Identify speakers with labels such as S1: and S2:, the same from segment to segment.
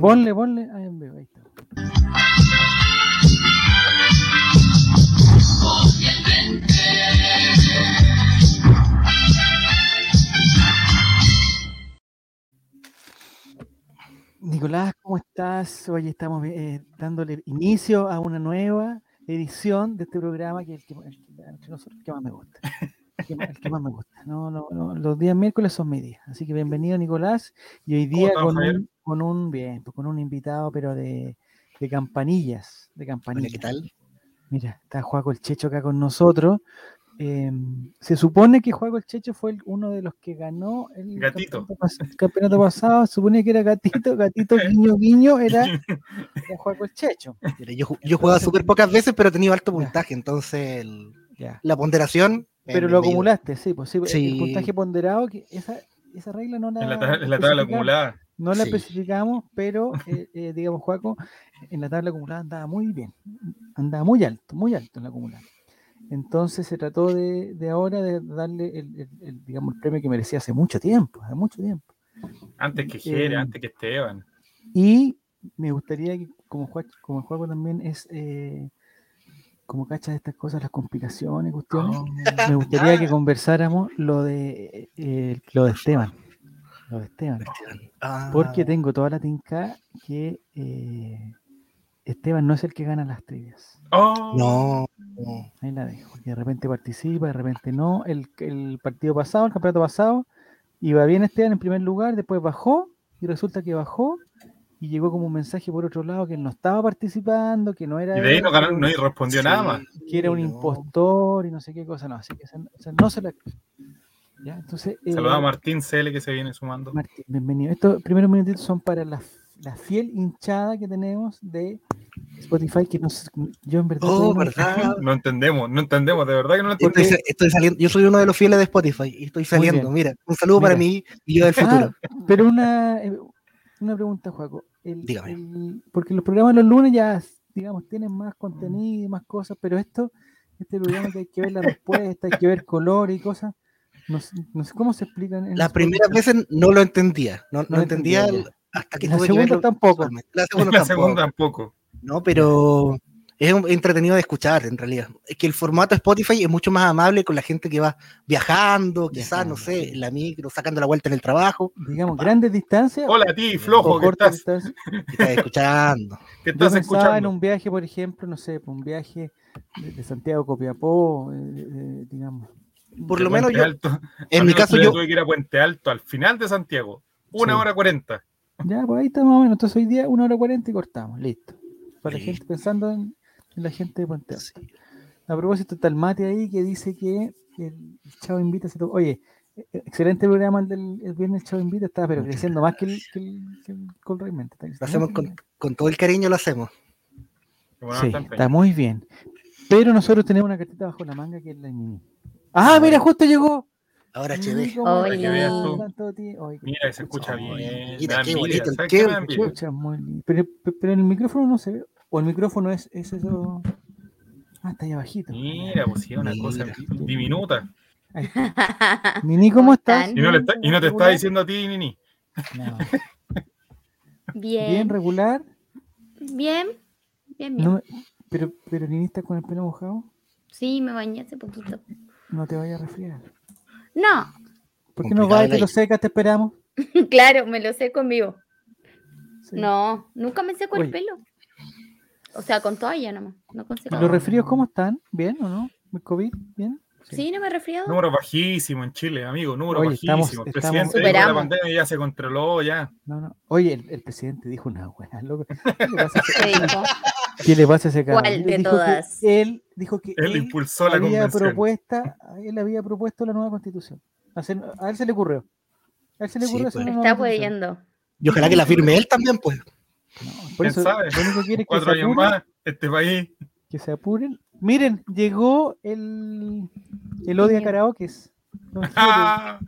S1: ponle, ponle. Ahí en vivo, ahí está. Nicolás, ¿cómo estás? Hoy estamos eh, dándole inicio a una nueva edición de este programa que es el que, el que- entre nosotros, el que más me gusta. El que, más- el que más me gusta. No, no, no, los días miércoles son mis días. Así que bienvenido, Nicolás. Y hoy día
S2: estamos,
S1: con
S2: Javier?
S1: un, con un bien, pues, con un invitado, pero de, de campanillas. De
S3: Hola,
S1: campanillas.
S3: ¿qué tal?
S1: Mira, está Juaco el Checho acá con nosotros. Eh, se supone que Juaco el Checho fue el- uno de los que ganó el
S2: Gatito.
S1: Campeonato, pas- el campeonato pasado. Se suponía que era gatito, gatito, guiño, guiño, era, era Juaco el Checho.
S3: Mira, yo, ju- yo he jugado súper pocas veces, pero he tenido alto puntaje, entonces el-
S1: Ya.
S3: la ponderación. eh,
S1: Pero
S3: me-
S1: lo
S3: me ayuda.
S1: acumulaste, sí, pues sí, el- el
S3: Sí.
S1: puntaje ponderado, que esa, esa regla no la,
S2: En la, tabla- en la tabla
S1: especificamos,
S2: acumulada.
S1: No la
S3: Sí.
S1: especificamos, pero eh, eh, digamos, Juaco, en la tabla acumulada andaba muy bien, andaba muy alto, muy alto en la acumulada. Entonces se trató de, de ahora de darle el, el- el, digamos, el premio que merecía hace mucho tiempo, hace mucho tiempo.
S2: Antes que
S1: Eh,
S2: Jere, antes que Esteban.
S1: Y me gustaría que, como, Juaco, como Juaco también es, eh, como cachas de estas cosas, las complicaciones, cuestiones, me gustaría que conversáramos lo de, eh, lo de Esteban. Lo de Esteban.
S3: Ah,
S1: Porque tengo toda la tinca que eh, Esteban no es el que gana las trivias.
S2: Oh,
S3: No, no.
S1: Ahí la dejo. Porque de repente participa, de repente no. El, el partido pasado, el campeonato pasado, iba bien Esteban en primer lugar, después bajó y resulta que bajó y llegó como un mensaje por otro lado que él no estaba participando, que no era...
S2: Y de ahí
S1: él,
S2: no, ganó-
S1: que
S2: no
S1: era un-
S2: respondió nada más.
S1: que era un
S3: no.
S1: impostor y no sé qué cosa, no, así que esa- esa no se la... Ya, entonces... eh,
S2: Saludaba a Martín Cele que se viene sumando.
S1: Martín, bienvenido. Estos primeros minutitos son para la, la fiel hinchada que tenemos de Spotify, que no sé- yo en verdad... todavía
S3: Oh,
S1: no-
S3: verdad.
S2: No entendemos, no entendemos, de verdad que no lo
S3: Estoy,
S2: entendemos.
S3: sa- estoy saliendo, yo soy uno de los fieles de Spotify y estoy saliendo.
S1: bien.
S3: Mira, un saludo para mí y yo del futuro.
S1: Ah, pero una, eh, una pregunta, Juaco. El-
S3: Dígame.
S1: el- porque los programas los lunes ya, digamos, tienen más contenido y más cosas, pero esto, este programa que hay que ver la respuesta, hay que ver color y cosas, no, sé- no sé cómo se explican. en
S3: Las
S1: Spotify.
S3: primeras veces no lo entendía, no, no
S1: lo
S3: entendía
S1: entendía,
S3: el- hasta que
S1: La
S3: tuve que
S1: segunda
S3: verlo
S1: tampoco.
S3: visualmente. La segunda
S2: La
S3: tampoco.
S2: segunda tampoco.
S3: No, pero es un- entretenido de escuchar en realidad. Es que el formato Spotify es mucho más amable con la gente que va viajando, quizás,
S1: Viajando,
S3: no sé, en la micro, sacando la vuelta en el trabajo,
S1: Digamos, grandes distancias.
S2: Hola a ti,
S1: o
S2: flojo, que
S1: cortas
S2: estás,
S1: distancias.
S3: que estás escuchando.
S2: que
S1: Yo
S2: estás
S1: pensaba en
S2: escuchando.
S1: un viaje, por ejemplo, no sé, pues, un viaje de, de Santiago a Copiapó, eh, eh, digamos.
S3: Por
S2: De
S3: lo menos
S2: Puente
S3: yo,
S2: Alto. A
S3: en
S2: mí
S3: mi
S2: otro
S3: caso
S2: día
S3: yo,
S2: tuve que ir a Puente Alto al final de Santiago. Una
S1: Sí.
S2: hora cuarenta.
S1: Ya, pues ahí está más o menos. Entonces hoy día, una hora cuarenta y cortamos, listo. Para la
S3: Listo.
S1: gente, pensando en, en la gente de Puente Alto. A propósito, está el mate ahí que dice que el Chavo Invita se to- Oye, eh, excelente programa el del el viernes Chavo Invita, estaba pero
S3: Muchas
S1: creciendo más que el, que el, que el Col Reymente, está
S3: lo hacemos
S1: muy
S3: con,
S1: bien.
S3: con todo el cariño, lo hacemos.
S2: Bueno,
S1: Sí,
S2: bastante.
S1: está muy bien. Pero nosotros tenemos una cartita bajo la manga que es la de Nini. Ah, mira, justo llegó.
S3: Ahora
S1: Mira
S3: HD.
S1: cómo
S4: Para
S1: está
S4: que veas tú.
S1: tanto tiempo. Ay,
S2: Mira, se escucha
S3: Ay,
S2: bien.
S3: mira,
S2: me da
S3: qué
S2: envidia.
S3: bonito el
S2: ¿Sabes qué me da
S3: queuco,
S2: envidia?
S3: chuta.
S1: escucha muy bien. Pero, pe- pero el micrófono no se ve. O el micrófono es, es eso. Ah, está ahí abajito.
S2: Mira, pues sí, una cosa
S3: Mira.
S2: diminuta.
S1: Nini, ¿cómo
S4: ¿Cómo
S1: estás?
S4: están?
S2: Y no, le está- y no te está
S1: ¿Regular?
S2: diciendo a ti, Nini.
S1: No. Bien,
S4: Bien,
S1: regular.
S4: bien, bien, bien.
S1: No, pero, pero Nini está con el pelo mojado.
S4: Sí, me bañé hace poquito.
S1: No te vayas a resfriar.
S4: No,
S1: ¿Por qué no
S3: Complicado
S1: vas y
S3: el
S1: te lo
S3: aire.
S1: secas? Te esperamos.
S4: claro, me lo seco en vivo.
S1: Sí.
S4: No, nunca me seco
S1: Oye.
S4: el pelo. O sea, con toalla nomás, no con secador.
S1: ¿Los resfríos cómo están? ¿Bien o no? ¿El COVID? ¿Bien?
S4: Sí, no me he resfriado.
S2: Número bajísimo en Chile, amigo, número
S1: Oye,
S2: bajísimo.
S1: estamos-
S2: el
S1: estamos-
S2: presidente dijo que la
S4: Superamos.
S2: pandemia ya se controló, ya.
S1: No, no. Oye, el, el presidente dijo una hueá, loco. ¿Qué le pasa a este ese-
S4: ¿Qué dijo?
S1: ¿Qué le pasa a ese
S4: ¿Cuál
S1: caballero? Dijo
S4: de
S1: que
S4: todas?
S1: Él dijo que
S2: Él
S1: él
S2: impulsó la
S1: había
S2: convención.
S1: propuesta, él había propuesto la nueva constitución. A, hacer- a él se le ocurrió. A él se le
S3: Sí,
S1: ocurrió hacer
S3: pues.
S1: una
S4: Me
S1: nueva
S4: está
S1: constitución.
S4: pudiendo.
S3: Y ojalá que la firme él también, pues.
S1: No, por
S2: ¿Quién
S1: eso,
S2: sabe?
S1: lo único que quiere es que se,
S2: Cuatro años
S1: apuren,
S2: más, este país.
S1: que se apuren. Miren, llegó el, el odia karaoke. Don Jere,
S2: ¡Ah!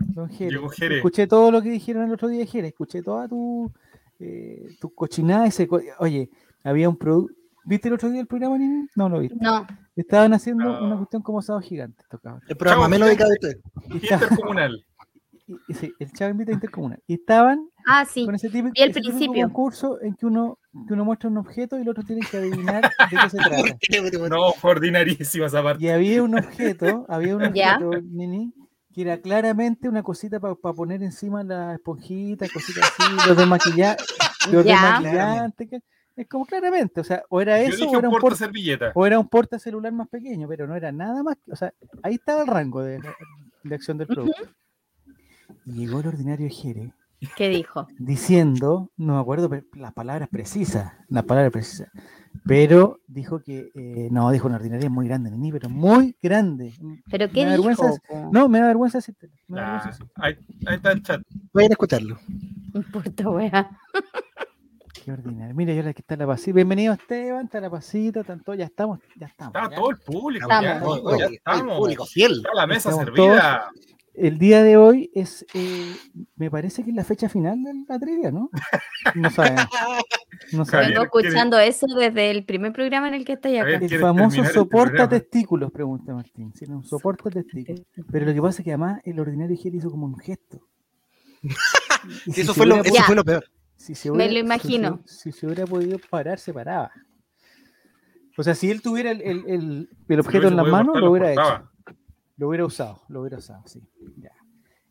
S1: don Jere.
S2: Llegó Jere.
S1: Escuché todo lo que dijeron el otro día, Jere. Escuché toda tu, eh, tu cochinada. Ese co- Oye, había un producto. ¿Viste el otro día el programa, Nini? No lo viste.
S4: No,
S1: Estaban haciendo
S2: No.
S1: una cuestión como asado gigante, estos cabros.
S3: El programa
S2: Chao,
S3: menos dedicado a usted.
S1: Y está-
S2: Intercomunal.
S1: y- y sí, el Chavo invita a Intercomunal. Y estaban
S4: Ah, sí.
S1: con ese típico,
S4: vi el
S1: ese típico
S4: principio.
S1: concurso en que uno, que uno muestra un objeto y el otro tiene que adivinar de qué se trata.
S2: No, fue ordinarísima esa parte.
S1: Y había un objeto, había un
S4: Ya.
S1: objeto, Nini, que era claramente una cosita para poner encima la esponjita, cositas así, los de maquillar, los
S4: Ya.
S1: desmaquillantes, que- Es como claramente, o sea, o era
S2: Yo
S1: eso
S2: dije
S1: o era
S2: un
S1: un
S2: porta
S1: porta,
S2: servilleta.
S1: o era un porta celular más pequeño, pero no era nada más. que- O sea, ahí estaba el rango de, de acción del producto. Y Llegó el ordinario Jere
S4: ¿Qué dijo?
S1: diciendo, no me acuerdo pe- las palabras precisas, las palabras precisas, pero dijo que, eh, no, dijo una ordinaria muy grande, Nini, pero muy grande.
S4: ¿Pero qué
S1: Me da
S4: dijo?
S1: vergüenza
S4: po?
S1: No, me da vergüenza decirte. me da vergüenza
S2: Ah,
S1: decirte.
S2: ahí, ahí está el chat.
S3: Vayan a escucharlo.
S4: No importa, wea.
S1: Qué ordinario. Mira, yo la que está la pasita. Bienvenido Esteban, está la pasita, tanto, ya estamos, ya estamos.
S2: Está
S1: ya.
S2: todo el público.
S4: Estamos.
S2: ya,
S3: Oye,
S2: ya
S3: oye, el
S2: estamos.
S3: público fiel.
S2: Está la mesa
S1: Estamos
S2: servida.
S1: El día de hoy es, eh, me parece que es la fecha final de la trivia, ¿no? No sabemos. No sabemos.
S4: Vengo
S2: Javier, ¿quieres-
S4: escuchando eso desde el primer programa en el que estoy acá.
S2: Javier,
S1: El
S2: ¿quieres
S1: famoso
S2: terminar este
S1: soporta
S2: programa?
S1: testículos, pregunta Martín. Sí, no, soporta testículos. Pero lo que pasa es que además el ordinario Gil hizo como un gesto. Y
S3: Sí, eso
S1: se
S3: fue lo,
S1: hubiera
S3: eso
S4: Ya.
S3: fue lo peor.
S1: Si se
S4: Me
S1: hubiera-
S4: lo
S1: si se-
S4: imagino.
S1: Si, se hubiera podido parar, se paraba. O sea, si él tuviera el, el- el- el
S2: Si
S1: objeto
S2: hubiese
S1: en la
S2: podido
S1: mano,
S2: cortar,
S1: lo hubiera hecho.
S2: cortaba.
S1: Lo hubiera usado, lo hubiera usado, sí. Ya.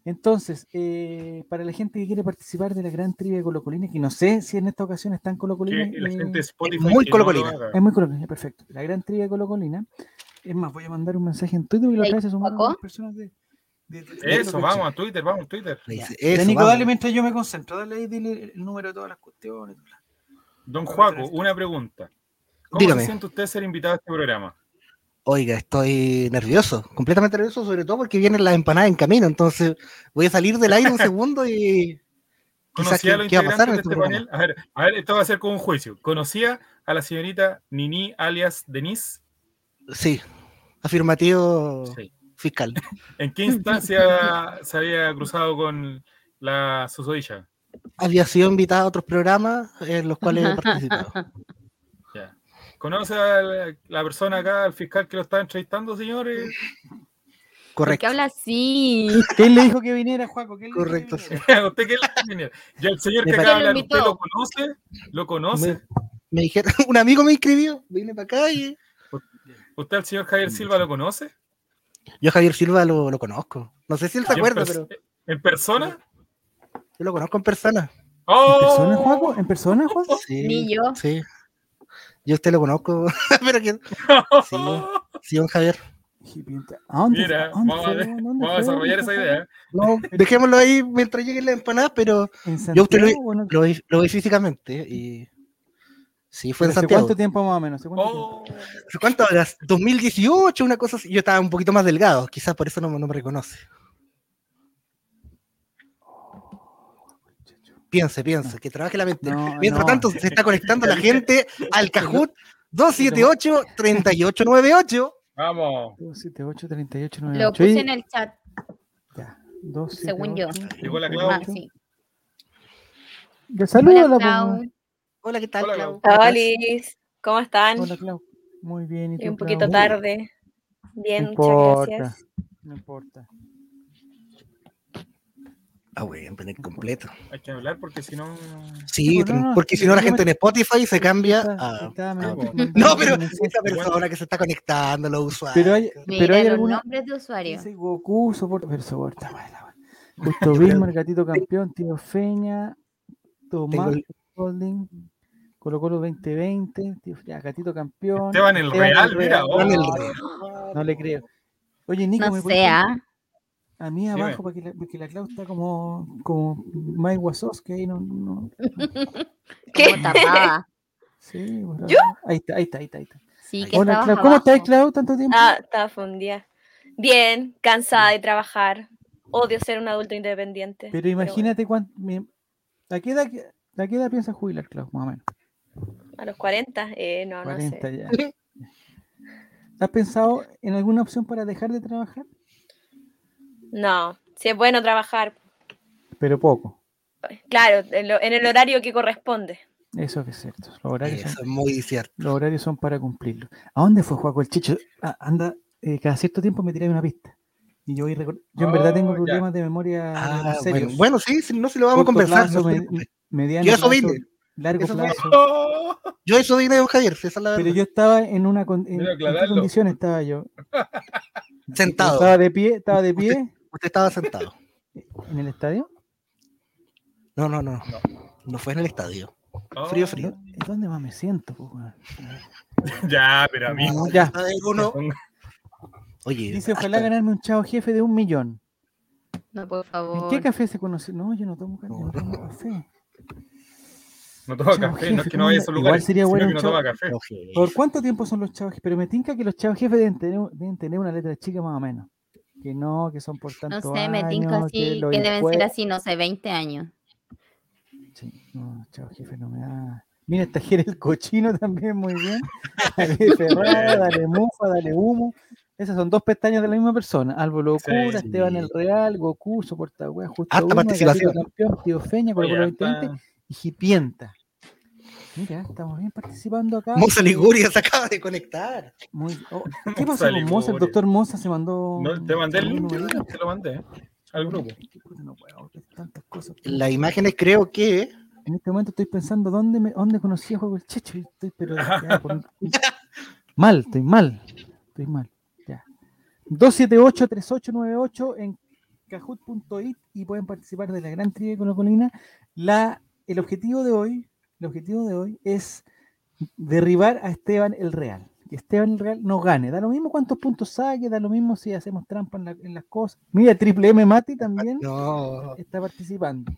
S1: Entonces, eh, para la gente que quiere participar de la gran trivia de Colocolina, que no sé si en esta ocasión están Colocolina.
S2: Que la
S1: eh,
S2: gente de Spotify
S3: muy
S2: que
S3: colocolina.
S2: lo haga.
S1: es muy colocolina, perfecto. La gran trivia de Colocolina. Es más, voy a mandar un mensaje en Twitter y la
S4: Ey,
S1: otra vez se sumaron
S4: Paco.
S1: unas personas de. de- de- de
S2: Eso,
S1: Colocolina.
S2: vamos a Twitter, vamos a Twitter.
S3: Le dice,
S1: Ya,
S3: eso,
S1: Nico,
S3: vamos.
S1: dale mientras yo me concentro, dale ahí, dile el número de todas las cuestiones.
S2: Don Juaco, una pregunta. ¿Cómo
S3: Dígame.
S2: se siente usted ser invitado a este programa?
S3: Oiga, estoy nervioso, completamente nervioso, sobre todo porque vienen las empanadas en camino, entonces voy a salir del aire un segundo y quizás
S2: ¿Conocía a los
S3: qué, qué va a
S2: integrantes
S3: pasar en
S2: de
S3: este
S2: este
S3: programa.
S2: panel? A ver, a ver, esto va a ser como un juicio. ¿Conocía a la señorita Nini alias Denise?
S3: Sí, afirmativo
S2: Sí.
S3: fiscal.
S2: ¿En qué instancia se había cruzado con la susodilla?
S3: Había sido invitada a otros programas en los cuales he participado.
S2: Ya. ¿Conoce a la, la persona acá, al fiscal que lo está entrevistando, señores?
S4: ¿Por qué
S3: Correcto.
S4: habla así?
S1: ¿Quién le dijo que viniera, Juaco? ¿Quién le dijo que
S3: Correcto,
S1: viniera?
S2: ¿A ¿Usted qué le Ya el señor
S3: Me
S2: que
S3: parece-
S2: acaba de hablar,
S4: Lo
S2: ¿usted lo
S4: invitó.
S2: conoce? ¿Lo conoce?
S3: Me, me dijeron, un amigo me inscribió, vine para acá y
S2: ¿Usted al señor Javier Silva lo conoce?
S3: yo a Javier Silva lo, lo conozco. No sé si él se
S2: ¿Y en
S3: acuerda,
S2: pers-
S3: pero
S2: ¿En persona?
S3: yo lo conozco en persona.
S1: ¿En
S2: ¡Oh!
S1: persona, Juaco? ¿En persona, Juaco?
S3: Sí,
S4: Oh, Ni yo.
S3: Sí. Yo a usted lo conozco, pero que Sí. sí, don Javier.
S1: Jipinta. ¿A dónde fue?
S2: Mira,
S1: ¿A dónde
S2: vamos a
S1: fue?
S2: ver-
S1: ¿A dónde
S2: Vamos a
S1: fue?
S2: desarrollar esa
S1: ¿Dónde fue?
S2: idea. ¿eh?
S3: No, dejémoslo ahí mientras lleguen las empanadas, pero
S1: ¿En
S3: Yo a usted lo vi-
S1: Santiago o no?
S3: lo vi, lo vi físicamente y sí, fue en
S1: ¿Hace
S3: Santiago.
S1: cuánto tiempo más o menos? ¿Hace cuánto tiempo?
S2: ¡Oh!
S3: ¿Hace ¿Cuánto horas? 2018, una cosa así. Yo estaba un poquito más delgado, quizás por eso no, me- no me reconoce. Piense, piense, que trabaje la mente.
S1: No,
S3: Mientras
S1: no.
S3: tanto, se está conectando la gente al Cajut 278-3898.
S2: Vamos.
S1: 2, 7, 8, 38,
S4: Lo puse en el chat.
S1: Ya. 2,
S4: según yo.
S2: Llegó la
S4: Ah,
S2: Clau.
S4: sí.
S1: Ya
S4: Hola,
S1: saluda pues, la
S4: Clau.
S3: Hola, ¿qué tal,
S2: Hola,
S3: Clau?
S5: Olis, ¿cómo están?
S1: Hola, Clau. Muy bien. ¿y
S5: Llegué
S1: tú,
S5: un poquito
S1: Clau?
S5: tarde. Bien,
S1: No
S5: muchas
S1: importa.
S5: gracias.
S1: No importa.
S3: Ah, bueno, poner completo.
S2: Hay que hablar porque si no.
S3: Sí,
S1: No, no, no,
S3: porque si
S1: yo-
S3: no la
S1: yo me-
S3: gente en Spotify se cambia
S1: Estaba-
S3: a...
S1: estaba medio
S3: ah,
S2: bueno.
S1: mandando
S3: No,
S1: un
S3: pero
S1: mensaje.
S3: esa persona que se está conectando, los usuarios.
S1: Pero hay,
S4: Mira
S1: pero hay
S4: los
S1: alguna,
S4: nombres de usuario.
S1: Dice Goku, soporta. Pero soporta, madre la wea. Justo Vilma, el gatito campeón, Tío Feña, Tomás
S3: Tengo-
S1: Holding, Colo Colo 2020, tío, ya, gatito campeón.
S2: Esteban el
S1: Esteban
S2: Real,
S1: Real,
S2: mira.
S3: Esteban
S2: oh.
S3: el Real.
S1: No le creo. Oye, Nico,
S4: No
S1: ¿me puedes
S4: sé,
S1: poner
S4: ¿ah?
S1: a mí
S2: Dime.
S1: abajo para que la, porque la Clau está como, como Mike Wazowski ahí no, no.
S5: ¿Qué?
S4: Como tapada.
S1: Sí, bueno,
S5: ¿Yo?
S1: Ahí está, ahí está, ahí está. ahí está.
S4: Sí, que
S1: Hola,
S4: estabas
S1: Clau. ¿Cómo estás,
S4: abajo.
S1: Clau? ¿Tanto tiempo?
S5: Ah, estaba fundida. Bien, cansada de trabajar. Odio ser un adulto independiente.
S1: pero imagínate cuánto. mi- ¿A qué edad, a qué edad piensas jubilar, Clau? Más o menos.
S5: bueno, a los 40, eh, no, no
S1: 40
S5: sé.
S1: ya. ¿Has pensado en alguna opción para dejar de trabajar?
S5: No, si es bueno trabajar,
S1: Pero poco.
S5: claro, en, lo- en el horario que corresponde.
S1: Eso es cierto. Los horarios,
S3: Eso
S1: son,
S3: es muy cierto.
S1: los horarios son para cumplirlo. ¿A dónde fue Juaco el Chicho? Ah, anda, eh, cada cierto tiempo me tiráis una pista. Y yo, hoy recor- yo en verdad tengo
S2: Oh, ya.
S1: problemas de memoria
S3: Ah, bueno,
S1: serios.
S3: bueno, sí, sí, no se lo vamos a
S1: Corto
S3: conversar.
S1: plazo,
S3: no se
S1: me-
S3: preocupe.
S1: mediano
S3: Yo a eso
S1: plazo,
S3: vine.
S1: largo
S3: Eso vine.
S1: plazo.
S2: ¡No!
S3: Yo eso vine don Javier, esa es la
S1: Pero
S3: verdad.
S1: yo estaba en una con- en,
S2: Quiero
S1: ¿en qué
S2: aclararlo.
S1: condición estaba yo.
S3: Sentado.
S1: Estaba de pie, estaba de pie
S3: Usted estaba sentado.
S1: en el estadio.
S3: No, no, no. No fue en el estadio.
S2: No.
S3: Frío, frío.
S1: ¿Dó- ¿Dónde más me siento? po, weón?
S2: Ya, pero a mí.
S1: No, ya.
S3: A ver, uno. Oye,
S1: Dice, ojalá
S3: hasta-
S1: ganarme un chavo jefe de un millón.
S4: No, por
S1: ¿En
S4: favor.
S1: qué café se conoce? No, yo no tomo, ca- yo no
S3: No,
S1: tomo café.
S2: No toma
S1: Chavo
S2: café, no es
S1: jefe,
S2: que no vaya a
S1: ¿cómo
S2: esos
S1: le-
S2: lugares.
S1: igual sería
S2: sino
S1: bueno
S2: que no
S1: chavo-
S2: toma café.
S3: Ok.
S1: ¿Por cuánto tiempo son los chavos jefes? Pero me tinca que los chavos jefes deben tener, deben tener una letra chica más o menos. Que no, que son por
S4: No
S1: tanto
S4: sé, me tinca
S1: años,
S4: así, que,
S1: los
S4: deben ser
S1: impuestos-
S4: así, no sé, 20 años.
S1: Sí, no, chao jefe, no me da. Mira, está Jere el cochino también, muy bien. Dale Ferrada, dale Mufa, dale Humo. Esas son dos pestañas de la misma persona. Albo Locura,
S2: Sí,
S1: Esteban
S3: sí.
S1: el Real, Goku, Soporta Wea, Justo
S3: Harta
S1: Uno, Gatito
S3: participación.
S1: Campeón, Tío Feña, Colo
S2: Oye,
S1: Colo
S2: hasta-
S1: 2020 y Jipienta. Mira, estamos bien participando acá.
S3: Moza Liguria se acaba de conectar.
S1: Muy- oh, ¿Qué pasó
S2: Moza
S1: con Moza? El
S2: Liguria.
S1: doctor Moza se mandó...
S2: No, te mandé el
S1: un
S2: link,
S1: numerito.
S2: te lo mandé eh, al grupo.
S1: No puedo, tantas cosas.
S3: Las imágenes creo que
S1: En este momento estoy pensando dónde me, dónde conocí a Juego el Checho. y Estoy, pero ya, por- mal, estoy mal. Estoy mal. Ya. 278-3898 en cajut.it y pueden participar de la gran trivia con la colina. La, el objetivo de hoy, el objetivo de hoy es derribar a Esteban el Real. Que Esteban el Real no gane. Da lo mismo cuántos puntos saque, da lo mismo si hacemos trampa en, la- en las cosas. Mira, triple M Mati también
S3: no.
S1: está participando.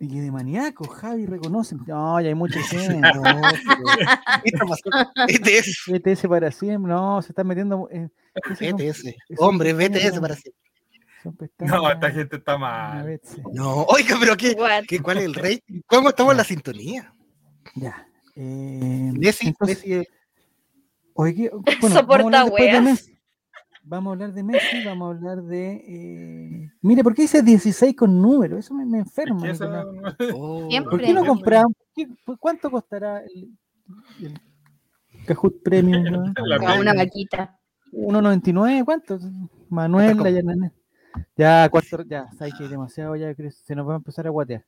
S1: Y que de maníaco, Javi reconoce. No, ya hay mucha gente. no,
S3: Esta pasó. BTS,
S1: BTS para siempre. No, se está metiendo. en- esas son-
S3: BTS. Hombre, BTS para siempre.
S1: son pestañas,
S2: No, esta gente está mal.
S1: Betze.
S3: No, oiga, pero ¿qué,
S5: Igual.
S3: qué- ¿cuál es el rey? ¿Cómo estamos en la sintonía?
S1: Ya. eh,
S3: Messi,
S1: entonces,
S3: Messi es-
S1: oye, ¿qué- bueno, vamos a
S5: Soporta
S1: hablar después de
S5: weas.
S1: Messi. Vamos a hablar de Messi, vamos a hablar de. eh, Mire, ¿por qué dice 16 con número? Eso me, me
S2: Es
S1: enferma.
S2: que esa-
S1: Nicolás.
S3: oh.
S4: Siempre.
S1: ¿Por qué no
S4: Siempre.
S1: compramos? ¿Qué- cu- ¿Cuánto costará el, el Kahoot Premium? weón?
S2: La
S4: Como una
S2: pena.
S4: vaquita.
S1: 1.99, ¿cuánto? Manuel,
S3: Como-
S1: la Yanana. Ya, cuatro, ya, sabes que demasiado, ya creo que se nos va a empezar a guatear.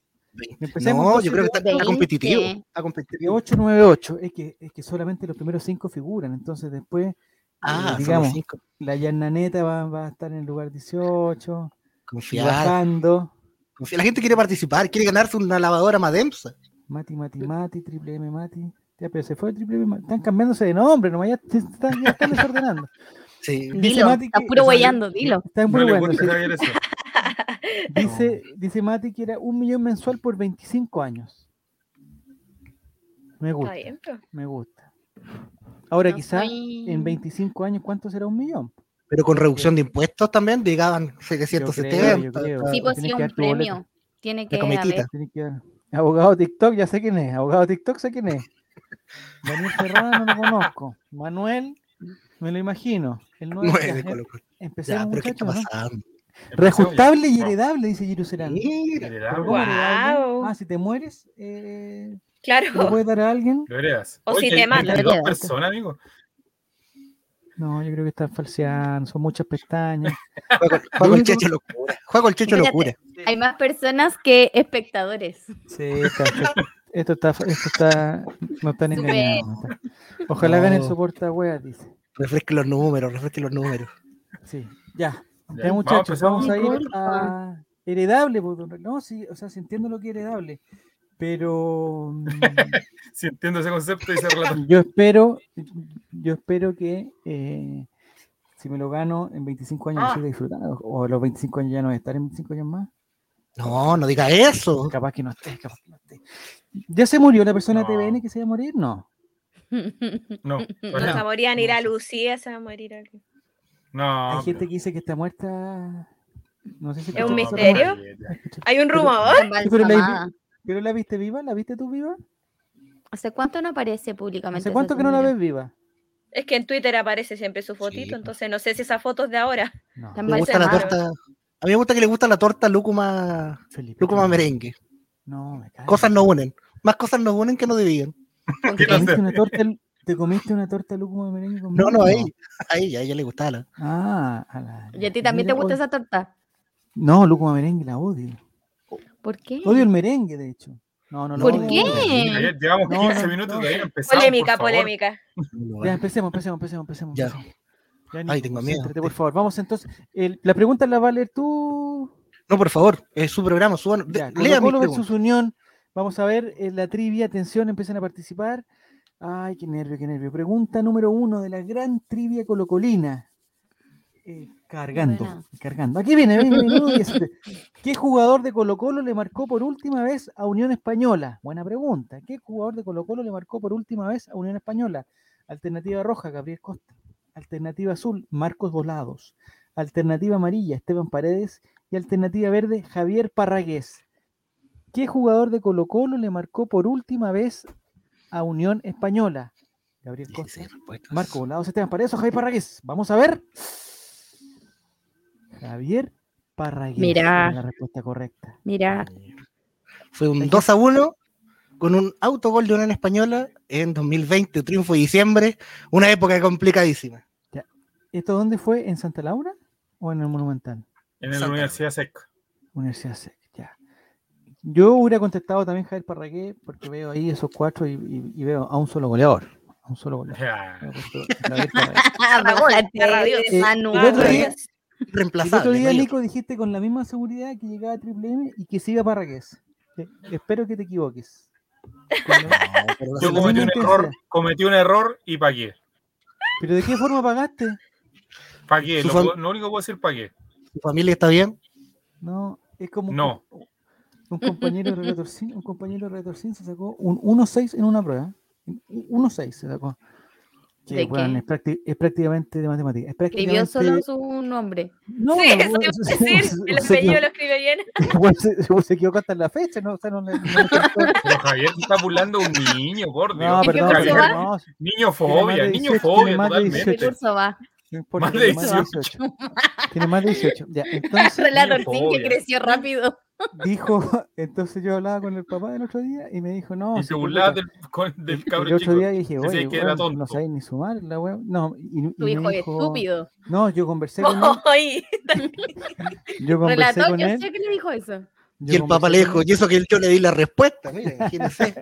S1: Empecemos
S3: No, yo
S1: entonces
S3: creo que está, está
S4: veinte.
S3: competitivo. Está
S1: de
S3: competitivo.
S1: 898, es que, es que solamente los primeros cinco figuran, entonces después
S3: Ah, son
S1: digamos.
S3: los cinco.
S1: la Yananeta va, va a estar en el lugar 18, y
S3: Confiar.
S1: bajando,
S3: confiar. La gente quiere participar, quiere ganarse una lavadora Mademsa.
S1: Mati, Mati, Mati, Triple M, Mati. Ya, pero se fue Triple M, Mati. están cambiándose de nombre, nomás ya, te- están, ya están desordenando.
S3: Sí.
S1: Dice
S4: Dilo,
S1: Mati
S4: está
S1: que-
S4: puro
S1: o sea,
S4: huellando, dilo.
S1: Están
S2: No
S1: muy
S2: le
S1: buenos.
S2: gusta
S1: sí.
S2: Javier eso.
S1: Dice, dice Mati que era un millón mensual por 25 años. Me
S5: Está
S1: gusta,
S5: bien, pero-
S1: me gusta. Ahora
S4: No
S1: quizá
S4: soy-
S1: en 25 años, ¿cuánto será un millón?
S3: Pero con reducción de impuestos también, llegaban
S1: creo,
S3: 770.
S1: yo creo. pues,
S4: Sí, pues
S1: tienes
S4: sí,
S1: que
S4: un
S1: dar tu boleto.
S4: premio. Tiene que
S3: comitita.
S4: haber.
S1: Tiene que ver. Abogado TikTok, ya sé quién es. Abogado TikTok, sé quién es. Daniel Ferrada no lo conozco. Manuel, me lo imagino. El nueve,
S3: Nueve,
S1: ya, eh,
S3: Colo Colo.
S1: empecemos,
S3: Ya, pero ¿qué está
S1: muchachos, ¿no?
S3: pasando?
S1: Rejustable y heredable, dice Jerusalén.
S3: Mira,
S1: Pero
S2: Heredable.
S1: ¿cómo heredable?
S5: Guau.
S1: Ah, si te mueres, eh, ¿te lo
S5: Claro.
S1: puedes dar a alguien?
S2: Lo heredas.
S5: O si
S2: Oye,
S5: te
S2: hay-
S5: matan.
S2: hay
S4: Lo
S2: dos
S4: heredas.
S2: personas, amigo.
S1: No, yo creo que están falseando, son muchas pestañas.
S3: Juega con- juega con Checho Locura. Juega con Checho
S4: Espérate.
S3: Locura.
S4: Hay más personas que espectadores.
S1: Sí, está- esto está, esto está, no están
S4: Súper.
S1: engañados. no están- Ojalá gane el
S3: No.
S1: soporta weas, dice.
S3: Refresque los números, refresque los números.
S1: Sí, ya.
S2: Ya,
S1: Ya, muchachos,
S2: empezar
S1: vamos a ir
S2: con-
S1: a heredable, pues, don Ra- no, sí, o sea, sí entiendo lo que es heredable, pero mm,
S2: Si entiendo ese concepto y se relata.
S1: yo espero, yo espero que eh, si me lo gano en 25 años lo siga disfrutando, o a los 25 años ya no voy a estar en 25 años más.
S3: No, no diga eso.
S1: Capaz que no esté, capaz que no esté. ¿Ya se murió la persona
S2: No.
S1: de TVN que se iba a morir? No.
S2: No,
S5: No, se va a
S2: no.
S5: morir Anira
S1: No.
S5: Lucía, se va a morir alguien.
S2: no
S1: Hay gente que dice que está muerta. No sé si
S5: ¿Es un
S1: escuchaste esa
S5: misterio?
S1: parte.
S5: Hay un
S1: Pero-
S5: rumor.
S1: pero la-
S4: Embalsamada.
S1: ¿Pero la viste viva? ¿La viste tú viva?
S4: ¿Hace cuánto no aparece públicamente?
S1: ¿Hace
S4: ese
S1: cuánto que no la
S4: señor?
S1: ves viva?
S5: Es que en Twitter aparece siempre su fotito,
S3: pues.
S5: entonces no sé si esa foto es de ahora.
S1: No.
S4: Tan
S3: Me gusta la
S5: Parece
S3: torta. A mí me gusta que le gusta la torta lúcuma,
S1: Felipe,
S3: lúcuma
S1: no.
S3: merengue.
S1: No, me cae.
S3: Cosas nos unen. Más cosas nos unen que nos dividen.
S4: ¿Con
S2: ¿Qué
S4: quién?
S2: no
S1: Comiste una torta, ¿Te comiste una torta de lúcuma de merengue con
S3: No,
S1: miel?
S3: no, ahí, ahí, a ella le gustaba. la-
S1: Ah, a la-
S4: ¿Y a ti también te
S1: mira,
S4: gusta
S1: odio-
S4: esa torta?
S1: No, lúcuma de merengue la odio.
S4: ¿Por qué?
S1: Odio el merengue, de hecho. No, no, no.
S4: ¿Por
S1: odio el
S4: qué?
S1: merengue.
S2: Ayer llevamos
S1: No,
S2: 15
S1: no,
S2: minutos
S1: no.
S2: de ahí empezamos.
S5: Polémica,
S2: por favor.
S5: polémica.
S1: Ya, empecemos, empecemos, empecemos, empecemos.
S3: Ya.
S1: empecemos. Ya,
S3: Ay,
S1: Nico,
S3: tengo miedo.
S1: concéntrate, por favor, vamos entonces. el- la pregunta la va a leer tú.
S3: No, por favor, es su programa, suban.
S1: Ya,
S3: de-
S1: Colo
S3: lea mis
S1: Colo versus
S3: preguntas.
S1: Unión. Vamos a ver eh, la trivia. Atención, empiezan a participar. Ay, qué nervio, qué nervio. Pregunta número uno de la gran trivia colocolina. Eh, cargando,
S4: Buena.
S1: cargando. Aquí viene, viene, viene, uno que dice, ¿Qué jugador de Colo Colo le marcó por última vez a Unión Española? Buena pregunta. ¿Qué jugador de Colo Colo le marcó por última vez a Unión Española? Alternativa roja, Gabriel Costa. Alternativa azul, Marcos Volados. Alternativa amarilla, Esteban Paredes. Y alternativa verde, Javier Parragués. ¿Qué jugador de Colo Colo le marcó por última vez a Unión Española? Gabriel Costa.
S3: Dieciséis respuestas.
S1: Marco Volados, Esteban Paredes o Javier Parragués. Vamos a ver. Javier Parragués.
S4: Mirá.
S1: era La respuesta correcta.
S4: Mira,
S3: Fue un
S1: Ahí
S3: 2 a 1 con un autogol de Unión Española en 2020, triunfo de diciembre, una época complicadísima.
S1: ¿Esto dónde fue? ¿En Santa Laura o en el Monumental?
S2: En la
S3: Salta.
S2: Universidad Seca.
S1: Universidad SEC, ya. Yo hubiera contestado también Javier Parragués porque veo ahí esos cuatro y, y- y veo a un solo goleador. A un solo goleador.
S2: Ya.
S1: Hubiera puesto Javier Parragués.
S4: Bájate,
S5: Eh,
S4: Manu.
S1: el otro día-
S5: Parragués.
S1: El otro
S3: Reemplazable.
S1: día,
S3: ¿no?
S1: Nico, dijiste con la misma seguridad que llegaba a Triple M y que siga Parragués. Eh, Espero que te equivoques. Con la-
S3: No, pero no
S2: Yo
S3: se lo-
S2: cometí un
S1: Solamente
S2: error,
S1: esa.
S2: cometí un error y pagué.
S1: ¿Pero de qué forma pagaste?
S2: Pagué,
S3: Su
S2: lo,
S3: fam-
S2: puedo- lo único que puedo decir pagué.
S3: ¿Su familia está bien?
S1: No, es como un
S2: No.
S1: co- un compañero de Retorcín, un compañero de Retorcín se sacó un 1.6 en una prueba. Un 1.6 se sacó. Que,
S4: ¿De
S1: weón,
S4: qué?
S1: es, prácti- es prácticamente de matemática. Es prácticamente...
S4: Escribió solo su nombre.
S1: No,
S5: Sí, eso
S1: weón,
S5: iba a
S1: se-
S5: decir.
S1: se-
S5: El
S1: se
S5: apellido
S1: equivo-
S5: lo escribe bien.
S1: weón, se- weón, se equivocó hasta la fecha, ¿no? O sea, no le- no le contó.
S2: Pero Javier se está burlando a un niño, por Dios.
S1: No,
S5: qué
S1: perdón,
S5: curso
S1: perdón,
S5: va?
S1: no, sí, Tiene
S2: Niño fobia,
S1: más de
S2: niño
S1: 18,
S2: fobia,
S1: tiene más de
S4: ¿Qué
S1: 18.
S2: totalmente.
S4: curso va?
S1: no importa,
S2: Más de
S1: tiene más de
S2: 18.
S1: 18. Tiene más de 18. Ya, entonces
S5: Relatorcín que
S2: Fobia.
S5: creció rápido.
S4: Rápido.
S1: dijo, entonces yo hablaba con el papá del otro día y me dijo, no,
S2: Y
S1: sí,
S2: se
S1: pues,
S2: burlaba
S1: puta,
S2: del, con- del
S1: el
S2: cabro
S1: otro
S2: chico.
S1: día dije,
S2: Decía
S1: oye,
S2: que era
S1: weón, no
S2: tonto".
S1: sabéis ni sumar, la weón. No, y, y
S4: Tu
S1: me
S4: hijo es
S1: dijo-
S4: estúpido.
S1: No, yo conversé con él.
S5: Ay,
S1: Yo conversé
S4: Relató,
S1: con
S4: yo
S1: él.
S4: sé que le dijo eso.
S1: yo
S3: Y el papá
S1: conversé
S3: le
S1: con
S3: dijo,
S1: él,
S3: y eso que yo le di la respuesta, miren, imagínense.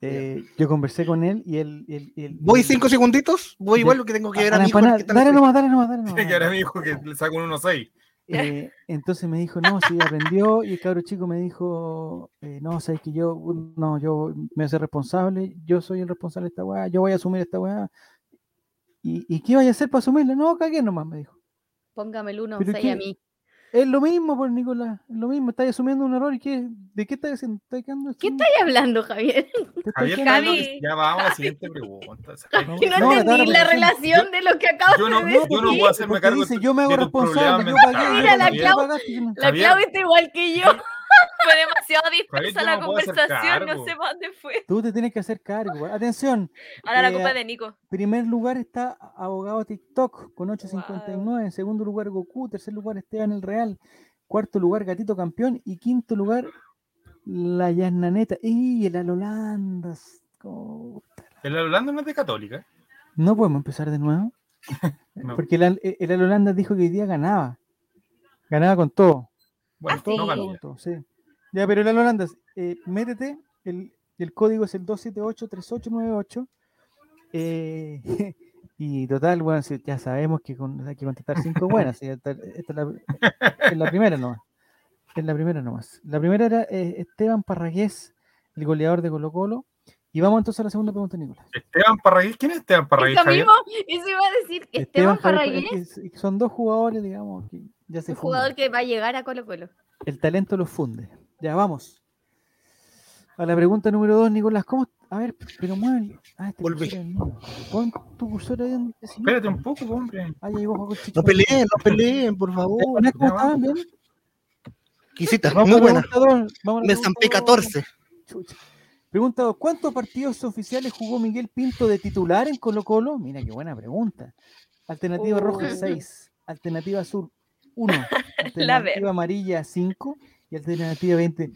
S1: eh, yo conversé con él y él. y él- y él- y
S3: Voy
S1: él-
S3: cinco segunditos, voy
S1: Ya.
S3: igual lo que tengo que ver
S1: a
S3: a
S1: la
S3: mi hijo
S1: empanada,
S3: porque está
S1: Dale
S3: en la
S1: nomás, dale nomás, dale nomás.
S2: Que
S1: dale
S2: ahora
S1: nomás.
S2: me dijo que le sacó un 1-6.
S1: Eh, entonces me dijo, no, sí, aprendió. Y el cabro chico me dijo, eh, no, sabes que yo, uh, no, yo me hace responsable, yo soy el responsable de esta weá, yo voy a asumir esta weá. ¿Y, y qué vaya a hacer para asumirla? No, cagué nomás, me dijo.
S4: Póngame el 1
S1: ¿Pero
S4: 6 a
S1: qué?
S4: mí.
S1: Es lo mismo, pues, Nicolás, es lo mismo, estás asumiendo un error y qué, ¿de qué estás haciendo? ¿Estás quedando
S4: ¿Qué
S1: así?
S4: Estoy hablando, Javier.
S1: ¿Te estás
S2: Javier,
S1: quedando-
S5: Javi.
S2: Javi, ya vamos a la siguiente pregunta. ¿sabes
S1: No,
S2: qué?
S5: que no,
S1: No, la tabla
S5: entendí la
S1: de
S5: relación de lo que acabas
S2: Yo no-
S5: de
S2: yo
S5: decir.
S2: no puedo hacerme
S1: porque
S2: cargo
S1: dice,
S2: de-
S1: yo me hago
S2: de tus problemas
S1: responsable, yo pagué.
S2: mentales,
S5: Mira, la
S1: yo
S5: Clau-
S1: pagaste, yo no-
S5: La
S2: Javier.
S5: Clau está igual que yo.
S4: Fue demasiado
S5: Dispersa
S2: yo
S5: la
S2: no puedo hacer
S5: conversación, no
S2: cargo.
S5: sé para dónde fue.
S1: Tú te tienes que hacer cargo. weá. Atención,
S5: Ahora la
S1: Eh,
S5: culpa es de Nico.
S1: primer lugar está Abogado TikTok con 8.59. En segundo lugar Goku. Tercer lugar Esteban el Real. Cuarto lugar Gatito Campeón. Y quinto lugar La Yasnaneta. ¡Y la Lolanda! ¿Cómo?
S2: El hablando no es de católica.
S1: No podemos empezar de nuevo.
S2: No.
S1: Porque el, el Lolanda dijo que hoy día ganaba. Ganaba con todo.
S2: Bueno,
S5: Ah, sí.
S2: no
S1: Todo,
S2: ganó.
S1: todo, sí. Ya, pero el Holanda, métete, el, el código es el 278-3898. eh, y total, bueno, si ya sabemos que con- hay que contestar cinco buenas. sí, esta, esta es, la, es la primera nomás. Es la primera nomás. La primera era eh, Esteban Parragués, el goleador de Colo Colo. Y vamos entonces a la segunda pregunta, Nicolás.
S2: Esteban Parragués, ¿quién es Esteban Parragués?
S5: Eso
S2: Javier?
S5: mismo, eso iba a decir que Esteban
S1: Javier-
S5: Parragués,
S1: es- es- son dos jugadores, digamos, que ya se
S4: un
S1: fundan.
S4: jugador que va a llegar a Colo Colo.
S1: El talento los funde. Ya vamos. A la pregunta número dos, Nicolás, ¿cómo? A ver, pero mueve. Ah, este
S3: Volví.
S1: cursor es nuevo. Pon tu cursor ahí donde se mira.
S2: Espérate un poco, hombre.
S1: Ah, ya llegó Juan Conchito.
S3: No peleen, no peleen, por favor.
S1: Nicolás, ¿Cómo
S2: Ya
S1: estás?
S2: vamos.
S1: Bien.
S3: Quisitas,
S1: Vamos a
S3: muy
S1: la
S3: buena.
S1: pregunta dos, vamos a la
S3: Me
S1: pregunta
S3: zampé
S1: dos.
S3: 14.
S1: Chucha. Pregunta dos, ¿Cuántos partidos oficiales jugó Miguel Pinto de titular en Colo Colo? Mira, qué buena pregunta. Alternativa roja,
S5: Uh.
S1: 6. Alternativa azul, 1.
S5: La ver.
S1: Alternativa amarilla, 5. Y alternativa 20.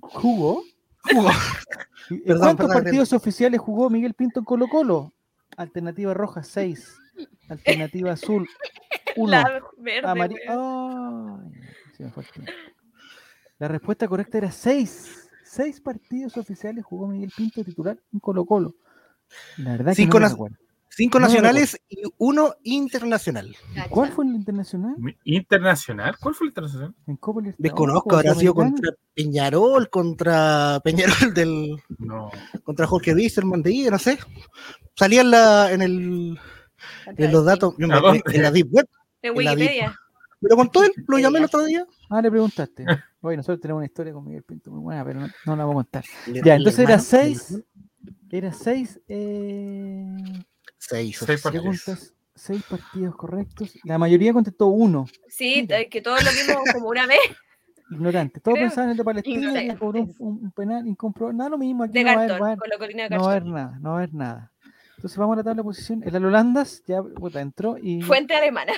S1: ¿Jugó?
S3: Jugó.
S1: ¿En
S3: Perdón,
S1: ¿Cuántos
S3: perdón,
S1: partidos oficiales jugó Miguel Pinto en Colo Colo? Alternativa roja 6, alternativa azul 1,
S5: La verde,
S1: Ah,
S5: pues. weón.
S1: La respuesta correcta era 6. 6 partidos oficiales jugó Miguel Pinto titular en Colo Colo. La verdad que
S3: Cinco
S1: no lo
S3: nas-
S1: recuerdo.
S3: Cinco
S1: No, pues. no,
S3: nacionales y uno internacional.
S4: Cacha.
S1: ¿Cuál fue el internacional?
S2: ¿Internacional? ¿Cuál fue el internacional?
S1: En Copa Libertadores,
S3: Desconozco,
S1: Copa
S3: habrá sido
S1: Sudamericana.
S3: contra Peñarol, contra Peñarol del,
S2: No.
S3: contra Jorge Wisterman de Ibe, no sé. Salía en, la, en, el,
S4: Contra
S1: Eh,
S3: en los
S4: Haití.
S3: datos, yo me-
S2: ¿A dónde?
S3: en la Deep Web.
S5: En
S3: en la
S5: Wikipedia.
S3: Pero con todo él, lo llamé el otro día.
S1: Ah, le preguntaste. Bueno, nosotros tenemos una historia con Miguel Pinto muy buena, pero no, no la vamos a contar.
S3: El-
S1: Ya,
S3: el
S1: entonces era
S3: hermano,
S1: seis.
S3: el-
S1: Era seis, eh,
S3: Seis.
S2: Seis partidos.
S1: preguntas, seis partidos correctos. La mayoría contestó uno.
S5: Sí,
S1: Mira.
S5: eh, que todos lo vimos como una vez.
S1: Ignorante. Todos
S5: Creo-
S1: pensaban en el de Palestina, que
S4: Ignorantes.
S1: cobró un, un penal incomprobable. Nada, lo mismo. Aquí
S5: De
S1: no va a haber-
S5: cartón,
S1: va a haber-
S5: con la colina de
S1: no va a
S5: cartón.
S1: haber nada, no va a haber nada. Entonces vamos a la tabla de posición. El Alolandas ya puta, entró y,
S5: Fuente alemana.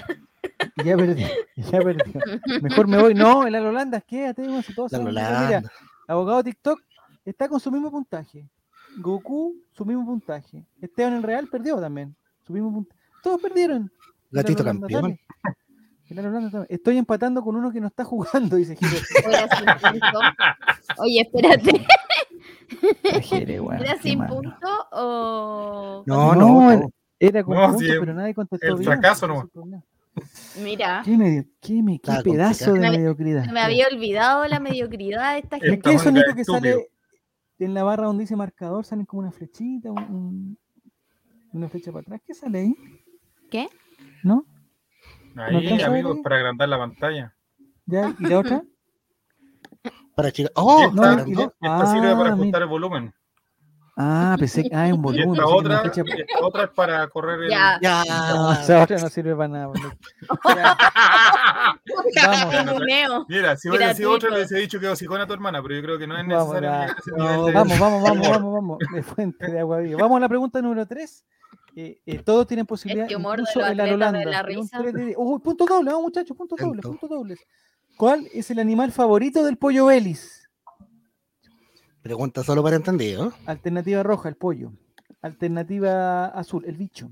S1: y ya perdió. y ya perdió. Mejor me voy. No, el Alolandas, quédate. Bueno, si todos
S3: La
S1: saben, mira,
S3: Holanda.
S1: mira, Abogado TikTok está con su mismo puntaje. Goku, su mismo puntaje. Esteban el Real perdió también. Su mismo puntaje. Todos perdieron. El
S3: Gatito
S1: Holanda,
S3: campeón.
S1: dale. El Holanda, dale. Estoy empatando con uno que no está jugando, dice Jere.
S4: Era sin punto. Oye, espérate.
S1: Jere, weón,
S4: ¿Era
S1: qué
S4: sin
S1: malo.
S4: punto o.?
S1: No,
S3: No, no,
S1: el-
S3: no.
S1: Era con
S2: No,
S1: puntos,
S2: sí,
S1: pero nadie contestó
S2: el
S1: bien, ese
S2: fracaso
S1: es
S2: nomás.
S1: el problema.
S4: Mira,
S1: Qué, medio- qué me- qué
S3: Estaba
S1: pedazo de
S4: complicado. Me-
S1: mediocridad.
S4: me había olvidado la mediocridad de esta
S1: Es
S2: El
S4: gente.
S1: que eso,
S2: tamaño
S1: Nico,
S2: era
S1: que
S2: estúpido.
S1: sale en la barra donde dice marcador, salen como una flechita, un- un- una flecha para atrás. ¿Qué sale ahí?
S4: ¿Qué?
S1: ¿No?
S2: Ahí,
S1: alcanza a ver
S2: amigos,
S1: ahí?
S2: para agrandar la pantalla.
S1: ¿Ya? ¿Y la otra?
S3: Para chicas. ¡Oh!
S2: esta
S1: no,
S3: caramba.
S1: y no.
S2: esta sirve para
S1: Ah,
S2: ajustar
S1: mira.
S2: el volumen.
S1: Ah, pensé que. Ah, es un
S2: Y
S1: volumen.
S2: esta
S1: pensé que una
S2: otra,
S1: flecha-
S2: y esta otra es para correr el.
S4: Ya.
S3: Ya.
S1: No, esa otra no sirve para nada. boludo. Ya, Vamos,
S2: Bueno,
S5: Ninguneo.
S2: Mira, si hubiera sido
S5: Gratuito.
S2: otra, le hubiese dicho que hocicona a tu hermana, pero yo creo que no es
S1: Vamos,
S2: necesario
S1: ya.
S2: llegar a ese
S3: No,
S2: nivel de-
S1: Vamos, vamos, vamos,
S2: Humor.
S1: vamos, vamos. De fuente de agua viva. Vamos a la pregunta número 3. todos tienen posibilidad.
S4: Este humor de
S1: incluso
S4: los
S1: el
S4: atletas
S1: Alolanda.
S4: de la
S1: de un
S4: risa.
S1: 3 de 10. Uy, punto doble, vamos muchachos, punto doble,
S3: Tanto.
S1: punto doble. ¿Cuál es el animal favorito del pollo Belis?
S3: Pregunta solo para entendido.
S1: Alternativa roja, el pollo. Alternativa azul, el bicho.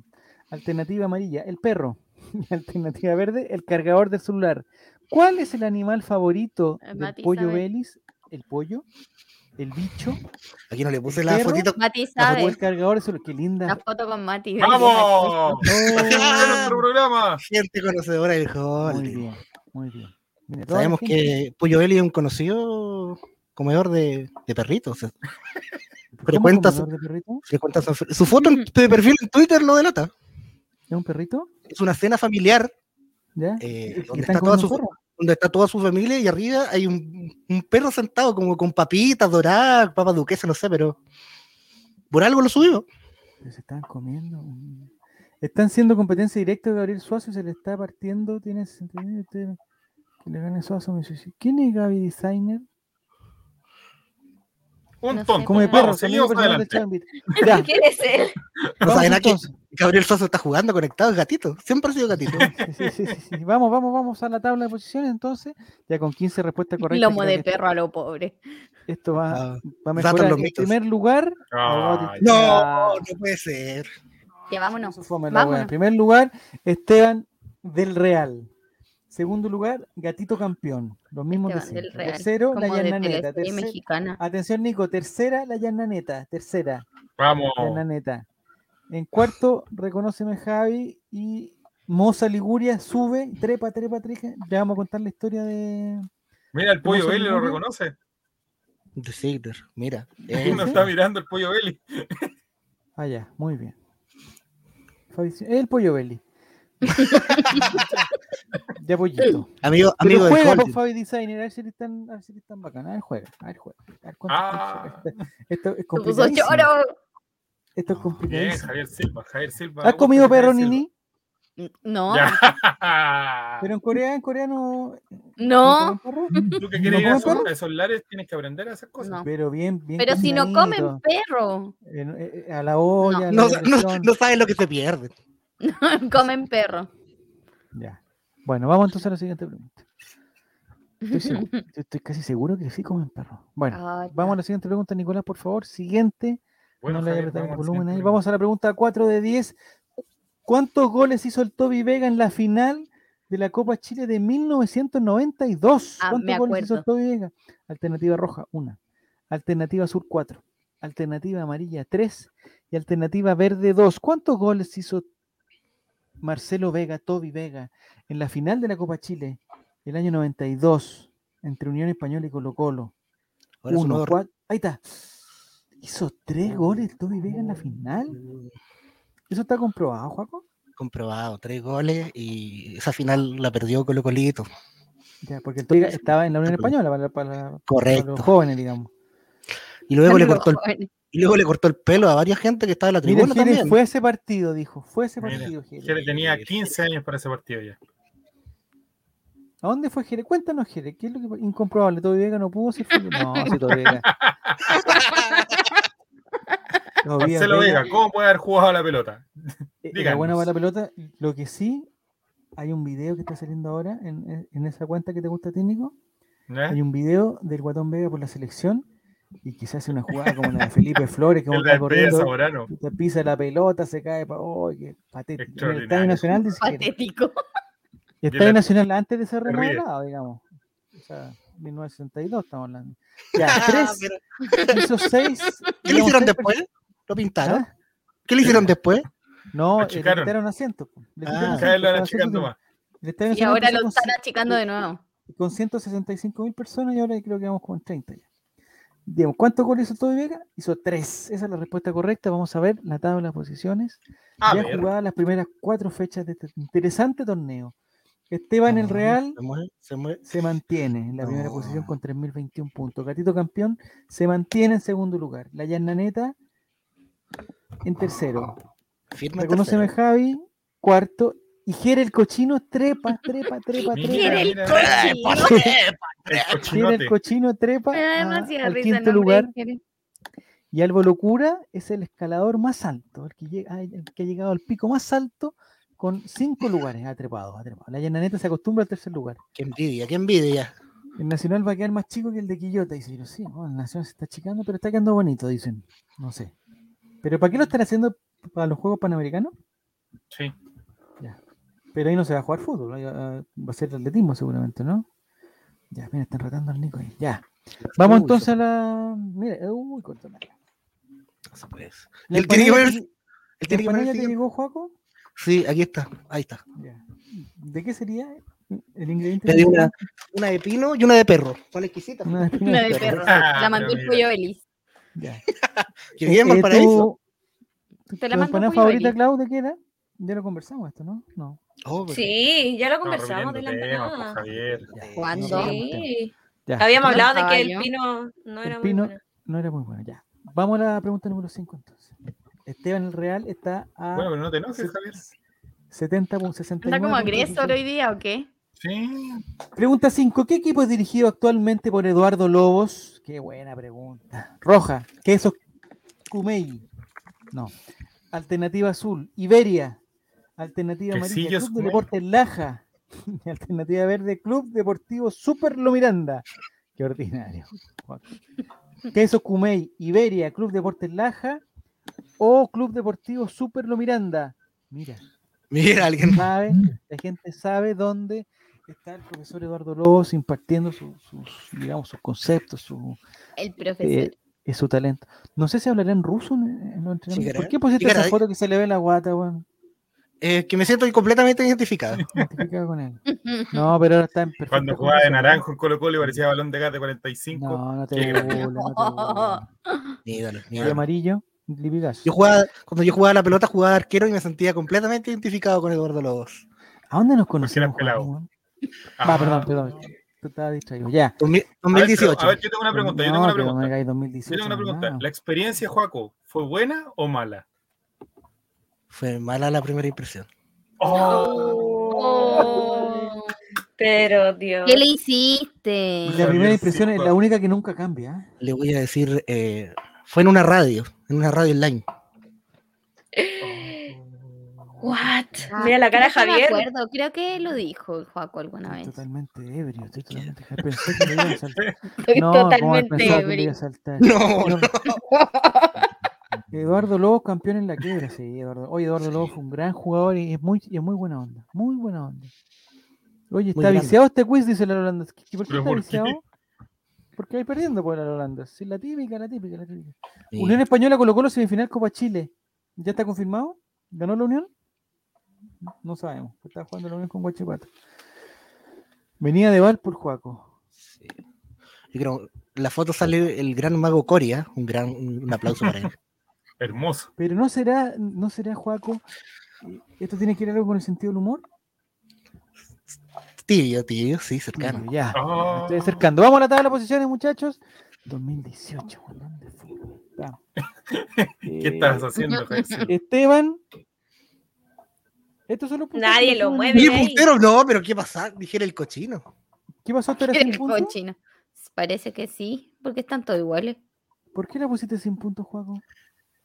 S1: Alternativa amarilla, el perro. Alternativa verde, el cargador del celular. ¿Cuál es el animal favorito
S4: Eh,
S1: del
S4: Mati
S1: pollo
S4: sabe.
S1: Belis? ¿El pollo? ¿El bicho?
S3: Aquí no le puse
S1: ¿El
S3: la
S1: perro?
S3: fotito.
S4: Mati
S1: ¿O
S4: sabe.
S1: el cargador del celular? ¡Qué linda!
S4: La foto con Mati.
S2: ¡Vamos! ¡Ese es
S1: Oh,
S2: nuestro programa!
S3: Gente conocedora del
S1: muy
S3: holding.
S1: bien, muy bien. Mira, toda la
S3: Sabemos
S1: gente-
S3: que Puyo Eli es un conocido comedor de, de perritos.
S1: ¿Cómo
S3: frecuenta
S1: comedor de perrito?
S3: Frecuenta su, su foto
S1: Mm.
S3: en- de perfil en Twitter lo delata.
S1: ¿Es un perrito?
S3: Es una cena familiar
S1: ¿Ya?
S3: eh,
S1: ¿Y están
S3: donde, está toda
S1: comiendo
S3: su,
S1: perro?
S3: donde está toda su familia y arriba hay un, un perro sentado como con papitas doradas, papas duquesas, no sé, pero por algo lo subió.
S1: Pero se están comiendo. un- Están siendo competencia directa de Gabriel Suazo y se le está partiendo. Tiene 69, usted- que le gane Suazo. me suicido. ¿Quién es Gaby Designer?
S2: Un
S4: Eh, No sé,
S2: tonto.
S1: Come
S4: Bueno,
S1: perro,
S2: Vamos,
S1: se amigo
S2: seguimos
S1: personal del
S2: adelante.
S1: Chambit. Ya,
S5: ¿Quién es él?
S3: No
S1: vamos
S3: saben a qué
S1: entonces.
S3: Gabriel Sosa está jugando conectado, es gatito. Siempre ha sido gatito.
S1: Sí, sí, sí, sí, sí. Vamos, vamos, vamos a la tabla de posiciones entonces. Ya con 15 respuestas correctas.
S4: Lomo
S1: creo
S4: de
S1: que
S4: perro a lo pobre.
S1: Esto va,
S3: Ah,
S1: va a
S3: Datos
S1: mejorar. En
S3: lomitos.
S1: primer lugar,
S2: Ay,
S1: Ay,
S3: no, no puede ser.
S4: Ya vámonos.
S1: Eso fome la wea. En
S4: vámonos.
S1: primer lugar, Esteban del Real. Segundo lugar, Gatito Campeón. Los mismos de
S4: Esteban del
S1: siempre.
S4: este Real.
S1: Tercero, ah, la
S4: Como de
S1: Yananeta.
S4: teleserie mexicana.
S1: Atención, Nico. Tercera, la Yananeta. Tercera,
S2: vamos.
S1: la Yananeta. En cuarto, reconóceme Javi y Moza Liguria sube, trepa, trepa, trepa. Ya vamos a contar la historia de.
S2: Mira, el pollo
S1: ¿Cómo se
S2: Eli lo
S1: llama?
S2: reconoce.
S3: The Signer, mira.
S1: Sí,
S3: eh,
S2: Nos
S1: sí.
S2: está mirando el pollo Eli.
S1: Ah, ya, muy bien. Fabi- El pollo Belli. ya pollito.
S3: amigo
S1: Pero
S3: amigo del
S1: juega por
S3: holding.
S1: Fabi Designer, a ver si eres tan, a ver si eres tan bacana. A ver, juega, a ver, juega. A ver cuánto-
S2: Ah.
S1: cuánto- Este, esto, esto es
S4: Se puso
S1: complicadísimo.
S4: choro.
S1: Esto es
S2: Bien,
S1: complicadísimo.
S2: Eh, Javier Silva, Javier Silva.
S1: ¿Has comido
S2: Javier
S1: perro,
S2: Silva.
S1: Nini?
S4: No,
S2: Ya.
S1: Pero en Corea, en coreano.
S4: no.
S1: perro?
S2: Tú que
S1: ¿No
S2: quieres ir a
S1: comes
S2: esos,
S1: perro?
S2: a esos lares tienes que aprender a hacer cosas.
S4: No.
S1: Pero bien, bien.
S4: Pero si no comen
S1: cocinadito,
S4: perro,
S1: en- eh, a la olla.
S3: No,
S1: a la
S3: no,
S1: presión.
S3: no saben lo que se pierde.
S4: comen perro.
S1: Ya. Bueno, vamos entonces a la siguiente pregunta. Estoy, seguro- estoy- estoy casi seguro que sí comen perro. Bueno,
S4: Ah, ya.
S1: vamos a la siguiente pregunta, Nicolás, por favor. Siguiente.
S2: Bueno,
S1: no le haya
S2: Javier,
S1: apretado el
S2: vamos al
S1: volumen ahí.
S2: siguiente
S1: Vamos a la pregunta 4 de 10. ¿Cuántos goles hizo el Toby Vega en la final de la Copa Chile de 1992?
S4: Ah,
S1: ¿Cuántos
S4: me
S1: goles hizo el
S4: acuerdo.
S1: Toby Vega? Alternativa roja, 1. Alternativa azul, 4. Alternativa amarilla, 3. Y alternativa verde, 2. ¿Cuántos goles hizo Marcelo Vega, Toby Vega, en la final de la Copa Chile el año 92 entre Unión Española y Colo Colo?
S3: Ahora
S1: Uno,
S3: sumado-
S1: cuat- Ahí está. Hizo tres goles Toby Vega en la final. ¿Eso está comprobado, Juaco?
S3: comprobado, tres goles y esa final la perdió Colo Colito.
S1: Ya, porque el Toby Vega estaba en la Unión Española para, para- para los
S3: Correcto.
S1: jóvenes, digamos.
S3: Y luego le
S4: Los
S3: cortó el,
S4: jóvenes.
S3: y luego le cortó el pelo a varias gente que estaba en la
S1: Miren,
S3: tribuna
S1: Jerez,
S3: también.
S1: fue ese partido, dijo. Fue ese
S2: Mira,
S1: partido,
S2: Jerez.
S1: Jerez.
S2: Jerez tenía 15 años para ese partido ya.
S1: ¿A dónde fue Jerez? Cuéntanos, Jerez. ¿Qué es lo que incomprobable? Toby Vega no pudo ser fútbol. No, sí, Toby Vega. Toby
S2: Marcelo Vega, ¿cómo puede haber jugado a la pelota?
S1: Eh, era
S2: Díganos.
S1: bueno para la pelota. Lo que sí, hay un video que está saliendo ahora en- en- en esa cuenta que te gusta técnico.
S2: ¿No es?
S1: Hay un video del Guatón Vega por la selección y quizás hace una jugada como la de Felipe Flores, que
S2: El
S1: va
S2: de Pedro
S1: corriendo,
S2: Zamorano.
S1: puta, pisa la pelota, se cae. Pa... ¡Oh, qué patético! En el Estadio
S2: Extraordinario.
S1: Nacional dice que-
S4: Patético.
S1: y Estadio
S2: Mira,
S1: Nacional antes de ser
S2: ríe.
S1: remodelado, digamos. O sea, 1962 estamos hablando. Ya, tres,
S3: Pero,
S1: hizo seis.
S3: Ah, ¿Qué le
S1: digamos,
S3: hicieron
S1: seis
S3: después? ¿Ah? ¿Lo
S1: personas.
S3: pintaron? ¿Qué le hicieron después?
S1: No, eh, le
S2: Achicaron.
S1: quitaron asiento. po. Le
S3: Ah.
S1: quitaron asiento,
S2: Cada vez lo van
S1: estaba
S2: achicando
S1: asiento
S2: más.
S1: El Estadio
S4: Y
S1: Nacional
S4: ahora
S1: empezó
S4: lo
S1: con
S4: están
S1: cien-
S4: achicando de nuevo.
S1: con 165 mil personas y ahora creo que vamos con 30 ya. Digamos, ¿cuántos goles hizo Toby Vega? Hizo 3. Esa es la respuesta correcta. Vamos a ver la tabla de posiciones.
S2: A
S1: ya
S2: ver.
S1: jugadas las primeras cuatro fechas de este interesante torneo. Esteban el
S3: No,
S1: Real
S3: Mm, Se mueve, se mueve.
S1: se mantiene en la primera
S3: No.
S1: posición con 3.021 puntos. Gatito Campeón se mantiene en segundo lugar. La Yarnaneta en tercero.
S3: Firma
S1: Reconóceme
S3: tercero.
S1: Javi, cuarto. Y Jere el Cochino trepa, trepa, trepa, trepa.
S2: Mira,
S5: Quiere el
S2: mira,
S5: cochino.
S2: El
S1: Tiene el
S2: cochinote.
S1: cochino trepa
S4: Me da
S1: a-
S4: demasiada
S1: Ah, al
S4: risa el
S1: quinto
S4: nombre
S1: lugar
S4: de Jerez.
S1: y Albo Locura es el escalador más alto, el que, llega, ah, el que ha llegado al pico más alto con cinco lugares atrepados. atrepado. La llananeta se acostumbra al tercer lugar.
S3: Qué envidia, qué envidia.
S1: El Nacional va a quedar más chico que el de Quillota, dice. Pero sí, bueno, el Nacional se está achicando, pero está quedando bonito, dicen. No sé. ¿Pero para qué lo están haciendo para los Juegos Panamericanos?
S2: Sí.
S1: Pero ahí no se va a jugar fútbol, ahí va a- va a ser atletismo seguramente, ¿no? Ya, mira, están retando al Nico ahí. Ya. Vamos
S3: Uy,
S1: entonces a la. Mira, uy, cortó la-
S3: eso pues.
S1: La
S3: Él tiene que
S1: empanada
S3: poner-
S1: que-
S3: Él
S1: ¿La
S3: tiene que poner
S1: empanada
S3: el
S1: que
S3: siguiente.
S1: llegó, Joaco?
S3: Sí, aquí está, ahí está.
S1: Ya. ¿De qué sería el ingrediente?
S3: Pedí una,
S1: principal?
S3: una de pino y una de perro. Son exquisitas.
S1: Una espina
S4: Una
S1: de
S4: de
S1: perro.
S4: perro.
S2: Ah,
S4: La mandó
S2: pero
S4: el
S2: mira.
S4: pollo Belis.
S1: Ya.
S3: Que bien,
S1: Eh,
S3: Valparaíso.
S1: ¿Tu
S4: Te
S1: tu
S4: la mando
S1: empanada
S4: muy
S1: favorita,
S4: buena.
S1: Claudia, qué era? Ya lo conversamos esto, ¿no? No.
S3: Oh, pero-
S5: Sí, ya lo
S2: Estamos
S5: conversamos de la
S2: repitiendo temas, pues,
S5: empanada.
S2: Javier.
S3: Eh,
S4: ¿Cuándo?
S1: no hablamos tema.
S5: Sí,
S1: Ya.
S5: habíamos
S4: Era un
S5: hablado de que el
S4: caballo.
S5: pino no
S1: El
S5: era muy
S1: pino-
S5: bueno.
S1: No era muy bueno, ya. Vamos a la pregunta número 5 entonces. Esteban el Real está a
S2: Bueno, pero no te enojes, Javier.
S1: 70.69.
S4: ¿Anda como agresor hoy día o qué?
S2: Sí.
S1: Pregunta 5. ¿Qué equipo es dirigido actualmente por Eduardo Lobos? Qué buena pregunta. Roja, queso Cumey. No. Alternativa azul, Iberia. Alternativa amarilla,
S2: Quesillos
S1: Club de
S2: Cumey.
S1: Deportes Laja. Y Alternativa verde, Club Deportivo Super Lo Miranda. Qué ordinario. Queso Cumey, Iberia, Club Deportes Laja o Club Deportivo Super Lo Miranda. Mira
S3: Mira, alguien.
S1: sabe, la gente sabe dónde está el profesor Eduardo Lobos impartiendo su- sus, digamos, sus conceptos, su,
S4: El
S1: eh,
S4: profesor.
S1: eh, su talento. No sé si hablará en ruso en, en los entrenamientos.
S3: Chigaray,
S1: ¿Por qué pusiste esa
S3: Chigaray.
S1: foto que se le ve la guata, weón?
S3: Eh, que me siento completamente identificado.
S1: Identificado con él. No, pero ahora está en perfecta
S2: Cuando jugaba de
S1: condición, ¿eh?
S2: naranjo en Colo Colo y parecía balón de gas de 45.
S1: No, no te
S2: Qué
S1: burles, no te burles.
S3: Mi ídolo, mi
S1: Y
S3: ídolo.
S1: amarillo, Lipigas.
S3: Yo jugaba, cuando yo jugaba la pelota, jugaba de arquero y me sentía completamente identificado con Eduardo Lobos.
S1: ¿A dónde nos
S2: Porque
S1: conocimos?
S2: eras
S1: Juan,
S2: pelado.
S1: weón?
S2: Ah.
S1: Ah, perdón, perdón. Tú estabas distraído. Ya.
S3: 2000-
S2: A ver, pero-
S3: 2018.
S2: A ver, yo tengo una pregunta. Yo
S1: No,
S2: tengo una
S1: pero no me
S2: pregunta.
S1: hagáis
S2: Yo tengo
S1: 2018,
S2: una
S1: ni
S2: pregunta.
S1: nada.
S2: ¿La experiencia, Joaco, fue buena o mala?
S3: Fue mala la primera impresión.
S5: Oh, pero Dios.
S4: ¿Qué le hiciste?
S1: Y La primera
S2: Javier
S1: impresión es
S2: Silva.
S1: la única que nunca cambia. ¿eh?
S3: Le voy a decir, eh, fue en una radio, en una radio online.
S5: What?
S4: Ah,
S5: Mira la cara de
S4: creo que me
S5: Javier.
S4: acuerdo, creo que lo dijo el Joaco alguna
S1: Estoy
S4: vez.
S1: totalmente ebrio, estoy totalmente ja- pensé que me iba a saltar.
S4: Estoy
S1: No, ¿cómo haber
S4: totalmente
S1: pensado que me iba
S4: ebrio.
S1: a saltar?
S3: No, no.
S1: Eduardo Lobo, campeón en la quiebra, sí, Eduardo. Oye, Eduardo Lobo fue un gran jugador y es muy, y es muy buena onda, muy buena onda. Oye, está
S3: grande.
S1: viciado este quiz, dice la Holanda. ¿Qué- qué- ¿Por qué
S2: ¿Pero
S1: está
S2: por qué?
S1: viciado? Porque vais perdiendo por la Holanda. Sí, la típica, la típica, la típica. Unión Española colocó la semifinal Copa Chile. ¿Ya está confirmado? ¿Ganó la Unión? No sabemos. pues Está jugando la Unión con Guachipato. Venía de Val por Juaco.
S3: Sí. Yo creo, la foto sale el gran mago Coria. Un gran un un aplauso para él.
S2: Hermoso.
S1: Pero no será, no será Juaco. ¿Esto tiene que ver algo con el sentido del humor?
S3: Tibio, tibio, sí, cercano.
S1: Bueno, ya.
S2: Ah.
S1: Me estoy acercando. Vamos a la tabla de posiciones, muchachos. 2018, Holanda de fútbol. Vamos.
S2: ¿Qué
S1: Eh,
S2: estás haciendo, Jackson?
S1: Esteban. Estos son los puntos que
S5: Nadie
S1: nos
S5: lo
S1: suman.
S5: mueve.
S3: Y el
S5: Ey.
S3: puntero, no, pero ¿qué pasa? Dijera el cochino.
S1: ¿Qué pasó? ¿Tú eres
S4: El
S1: sin punto?
S4: cochino. Parece que sí, porque están todos iguales.
S1: ¿Por qué la pusiste sin puntos, Juaco?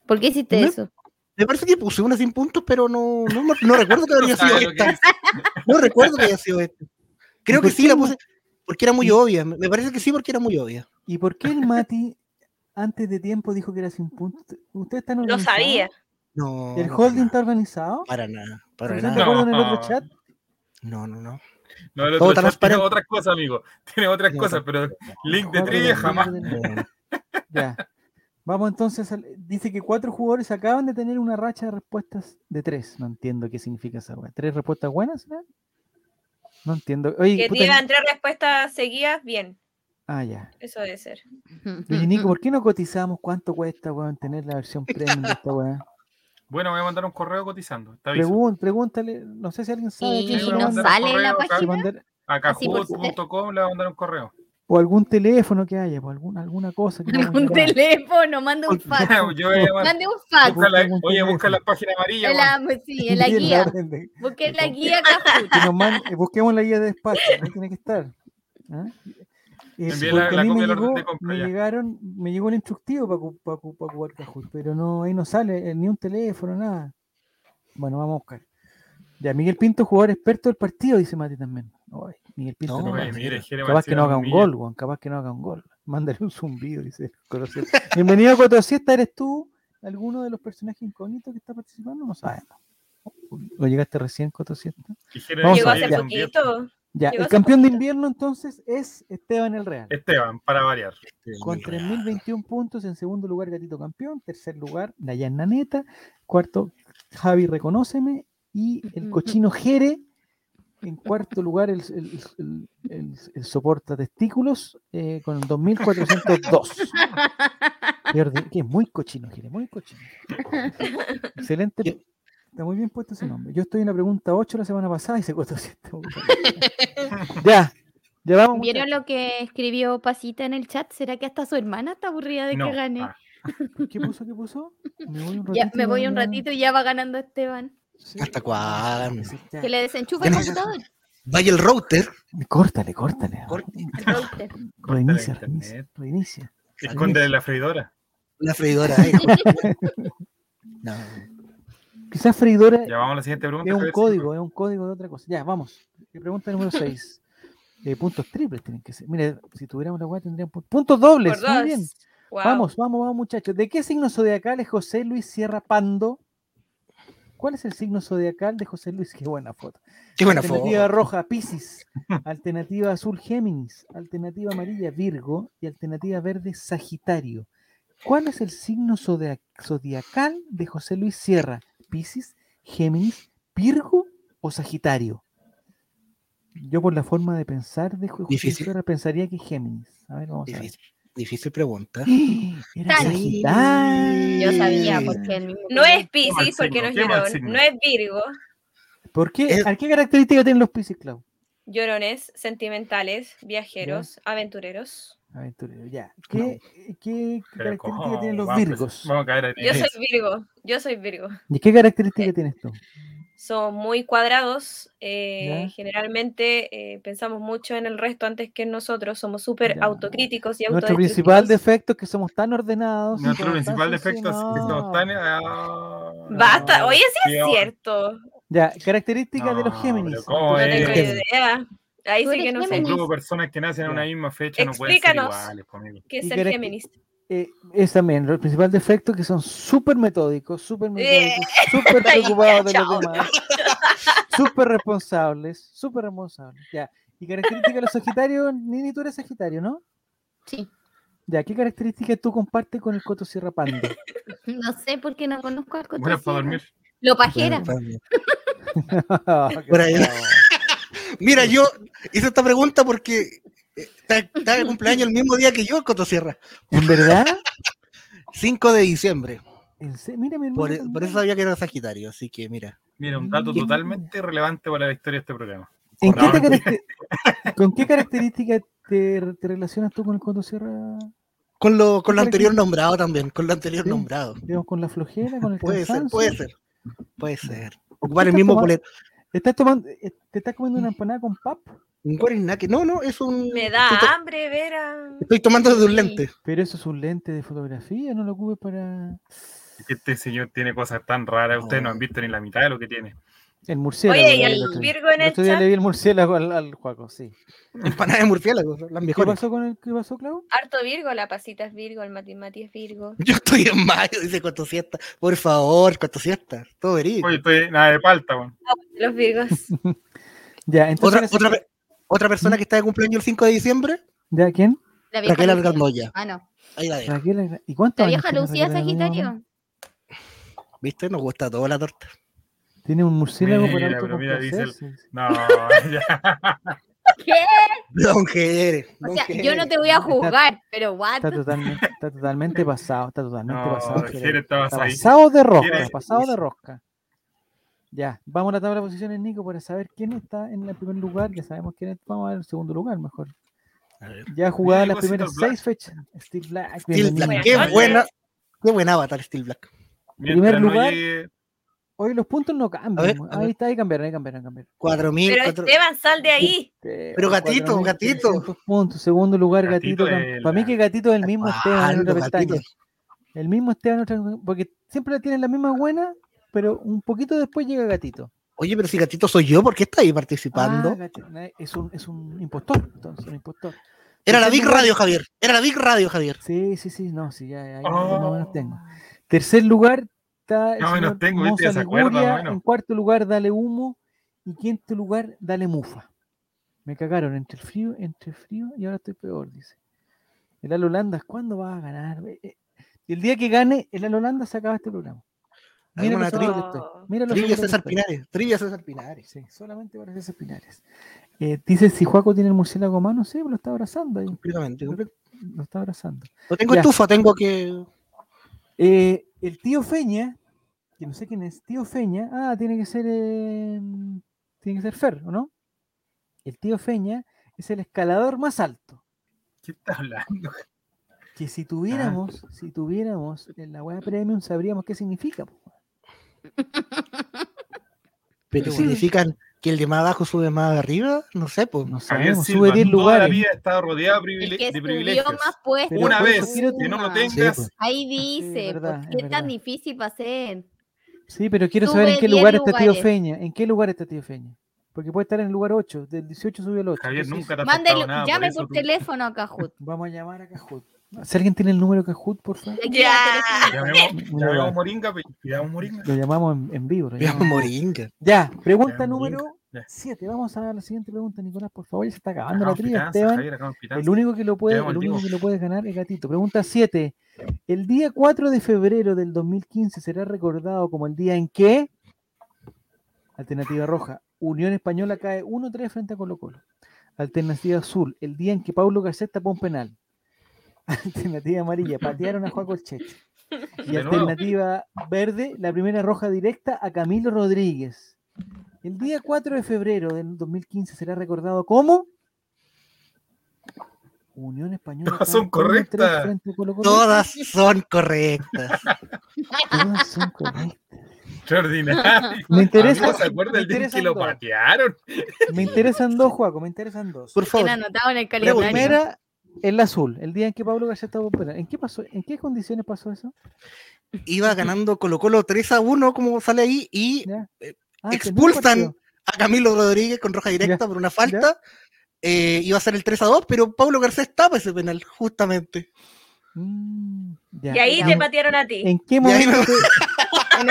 S4: ¿Por qué hiciste
S3: No.
S4: eso?
S3: Me parece que puse una sin puntos, pero no, no, me- no recuerdo que
S2: No
S3: habría sido
S2: sabe lo que
S3: esta.
S2: dice.
S3: No recuerdo que haya sido esta. Creo que
S1: por
S3: sí
S1: qué
S3: la
S1: no?
S3: puse porque era muy
S1: ¿Y-
S3: obvia. Me me parece que sí porque era muy obvia.
S1: ¿Y por qué el Mati antes de tiempo dijo que era sin puntos? ¿Ustedes están
S5: Lo
S1: organizados?
S5: sabía.
S3: No.
S1: ¿El
S3: no,
S1: holding
S3: para
S1: está organizado?
S3: nada, Para nada,
S1: ¿Se
S3: para
S1: pusieron de
S3: nada.
S1: acuerdo en el otro
S2: No.
S1: chat?
S3: No, no, no.
S2: No, el otro
S3: Todo
S2: chat tiene
S3: transparente.
S2: otras cosas, amigo. Tiene otras
S3: Tiene
S2: cosas, pero link de
S1: Juaco,
S2: trivia
S1: los
S2: jamás.
S1: líderes del-
S3: No,
S1: Ya. Vamos entonces, al- dice que cuatro jugadores acaban de tener una racha de respuestas de tres. No entiendo qué significa esa weá. ¿Tres respuestas buenas? será? No entiendo. Oye,
S5: Que
S1: puta,
S5: llevan tres respuestas seguidas, bien.
S1: Ah, ya.
S5: Eso debe ser.
S1: Oye, Nico, ¿por qué no cotizamos cuánto cuesta, weón, tener la versión premium de esta weá?
S2: Bueno, voy a mandar un correo cotizando. Está aviso.
S1: Pregun- pregúntale, no sé si alguien sabe.
S4: Y
S1: quién se
S2: Sí,
S1: lo
S4: no
S2: mandaron
S1: manda.
S4: sale en
S2: correo
S4: la
S2: acá.
S1: Si
S4: página.
S1: mandar-
S2: A
S4: Así por
S2: cajud.com le voy a mandar un correo.
S1: o algún teléfono que haya, o algún, alguna cosa. Que podamos
S4: Un
S1: llamar.
S4: teléfono, manda un
S1: Porque-
S4: fax.
S2: Yo voy a llamar.
S4: Mande un fax.
S2: Busca la-
S1: Busca
S2: oye,
S1: un
S2: busca la
S1: teléfono.
S2: página amarilla.
S4: En
S2: weón.
S4: la, sí, en la
S1: Tiene
S4: guía.
S1: orden de-
S4: Busqué la
S1: Perdón.
S4: guía
S2: Ah,
S4: Cajut.
S1: que nos mande- busquemos la guía de despacho, ahí tiene que estar. ¿ah? Eh,
S2: Envíe
S1: porque
S2: la-
S1: a
S2: la
S1: mí
S2: copia
S1: me
S2: del orden
S1: llegó,
S2: de compra,
S1: me
S2: ya.
S1: llegaron, me llegó un instructivo para ocupar Cajut, pero no, ahí no sale eh, ni un teléfono, nada. Bueno, vamos a buscar. Ya, Miguel Pinto, jugador experto del partido, dice Mati también. Ay, Miguel Pinto,
S3: No,
S1: no
S2: Oye,
S1: pasa.
S2: mire, quiere
S1: capaz que no haga un
S2: Marcelo
S1: gol, weón, capaz que no haga un gol. Mándale un zumbido, dice Colosio. Bienvenido, Cotosiesta, ¿eres tú alguno de los personajes incógnitos que está participando? No sabemos. ¿O llegaste recién, Cotosiesta?
S2: Villar. Quisiera
S1: Vamos
S5: Llegó
S1: a
S2: decir
S1: ver.
S5: hace
S2: que son diez.
S5: poquito.
S1: Ya,
S5: Llegó
S1: el
S5: hace
S1: campeón de
S5: poquito.
S1: invierno entonces es Esteban el Real.
S2: Esteban, para variar.
S3: este,
S1: Con
S3: muy raro.
S1: 3.021 puntos, en segundo lugar Gatito Campeón, tercer lugar Dayan Naneta, cuarto Javi Reconóceme y el cochino Jere, en cuarto lugar el, el, el- el- el soporta testículos eh, con 2.402. Qué ordi- Que es muy cochino Jere, muy cochino. Excelente.
S3: Yo-
S1: Está muy bien puesto ese nombre. Yo estoy en la pregunta 8 la semana pasada y se costó 100. ya, ya vamos. muchachos.
S4: ¿Vieron lo que escribió Pasita en el chat? ¿Será que hasta su hermana está aburrida de
S2: No.
S4: que gane?
S2: Ah,
S1: ¿Qué puso? ¿Qué puso? Me voy un ratito.
S4: Ya, me
S1: y
S4: voy un
S1: ya-
S4: ratito y ya va ganando Esteban.
S1: Sí,
S3: ¿Hasta
S1: ya,
S3: cuándo?
S1: sí, ya.
S4: Que le desenchufa el
S3: Ya no-
S4: computador.
S3: Vaya el router.
S1: Córtale, córtale.
S3: Corte.
S4: El router.
S1: Reinicia,
S2: Córtale
S1: reinicia,
S2: internet.
S1: reinicia.
S2: Esconde Ah, la freidora.
S3: La freidora. ahí. No.
S1: Quizás freidora
S2: Ya vamos a la siguiente pregunta.
S1: es un
S2: Javier.
S1: código, es un código de otra cosa. Ya, vamos. Eh, Pregunta número 6. puntos triples tienen que ser. Mira, si tuviéramos la guay tendrían pu- puntos dobles.
S5: Por
S1: Muy bien.
S5: dos. Wow.
S1: Vamos, vamos, vamos, muchachos. ¿De qué signo zodiacal es José Luis Sierra Pando? ¿Cuál es el signo zodiacal de José Luis? Qué buena foto.
S3: Qué buena foto.
S1: Alternativa roja, Piscis. Alternativa azul, Géminis. Alternativa amarilla, Virgo. Y alternativa verde, Sagitario. ¿Cuál es el signo zodia- zodiacal de José Luis Sierra? ¿Piscis, Géminis, Virgo o Sagitario? Yo por la forma de pensar de Ju- José Luis
S3: Difícil.
S1: Sierra pensaría que es Géminis. A ver, vamos a ver.
S3: Difícil, difícil pregunta.
S1: Era
S4: Tan.
S1: Sagitario.
S4: Yo sabía
S3: Sí.
S4: porque el mismo.
S5: No es
S2: mal
S5: Pisces porque
S2: signo,
S5: no es
S2: qué mal
S5: llorón.
S2: signo.
S5: No es Virgo.
S1: ¿Por qué?
S3: Es-
S1: ¿A qué características tienen los Piscis, Clau?
S5: Llorones, sentimentales, viajeros, aventureros.
S1: Aventurero, ya. ¿Qué, qué
S2: Pero
S1: características
S2: cómo, pues,
S1: tienen los
S2: vamos a empezar-
S1: Virgos?
S2: Vamos a caer en
S5: Yo soy
S2: eso.
S5: Virgo. Yo soy Virgo.
S1: ¿Y qué características tienes tú?
S5: Son muy cuadrados. eh,
S1: Ya.
S5: Generalmente eh, pensamos mucho en el resto antes que en nosotros. Somos súper
S1: Ya.
S5: autocríticos y
S1: Nuestro principal
S5: autodestructivos.
S1: defecto es que somos tan ordenados. y
S2: Nuestro
S1: somos tan
S2: principal defecto es que
S1: sancionados.
S2: estamos tan. ah,
S5: Basta.
S1: No,
S5: Oye, sí es
S2: sí, ahora.
S5: cierto.
S1: Ya, características de
S2: No,
S1: los Géminis.
S2: pero ¿cómo
S5: No
S2: Eh,
S5: tengo
S3: Géminis.
S5: idea. Ahí
S4: Tú
S5: sí
S4: eres
S5: que no
S2: Un
S5: sé
S4: Géminis.
S2: grupo de personas que nacen en una misma fecha no pueden ser
S5: Explícanos.
S2: iguales, pues, amigo.
S5: qué es
S1: Y
S5: ser
S1: caracter-
S5: Géminis.
S1: Eh, es también el principal defecto que son súper metódicos, súper metódicos, súper
S5: Ahí,
S1: preocupados de
S5: Eh. chao.
S1: los demás, súper responsables, súper responsables. Ya. Y características de los Sagitarios, Nini, tú eres Sagitario, ¿no?
S4: Sí.
S1: Ya, ¿qué características tú compartes con el Coto Sierra Panda?
S4: No sé por qué no conozco al Coto
S2: Buenas para
S4: Sierra.
S2: dormir.
S4: Lo pajera.
S1: Qué
S3: Por ahí.
S1: bravo.
S3: Mira, yo hice esta pregunta porque eh, está, está de cumpleaños el mismo día que yo, el Cotosierra.
S1: ¿En verdad?
S3: 5 de diciembre.
S1: ¿En se- Mira, mi hermano.
S3: Por, e-, por
S1: también.
S3: eso sabía que era Sagitario, así que mira.
S2: Mira, un dato
S1: ¿Qué?
S2: totalmente irrelevante para la historia de este programa.
S1: ¿En
S2: No,
S1: qué te
S2: mentira.
S1: caracter- ¿Con qué características te, te relacionas tú con el Coto Sierra?
S3: Con lo, con lo
S1: Por
S3: anterior
S1: ejemplo.
S3: nombrado también, con lo anterior
S1: Sí.
S3: nombrado.
S1: Digamos, con la flojera, con el
S3: Puede ser,
S1: cansancio.
S3: puede ser. Puede
S1: ¿Por
S3: ser.
S1: qué
S3: Ocupar el
S1: estás
S3: mismo
S1: tomando-
S3: poler.
S1: ¿Estás tomando, eh, ¿Te estás comiendo una empanada con pap?
S3: Un guarinaki. No, no, es un.
S5: Me da
S3: Estoy, to-
S5: hambre, Vera.
S3: estoy tomando desde un
S4: Sí.
S3: lente.
S1: Pero eso es un lente de fotografía, no lo ocupes para
S2: Es que Este señor tiene cosas tan raras, ustedes
S1: Ah.
S2: no han visto ni la mitad de lo que tiene.
S1: el murciélago.
S5: Oye, y
S1: le vi
S5: al
S1: el otro día.
S5: Virgo en
S1: El
S5: el
S1: otro día
S5: chat,
S1: le vi el murciélago al, al Juaco, sí.
S3: Empanadas de murciélago, las
S1: ¿Qué
S3: mejores.
S1: pasó con el qué pasó, Clau?
S5: harto Virgo, la pasita es Virgo, el matimati es Virgo.
S3: Yo estoy en mayo, dice Cotosiesta. Por favor, Cotosiesta. Todo verídico.
S2: Oye, estoy nada de palta, weón.
S5: Los Virgos.
S1: Ya, entonces
S3: Otra,
S1: la-
S3: otra, pe- otra persona
S1: ¿Mm?
S3: que está de cumpleaños el 5 de diciembre,
S1: ¿Ya quién?
S4: La vieja
S3: Raquel
S4: Lucía.
S3: Argandoya.
S4: Ah, no.
S3: Ahí la dejo.
S1: Raquel, ¿y cuánto?
S4: La vieja Lucía Sagitario.
S1: Ah.
S3: ¿Viste? Nos gusta toda la torta.
S1: Tiene un murciélago
S2: Mira,
S1: para
S2: pero mira, dice el-
S1: autocomplacerse.
S2: No, ya.
S4: ¿Qué?
S3: Don Jere.
S4: O
S3: don
S4: sea,
S3: Jere.
S4: yo no te voy a juzgar, pero what?
S1: Está totalmente, está totalmente pasado, está totalmente
S2: No,
S1: pasado.
S2: si
S1: Jerez.
S2: eres estabas
S1: Está
S2: ahí.
S1: pasado de rosca,
S2: Jerez.
S1: pasado de rosca. Ya, vamos a la tabla de posiciones, Nico, para saber quién está en el primer lugar. Ya sabemos quién es. Vamos a ver el segundo lugar, mejor.
S3: A ver.
S1: Ya jugada
S2: Mira,
S1: las
S2: llegó Steel
S1: primeras
S2: Black.
S1: seis fechas. Steel Black.
S3: Steel
S1: bienvenido.
S3: Black.
S5: Buenas
S3: Qué
S5: noches.
S3: buena. Qué buen avatar Steel Black.
S2: Mientras no
S1: lugar.
S2: llegue-
S1: Hoy los puntos no cambian.
S3: ver,
S1: mo-
S3: a
S1: ahí
S3: ver.
S1: está, ahí cambiaron, ahí cambiaron, cambiaron.
S3: 4000.
S5: Pero
S3: cuatro-
S5: Esteban, sal de ahí.
S1: Pero,
S3: gatito, gatito.
S1: Puntos. Segundo lugar,
S2: Gatito
S1: gatito.
S2: es
S1: Para mí
S2: la-
S1: que gatito es el mismo Esteban en
S3: Ah,
S1: otra
S3: los
S1: pestaña.
S3: gatitos.
S1: El mismo Esteban, otra- porque siempre tienen la misma buena, pero un poquito después llega gatito.
S3: Oye, pero si gatito soy yo, ¿por qué está ahí participando?
S1: Ah, Gati- na- es, un, es un impostor, entonces, un impostor.
S3: Era la
S1: tercer
S3: Big
S1: lugar-
S3: Radio, Javier. Era la Big Radio, Javier.
S1: Sí, sí, sí, no, sí, ya, ya, ya más o menos
S2: Oh.
S1: tengo. Tercer lugar está el
S2: Más o menos
S1: señor
S2: tengo, ¿viste?
S1: Moza
S2: Se acuerda, más o
S1: Liguria,
S2: menos.
S1: En cuarto lugar, dale humo. Y quinto lugar, dale mufa. Me cagaron entre el frío, entre el frío y ahora estoy peor, dice. El Al Holanda, ¿cuándo va a ganar? Eh, eh, El día que gane, el Al Holanda se acaba este programa. Mira
S3: Hagamos
S1: lo
S3: una
S1: seguro que
S5: tri-
S1: estoy. Mira lo
S3: Trivia
S1: seguro que
S3: César
S1: estoy.
S3: Pinares. Trivia César Pinares.
S1: Sí, solamente para César Pinares. Eh, dice, si Juaco tiene el murciélago a mano, sí, lo está abrazando ahí,
S3: Completamente. complet-
S1: lo está abrazando.
S3: No tengo
S1: Ya.
S3: estufa, tengo que.
S1: Eh, el tío Feña, que no sé quién es, tío Feña, ah, tiene que ser, eh, tiene que ser Fer, ¿o no? El tío Feña es el escalador más alto.
S2: ¿Qué está hablando?
S1: Que si tuviéramos,
S3: Ah.
S1: si tuviéramos en la web premium, sabríamos qué significa. po.
S3: Pero
S1: Sí.
S3: significan que el de más abajo sube más arriba. No sé, pues.
S1: No
S2: Javier
S1: sabemos,
S2: Silva
S1: sube 10
S2: toda la
S1: lugares.
S2: vida está rodeado de,
S4: El
S2: privile-
S4: que
S2: de
S4: estudió
S2: privilegios.
S4: más puesto.
S1: Pero
S2: Una
S1: por eso
S2: vez
S1: quiero-
S2: que no lo
S4: tengo.
S3: Sí,
S2: tengas,
S3: pues.
S4: Ahí
S1: Ah, es
S4: dice, ¿por
S1: verdad, es
S4: qué
S1: verdad.
S4: tan difícil va a ser?
S1: Sí, pero quiero saber en
S4: Sube
S1: qué
S4: 10
S1: lugar está tío
S4: lugares.
S1: Feña. ¿En qué lugar está tío Feña? Porque puede estar en el lugar 8, del 18 subió al 8.
S2: Javier
S1: entonces,
S2: nunca te ha
S4: Mándelo,
S2: faltado nada. por
S4: llame
S2: eso
S4: por,
S2: tú-
S4: teléfono a Cajut.
S1: Vamos a llamar a Cajut. Si alguien tiene el número de Cajut, por favor.
S4: Aquí
S5: Ya.
S4: va telefónico.
S2: Llamemos,
S1: Mira,
S2: llamemos Moringa, pe- pidamos Moringa.
S1: Lo llamamos en, en vivo. lo
S3: Veamos
S1: llamamos.
S3: Moringa.
S1: Ya, pregunta
S2: Veamos Moringa.
S1: número
S2: Ya.
S1: 7. Vamos a la siguiente pregunta, Nicolás, por favor. Ya se está acabando la
S2: Hagamos
S1: trivia,
S2: pitanza,
S1: Esteban.
S2: Javier, hagamos
S1: El
S2: pitanza.
S1: único que lo puede,
S2: Llegamos
S1: el
S2: al
S1: único
S2: vivo.
S1: que lo puede ganar es Gatito. Pregunta 7. El día 4 de febrero del 2015 será recordado como el día en que Alternativa roja, Unión Española cae 1-3 frente a Colo Colo. Alternativa azul, el día en que Pablo Garcés tapó un penal. Alternativa amarilla, patearon a Juan Colcheche. Y
S2: De nuevo.
S1: alternativa verde, la primera roja directa a Camilo Rodríguez. El día 4 de febrero del 2015 será recordado como Unión Española.
S2: Todas
S1: cae
S2: son
S1: 1-3
S2: correctas.
S1: frente a Colo Colo.
S3: Todas son correctas.
S1: Todas Ah, son correctas.
S2: Extraordinario.
S1: Me interesa.
S2: Amigo, Ah, ¿Se acuerda
S1: me
S2: el día que
S1: interesan
S2: lo
S1: dos.
S2: patearon?
S1: Me interesan dos, Juaco, me interesan dos.
S3: Por
S4: Tiene
S3: favor.
S4: anotado en el
S1: La
S3: Pregunta.
S4: calendario.
S1: primera, el azul, el día en que Pablo García estaba opera. ¿En qué pasó? ¿En qué condiciones pasó eso?
S3: iba ganando Colo Colo 3 a 1, como sale ahí, y
S1: Ya.
S3: eh,
S1: Ah, que no es
S3: expulsan
S1: partido.
S3: a Camilo Rodríguez con roja directa por una falta. Eh, iba a ser el 3 a 2, pero Pablo Garcés tapa ese penal, justamente.
S1: Mm, ya.
S5: Y ahí
S1: Ya.
S5: te patearon a ti.
S1: ¿En qué
S3: Y ahí
S1: momento,
S3: me-
S1: te,
S4: En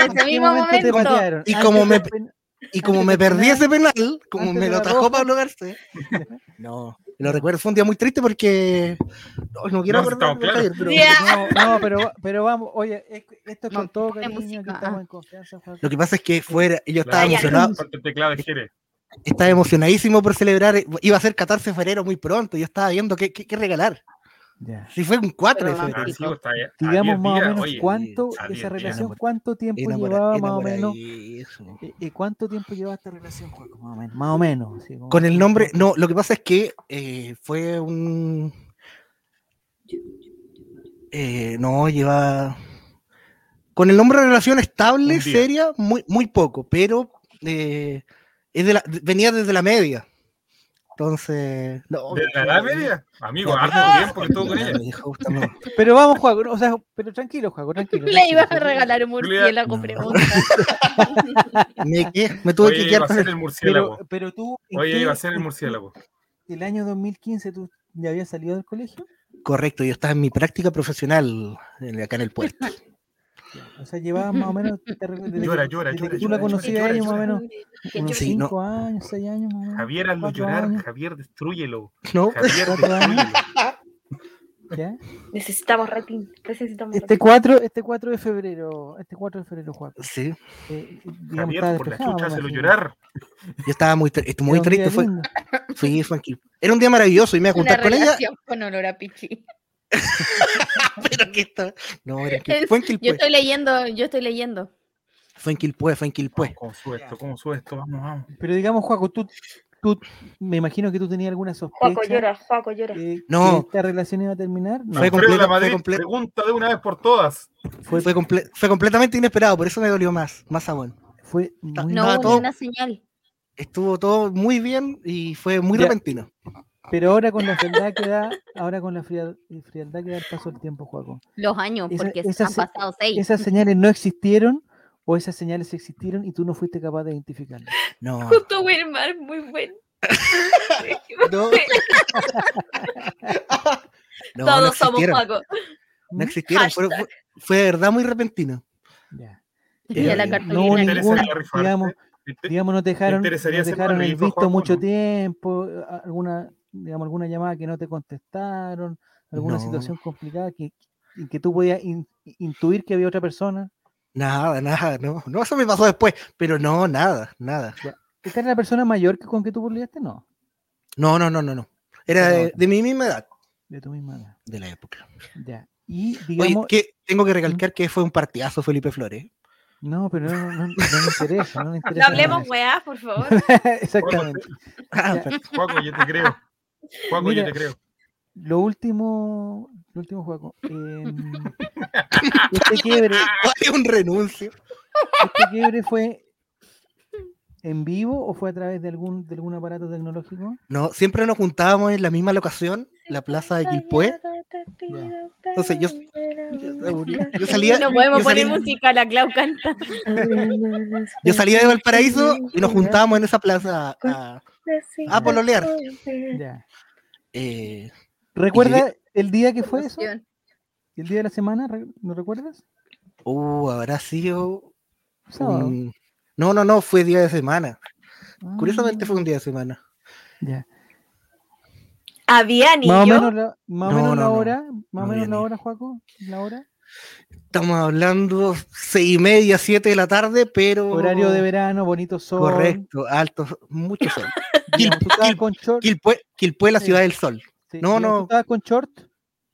S1: en
S4: ese
S1: qué
S4: mismo
S1: momento te
S4: momento.
S1: patearon?
S3: Y
S1: Antes
S3: como me
S1: del
S3: per-
S1: pen-
S3: Y como
S1: Antes
S3: me
S1: del
S3: perdí
S1: penal,
S3: ese penal, como
S1: antes
S3: me
S1: de
S3: lo
S1: la
S3: atajó
S1: roja.
S3: Pablo Garcés. No, lo recuerdo, fue un día muy triste porque no, no quiero
S2: No,
S3: acordar
S2: estamos
S3: de
S2: claros.
S3: Javier, pero-
S5: Ya.
S1: No, no, pero, pero vamos, oye, es- esto es
S4: No,
S1: con todo
S4: ponle
S1: cariño, aquí
S4: música,
S1: estamos
S4: ah.
S1: en confianza. Juan.
S3: Lo que pasa es que fuera, yo estaba
S5: Claro.
S3: emocionado,
S2: Parte de clave, Jerez.
S3: estaba emocionadísimo por celebrar, eh, iba a ser 14 de febrero muy pronto, yo estaba viendo qué, qué- qué regalar.
S1: Ya.
S3: Si fue un 4 de
S4: Pero
S2: Ah,
S3: febrero.
S2: sí, pues, está ahí. A
S1: Digamos
S2: 10
S1: más o
S2: días,
S1: menos
S2: oye,
S1: cuánto,
S2: a
S1: esa
S2: diez días.
S1: relación,
S3: Enamora-
S1: cuánto tiempo
S3: Enamora-
S1: llevaba más o menos.
S3: enamoradísimo.
S1: ¿Y y cuánto tiempo lleva esta relación, Juaco? Más o menos. Más o menos sí, como-
S3: Con el nombre, no, lo que pasa es que eh, fue un... Eh, no, lleva... Con el nombre de relación estable,
S2: Un día.
S3: seria, muy, muy poco, pero eh, es de la- venía desde la media. Entonces... No,
S2: ¿De la edad media? Amigo,
S3: Ya,
S2: harto
S3: pero-
S2: tiempo que estuvo con
S3: Ya,
S2: ella.
S3: me dijo justamente.
S1: Pero vamos, Juaco, no, o sea, pero tranquilo, Juaco, tranquilo.
S4: Le ibas a
S1: tranquilo.
S4: regalar un murciélago,
S3: No.
S4: pregunta.
S3: me, que- me tuve
S2: Oye,
S3: que
S2: iba
S3: quedar
S2: a
S3: con
S2: ser
S3: el-
S2: el
S1: Pero,
S2: murciélago.
S1: pero tú, ¿en
S2: Oye,
S1: qué-
S2: iba a ser el
S1: en qué-
S2: murciélago.
S1: El año 2015 tú ya habías salido del colegio.
S3: Correcto, yo estaba en mi práctica profesional en- acá en el puerto.
S1: O sea, llevabas más o menos. te arreglas desde que-
S2: Llora, llora,
S1: desde
S2: llora,
S1: que Tú
S2: llora,
S1: la conocías
S2: llora,
S1: a ella más o
S2: llora.
S1: menos. Unos
S3: Sí, no.
S1: 5 años, 6 años más o menos.
S2: Javier, hazlo
S1: cuatro
S2: llorar.
S1: años.
S2: Javier, destruyelo.
S3: No,
S2: Javier,
S1: Cuatro años.
S2: destruyelo.
S1: ¿Ya?
S5: Necesitamos rating. Necesitamos
S1: Este
S5: rating.
S1: 4, este 4 de febrero, este 4 de febrero, Juan.
S3: sí,
S1: Eh, digamos, estaba
S2: Javier, por la
S1: despejado,
S2: chucha,
S1: me
S2: hazlo
S1: imagino.
S2: llorar.
S3: yo estaba muy, tr- est-
S1: Era
S3: muy
S1: un día
S3: triste. Fue,
S1: lindo.
S3: fui tranquilo. Era un día maravilloso y me iba a
S4: Una
S3: juntar con ella,
S4: relación con olor a pichi.
S3: pero que estaba. No, era en Quil-
S4: Es-
S3: fue en
S4: Yo
S3: Quilpué.
S4: estoy leyendo, yo estoy leyendo.
S3: Fue en Quilpué, fue
S1: Pues.
S3: en Quilpué.
S2: ¿Cómo sube esto? ¿Cómo sube esto? Vamos, vamos.
S1: Pero digamos, Juaco, tú, tú, me imagino que tú tenías alguna sospecha.
S5: Juaco llora, Juaco llora.
S1: eh,
S3: No.
S1: que esta relación iba a terminar. No,
S3: Fue
S2: Alfredo
S3: completa-
S2: de la
S3: fue
S2: Madrid,
S3: completa.
S2: pregunta de una vez por todas.
S1: fue,
S3: Fue, comple- fue completamente inesperado, por eso me dolió más, más aún.
S1: fue muy
S4: No
S3: Estaba
S4: hubo
S3: todo-
S4: una señal.
S3: Estuvo todo muy bien y fue muy
S1: Ya.
S3: repentino.
S1: Pero ahora con la frialdad que da, ahora con la frial- frialdad que da el paso del tiempo, Juaco.
S4: Los años,
S1: Esa-
S4: porque
S1: esa
S4: han
S1: se-
S4: pasado seis.
S1: ¿Esas señales no existieron o esas señales existieron y tú no fuiste capaz de identificarlas?
S3: No,
S5: Justo Wilmar, muy bueno.
S3: no. No, no
S5: Todos somos
S3: existieron,
S5: Juaco.
S3: No existieron, fue, fue- fue de verdad muy repentino.
S1: Ya.
S4: Y a la
S3: no,
S1: No hubo
S4: cartulina.
S2: interesa
S1: ningún,
S2: la rifarte.
S1: digamos,
S2: ¿Viste?
S1: digamos, no te dejaron, no
S2: interesaría ser
S1: dejaron el
S2: madrileño,
S1: visto
S2: Juaco,
S1: mucho
S2: no?
S1: tiempo, eh, a- alguna, digamos, alguna llamada que no te contestaron, alguna
S3: No.
S1: situación complicada que, en que tú podías in- intuir que había otra persona.
S3: Nada, nada, no. No, eso me pasó después, pero no, nada, nada.
S1: ¿Esta era la persona mayor que con que tú pololeaste? No,
S3: No, no, no, no, no. Era
S1: Pero
S3: de,
S1: no.
S3: de mi misma edad.
S1: de tu misma edad.
S3: De la época.
S1: Ya. Y
S3: Oye,
S1: digamos,
S3: que tengo que recalcar que fue un partidazo Felipe Flores.
S1: no, pero no, no, no, no me interesa, no me
S5: No
S1: interesa nada.
S5: hablemos pues. weá, por favor.
S1: Exactamente.
S3: Ah,
S1: Ya.
S3: pero-
S2: Juaco, yo te creo. Juaco, yo
S1: Mira.
S2: te creo.
S1: Lo último, lo último juego. este quiebre,
S3: Hay un renuncio.
S1: ¿Este quiebre fue en vivo o fue a través de algún, de algún aparato tecnológico?
S3: No, siempre nos juntábamos en la misma locación, la plaza de Quilpué. Entonces, yo- Yo salía,
S5: no podemos
S3: yo
S5: poner
S3: salía-
S5: música, la Clau canta.
S3: yo salía de Valparaíso y nos juntábamos en esa plaza a, a pololear.
S1: Ya.
S3: Eh,
S1: ¿Recuerda el día que fue eso?
S4: Emoción.
S1: ¿El día de la semana? Re- ¿No recuerdas?
S3: uh, habrá sido.
S1: Sábado.
S3: un- No, no, no, fue día de semana.
S1: Ah,
S3: Curiosamente fue un día de semana.
S1: ya. Más
S5: Había
S1: o
S5: niños.
S1: menos la, más o
S3: No,
S1: menos la
S3: no, no.
S1: hora, más o
S3: No
S1: menos
S3: viene.
S1: la hora, Juaco, la hora.
S3: Estamos hablando seis y media, siete de la tarde, pero.
S1: Horario de verano, bonito sol.
S3: Correcto, alto, mucho sol.
S1: digamos, tú estabas con short.
S3: Quilpué, Quilpué, la
S1: Sí.
S3: ciudad del sol.
S1: sí,
S3: no,
S1: digamos, tú
S3: no.
S1: estabas con short.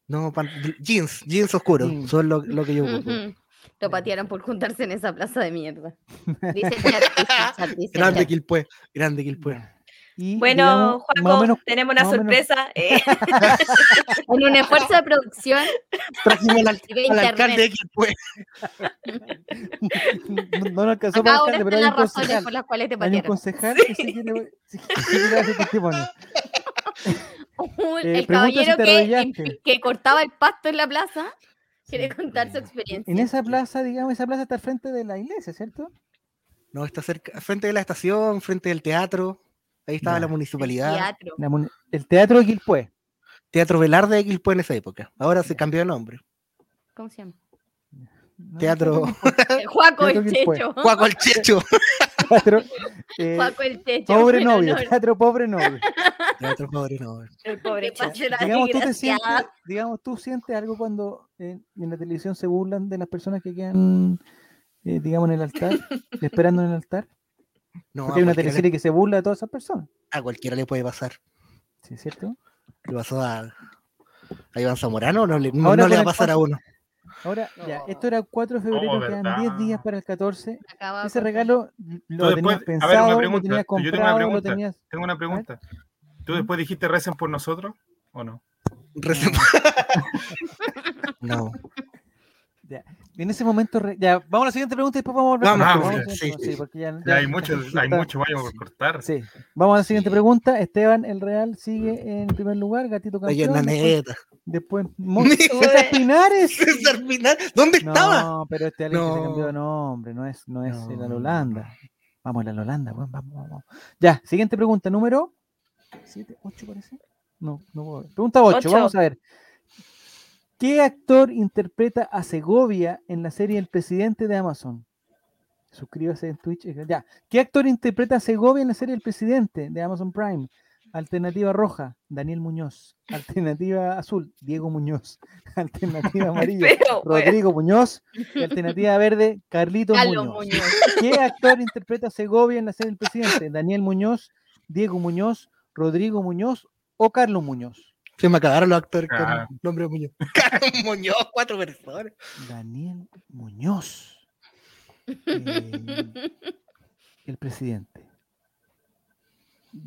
S3: No, pan- jeans, jeans oscuros,
S1: Jeans.
S3: son lo, lo que yo ocupo.
S4: Mm. Ujú. Lo patearon por juntarse en esa plaza de mierda. Dice Chat, dice Chat, dice
S3: Grande
S4: Chat.
S3: Quilpué, grande Quilpué.
S1: Y,
S5: Bueno,
S1: digamos, más o
S5: Juaco,
S1: menos
S5: tenemos una
S1: más o menos-
S5: sorpresa. eh.
S4: En un esfuerzo de producción,
S3: Trajimos al, al
S4: y de internet.
S3: alcalde de Quilpué.
S1: no, no alcanzó para
S4: Acá ahora
S1: alcalde, pero hay un
S4: están las razones
S1: concejal.
S4: por las cuales te
S1: Hay un
S4: patearon.
S1: concejal que sí quiere, sí quiere hacer testimonio.
S4: Un-
S1: Eh, pregunta si
S4: el caballero
S1: te
S4: que,
S1: arrodillaste.
S4: que cortaba el pasto en la plaza quiere
S1: Sí.
S4: contar su
S3: Eh,
S4: experiencia.
S1: En esa plaza, digamos, esa plaza está al frente de la iglesia, ¿cierto?
S3: No, está cerca, frente de la estación, frente del teatro. Ahí estaba
S1: Ya.
S3: la municipalidad. Teatro,
S4: Teatro.
S1: La mun- el Teatro de Quilpué.
S3: Velarde de Quilpue en esa época. Ahora se cambió de nombre.
S4: ¿Cómo se llama?
S1: No,
S3: Teatro.
S4: El Juaco
S1: Teatro
S4: el
S1: Quilpué.
S4: Checho.
S3: Cuaco el Checho.
S1: Teatro, eh,
S4: Juaco el Checho.
S1: pobre
S4: en
S1: novio,
S4: honor.
S1: teatro pobre novio.
S3: Teatro pobre nombre.
S5: El pobre
S4: Que
S5: Checho.
S4: pase la
S1: Digamos tú, te
S4: desgraciada.
S1: sientes, digamos, tú sientes algo cuando eh, en la televisión se burlan de las personas que quedan, eh, digamos, en el altar, esperando en el altar.
S3: No,
S1: Porque hay
S3: a,
S1: una
S3: cualquiera,
S1: teleserie que se burla de todas esas personas.
S3: a cualquiera le puede pasar.
S1: Sí, ¿cierto?
S3: Le pasó a, a Iván Zamorano, no le, no-
S1: Ahora
S3: no le va a
S1: con el
S3: pasar a uno.
S1: Ahora, ya,
S4: No.
S1: esto era 4 de febrero,
S2: Oh,
S1: quedan
S2: ¿verdad?
S1: 10 días para el 14.
S4: Acaba
S1: Ese
S4: con-
S1: regalo lo
S2: Tú
S1: tenías
S2: después- a ver, una
S1: pensado, lo
S2: pregunta,
S1: tenías
S2: yo tengo una
S1: comprado, lo
S2: pregunta.
S1: tenías...
S2: Tengo una pregunta. ¿Tú después dijiste recen por nosotros o no?
S3: Recién-
S1: Ah.
S3: no.
S1: En ese momento, re- ya, vamos a la siguiente pregunta y después vamos a volver. con
S3: Vamos,
S1: esto,
S2: vamos,
S1: a la
S3: sí,
S1: siguiente
S3: sí.
S1: pregunta, porque ya-
S2: Ya
S1: ya
S2: hay
S1: la
S2: mucho,
S1: gente
S2: hay
S1: está-
S2: mucho baño por cortar.
S1: Sí. Vamos a la siguiente
S3: Sí.
S1: pregunta. Esteban, el Real sigue en primer lugar, Gatito
S3: Oye, eh.
S1: Campeón.
S3: una
S1: después-
S3: neta.
S1: Después, Mon- César
S5: Sube.
S1: Pinares.
S3: César Pinar, ¿dónde estaba?
S1: No, pero este alguien que se cambió de
S3: No.
S1: nombre, no es, no es el
S3: No.
S1: Alolanda. Vamos, el Alolanda, weón, vamos, vamos. Ya, siguiente pregunta, número 7, 8 parece. No, no puedo ver. Pregunta 8,
S5: Ocho.
S1: vamos a ver. ¿Qué actor interpreta a Segovia en la serie El Presidente de Amazon? Suscríbase en Twitch. eh, Ya. ¿Qué actor interpreta a Segovia en la serie El Presidente de Amazon Prime? Alternativa roja, Daniel Muñoz. Alternativa azul, Diego Muñoz. Alternativa amarilla,
S5: Pero, bueno.
S1: Rodrigo Muñoz. Y alternativa verde, Carlitos
S4: Carlos
S1: Muñoz.
S4: Muñoz.
S1: ¿Qué actor interpreta a Segovia en la serie El Presidente? ¿Daniel Muñoz, Diego Muñoz, Rodrigo Muñoz o Carlos Muñoz?
S3: Se me acabaron los actores con
S2: Ah.
S3: nombre de Muñoz. Carlos Muñoz, cuatro personas.
S1: Daniel Muñoz. Eh, el Presidente.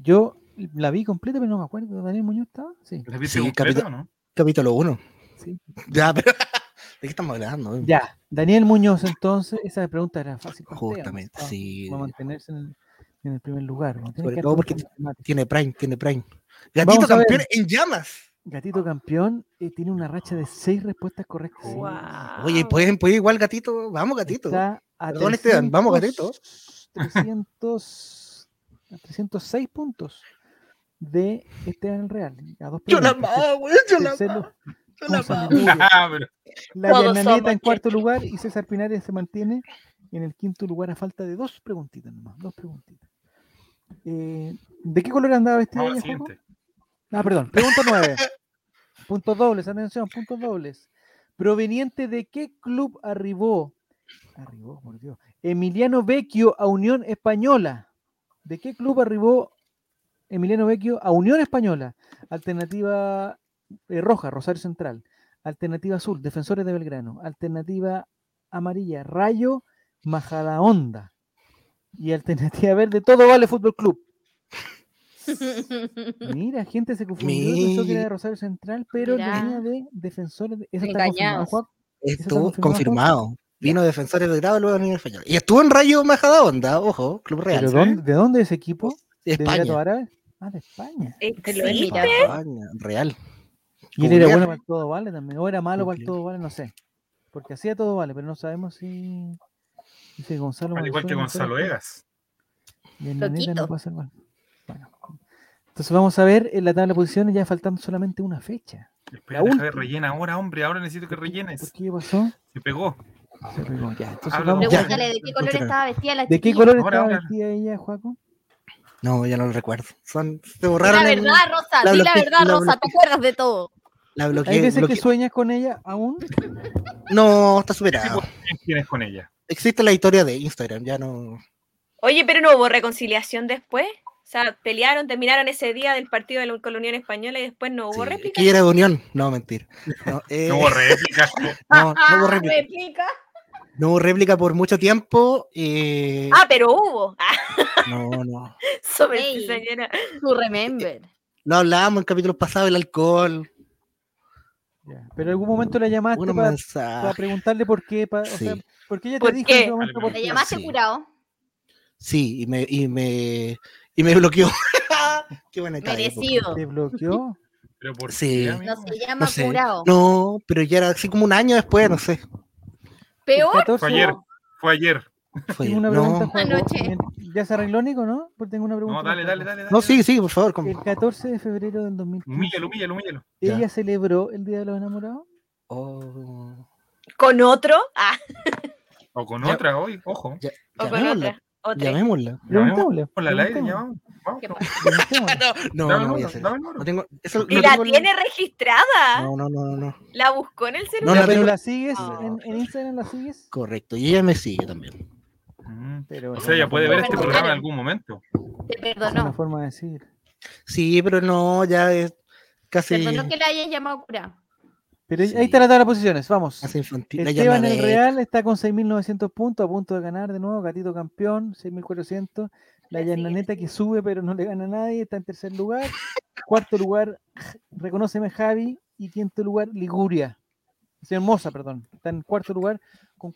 S1: Yo la vi completa, pero no me acuerdo. ¿Daniel Muñoz estaba? Sí.
S2: ¿La viste
S3: Sí,
S2: completa
S3: capitán.
S2: o no?
S3: Capítulo uno.
S1: Sí.
S3: Ya, pero. ¿De qué estamos hablando?
S1: Ya, Daniel Muñoz, entonces, esa pregunta era fácil. para Esteban,
S3: Justamente,
S1: va-
S3: sí.
S1: Va a mantenerse en el, en el primer lugar. ¿no? Tiene
S3: Sobre
S1: que
S3: todo
S1: haber
S3: porque
S1: preguntas matemáticas.
S3: Tiene Prime, tiene Prime.
S1: Vamos
S3: Gatito
S1: a ver.
S3: campeón en llamas.
S1: Gatito Campeón eh, tiene una racha de seis respuestas correctas. seguidas.
S5: Guau.
S3: Oye, pueden, puede igual gatito. Vamos, gatito.
S1: Ah. Está a
S3: Perdón, Esteban, vamos, Gatito.
S1: 300, a 306 puntos de Esteban el Real. A dos
S3: Yo la
S1: preguntas.
S3: amaba, güey. Yo la
S1: Tercero,
S3: amaba. Yo
S1: ¿cómo
S3: la
S1: se llama?
S3: amaba.
S2: Ah, pero
S1: La
S5: Todos
S1: Llananeta
S5: somos
S1: en cuarto lugar y César Pinares se mantiene en el quinto lugar a falta de dos preguntitas nomás, dos preguntitas. Eh, ¿De qué color andaba vestido
S2: vamos a la
S1: ella, Juaco?
S2: siguiente.
S1: Ah, perdón, pregunta nueve. puntos dobles, atención, puntos dobles. ¿Proveniente de qué club arribó? Arribó, por Dios. Emiliano Vecchio a Unión Española. ¿De qué club arribó Emiliano Vecchio a Unión Española? Alternativa eh, roja, Rosario Central. Alternativa azul, Defensores de Belgrano. Alternativa amarilla, Rayo Majadahonda. Y alternativa verde, Todo Vale Fútbol Club. Mira, gente se confundió, pensó que era de
S3: Mi-
S1: Rosario Central, pero
S4: Mirá.
S1: venía de Defensores. De... Eso está confirmado,
S4: Engañados.
S1: Juan.
S3: Estuvo
S1: confirmado,
S3: confirmado. Vino Defensores de Grado, luego de Unión Española. Y estuvo en Rayo Majada Onda, ojo, Club Real.
S1: ¿Pero dónde- ¿De dónde es ese equipo?
S3: De
S1: ¿eh? ¿De Emiratos
S3: España.
S1: Árabes? Ah, de España.
S5: Existe.
S4: Mira.
S3: España, Real.
S1: Y él era
S3: Julián.
S1: bueno para el todo vale también, o era malo para el
S3: Julián.
S1: todo vale, no sé. Porque hacía todo vale, pero no sabemos si. Dice Gonzalo.
S2: Al igual que
S1: Valenzuela, Antonio
S2: Gonzalo Egas.
S1: Y en la neta no
S4: Loquito.
S1: pasa igual. Bueno. Entonces vamos a ver en la tabla de posiciones ya faltando solamente una fecha.
S2: Espera,
S1: La
S2: deja de
S1: última.
S2: rellenar ahora, hombre. Ahora necesito que
S1: ¿Por qué- ¿Por
S2: rellenes.
S1: qué pasó?
S2: Se pegó.
S1: Se pegó, ya. Entonces
S2: Habla
S1: vamos-
S3: Ya.
S4: Pregúntale de qué color
S3: Continúa.
S4: estaba vestida la
S1: ¿De qué
S4: chiquilla.
S1: color
S2: Ahora,
S1: estaba
S2: ahora.
S1: vestida ella, Juaco?
S3: No, ya no lo recuerdo. Son, se
S4: Di
S3: borraron.
S4: la
S3: el-
S4: verdad, Rosa,
S3: la
S4: di la
S3: bloqueé,
S4: verdad,
S3: la
S4: Rosa, te acuerdas de todo.
S3: la bloqueé,
S1: Hay veces que
S3: bloqueé.
S1: sueñas con ella aún.
S3: No, está superado.
S2: pues, ¿Quién tienes con ella?
S3: Existe la historia de Instagram, ya no.
S5: Oye, pero no hubo reconciliación después. O sea, pelearon, terminaron ese día del partido de la con la Unión Española y después no hubo
S3: Sí, es
S5: réplica.
S3: que yo era de Unión. No, mentira. No, eh,
S2: No hubo réplica.
S3: no, no hubo
S5: Ah,
S3: réplica.
S5: réplica.
S3: No hubo réplica por mucho tiempo. eh,
S5: Ah, pero hubo. Ah,
S3: No, no.
S5: sobre
S4: Ey.
S5: sí, señora.
S4: Tu remember.
S3: Lo hablábamos en capítulos pasados, el alcohol,
S1: Ya, Pero en algún momento la
S5: Ah,
S1: llamaste
S3: unos
S1: para, para
S3: mensajes.
S1: preguntarle por qué. pa- o sea,
S3: Sí.
S1: ¿por qué ella te
S5: ¿Por
S1: dijo
S5: qué?
S1: en ese momento por
S2: La
S4: ¿Te
S1: qué?
S3: llama-
S4: llamaste
S3: sí.
S4: curado?
S3: Sí, y me, y me, y me bloqueó. Qué buena etapa,
S4: Merecido.
S1: ¿Te bloqueó?
S2: Pero por
S3: Sí.
S2: qué, amigo?
S4: No se llama
S3: No sé.
S4: curado.
S3: No, pero ya era así como un año después, no sé.
S1: El
S4: Peor.
S1: 14
S2: Fue ayer. Fue ayer.
S3: Fue
S1: Tengo una
S3: él.
S1: pregunta,
S3: no,
S1: Juan.
S4: Anoche.
S1: ¿Ya se arregló, Nico, no? Porque tengo una pregunta.
S2: No, dale,
S1: para
S2: dale,
S1: Juan.
S2: dale. dale.
S3: no, sí, sí, por favor. con-
S1: El 14 de febrero del 2015,
S2: Humíllalo, humíllalo, humíllalo.
S1: ¿ella
S3: Ya.
S1: celebró el Día de los Enamorados?
S3: Oh,
S5: ¿Con otro? Ah,
S2: O con
S3: Ya.
S2: otra hoy, ojo.
S3: ya-
S5: o con
S3: llamémosla,
S5: otra. Otra.
S3: llamémosla.
S1: Preguntémosle.
S2: Con la live,
S1: preguntémosle,
S2: ya vamos. vamos.
S4: ¿Qué
S1: preguntémosle.
S2: Dame el
S3: No, no voy a
S2: número,
S3: hacer.
S2: dame el
S3: eso.
S2: número.
S3: No tengo, eso
S5: ¿Y
S3: no
S5: la
S3: tengo el-
S5: tiene registrada?
S3: No, no, no, no.
S5: ¿La buscó en el
S3: No,
S5: celular?
S1: Ya,
S3: la
S1: pero
S3: tengo-
S1: la sigues
S3: No.
S1: en, en Instagram, la sigues.
S3: Correcto. Y ella me sigue también.
S2: Mm.
S1: Pero
S2: O
S1: es
S2: sea, ella
S1: una
S2: puede ver
S1: forma-
S2: este
S4: Pero
S2: programa en
S4: claro.
S2: algún momento.
S4: Te
S1: es una
S4: perdonó.
S1: forma de decir.
S3: Sí, pero no, ya es casi
S4: Perdonó que la hayas llamado cura.
S1: Pero ahí
S3: Sí.
S1: está la tabla de posiciones, vamos.
S3: más infantil. la
S1: Esteban
S3: llamada
S1: el
S3: de-
S1: Real está con 6.900 puntos, a punto de ganar de nuevo, Gatito campeón, 6.400. La
S5: Le sigue, le
S1: Yananeta que
S5: sigue.
S1: sube pero no le gana a nadie, está en tercer lugar. Cuarto lugar, reconóceme Javi. Y quinto lugar, Liguria. Señor Moza, perdón. Está en cuarto lugar con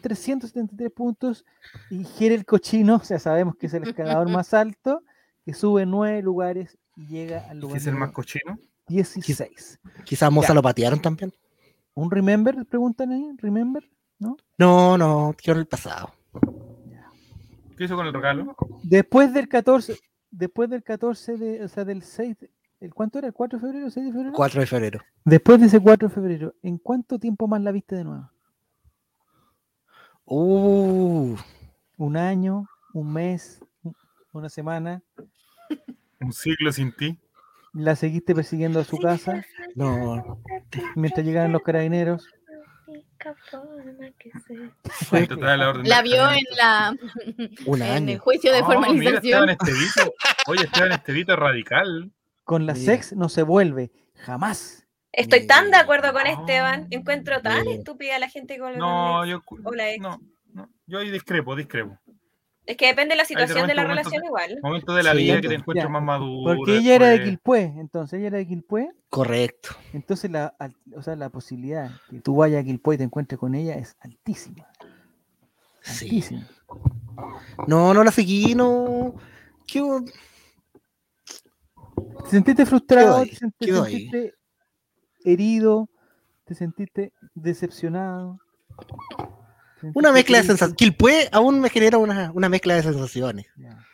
S1: 4.373 puntos. Y Jere el Cochino, o sea, sabemos que es el escalador más alto, que sube nueve lugares y llega al lugar
S2: ¿Quién es el
S1: número
S2: más cochino?
S1: 16.
S3: Quizás Moza
S1: Ya.
S3: lo patearon también.
S1: ¿Un remember? Preguntan ahí. ¿Remember?
S3: No, no, quiero el pasado.
S2: ¿Qué hizo con el regalo?
S1: Después del 14, después del 14 de, o sea, del 6, de- ¿el cuánto era? ¿El 4 de febrero? ¿6 de febrero?
S3: 4 de febrero.
S1: Después de ese 4 de febrero, ¿en cuánto tiempo más la viste de nuevo?
S3: Uh,
S1: ¿Un año? ¿Un mes? un- ¿Una semana?
S2: Un siglo sin ti.
S1: ¿La seguiste persiguiendo a su casa
S3: no.
S1: mientras llegaban los carabineros?
S2: Ahí te trae la orden
S4: La
S2: del
S4: vio en,
S2: casamiento.
S4: la,
S3: Un
S4: en el
S3: año.
S4: juicio de
S2: Oh, mira, Esteban
S4: formalización.
S2: Estevito. Oye, Esteban Estevito es radical.
S1: Con la
S3: Mira.
S1: sex no se vuelve, jamás.
S5: Estoy tan de acuerdo con
S2: No.
S5: Esteban. Encuentro tan
S3: No.
S5: estúpida a la gente con
S2: No, yo,
S5: Hola, ex.
S2: no, no, yo ahí discrepo, discrepo.
S5: Es que depende de la situación de
S2: repente
S5: la
S2: momentos
S5: relación igual.
S2: Momento de la
S3: Sí,
S2: vida que te
S3: ya.
S2: encuentras más pues. maduro.
S1: Porque ella era de Quilpué,
S2: después.
S1: entonces ella era de Quilpué,
S3: Correcto.
S1: entonces la, al- o sea, la posibilidad que tú vayas a Quilpué y te encuentres con ella es altísima.
S3: Sí.
S1: altísima.
S3: No, no la seguí, no. ¿Qué hubo?
S1: ¿Te sentiste frustrado?
S3: ahí,
S1: ¿Te sen- te
S3: quedó ahí.
S1: sentiste herido? ¿Te sentiste decepcionado? ¿Te
S3: Una
S1: sentiste
S3: mezcla de
S1: triste?
S3: sensaciones. Quilpue aún me genera una, una mezcla de sensaciones.
S1: Ya.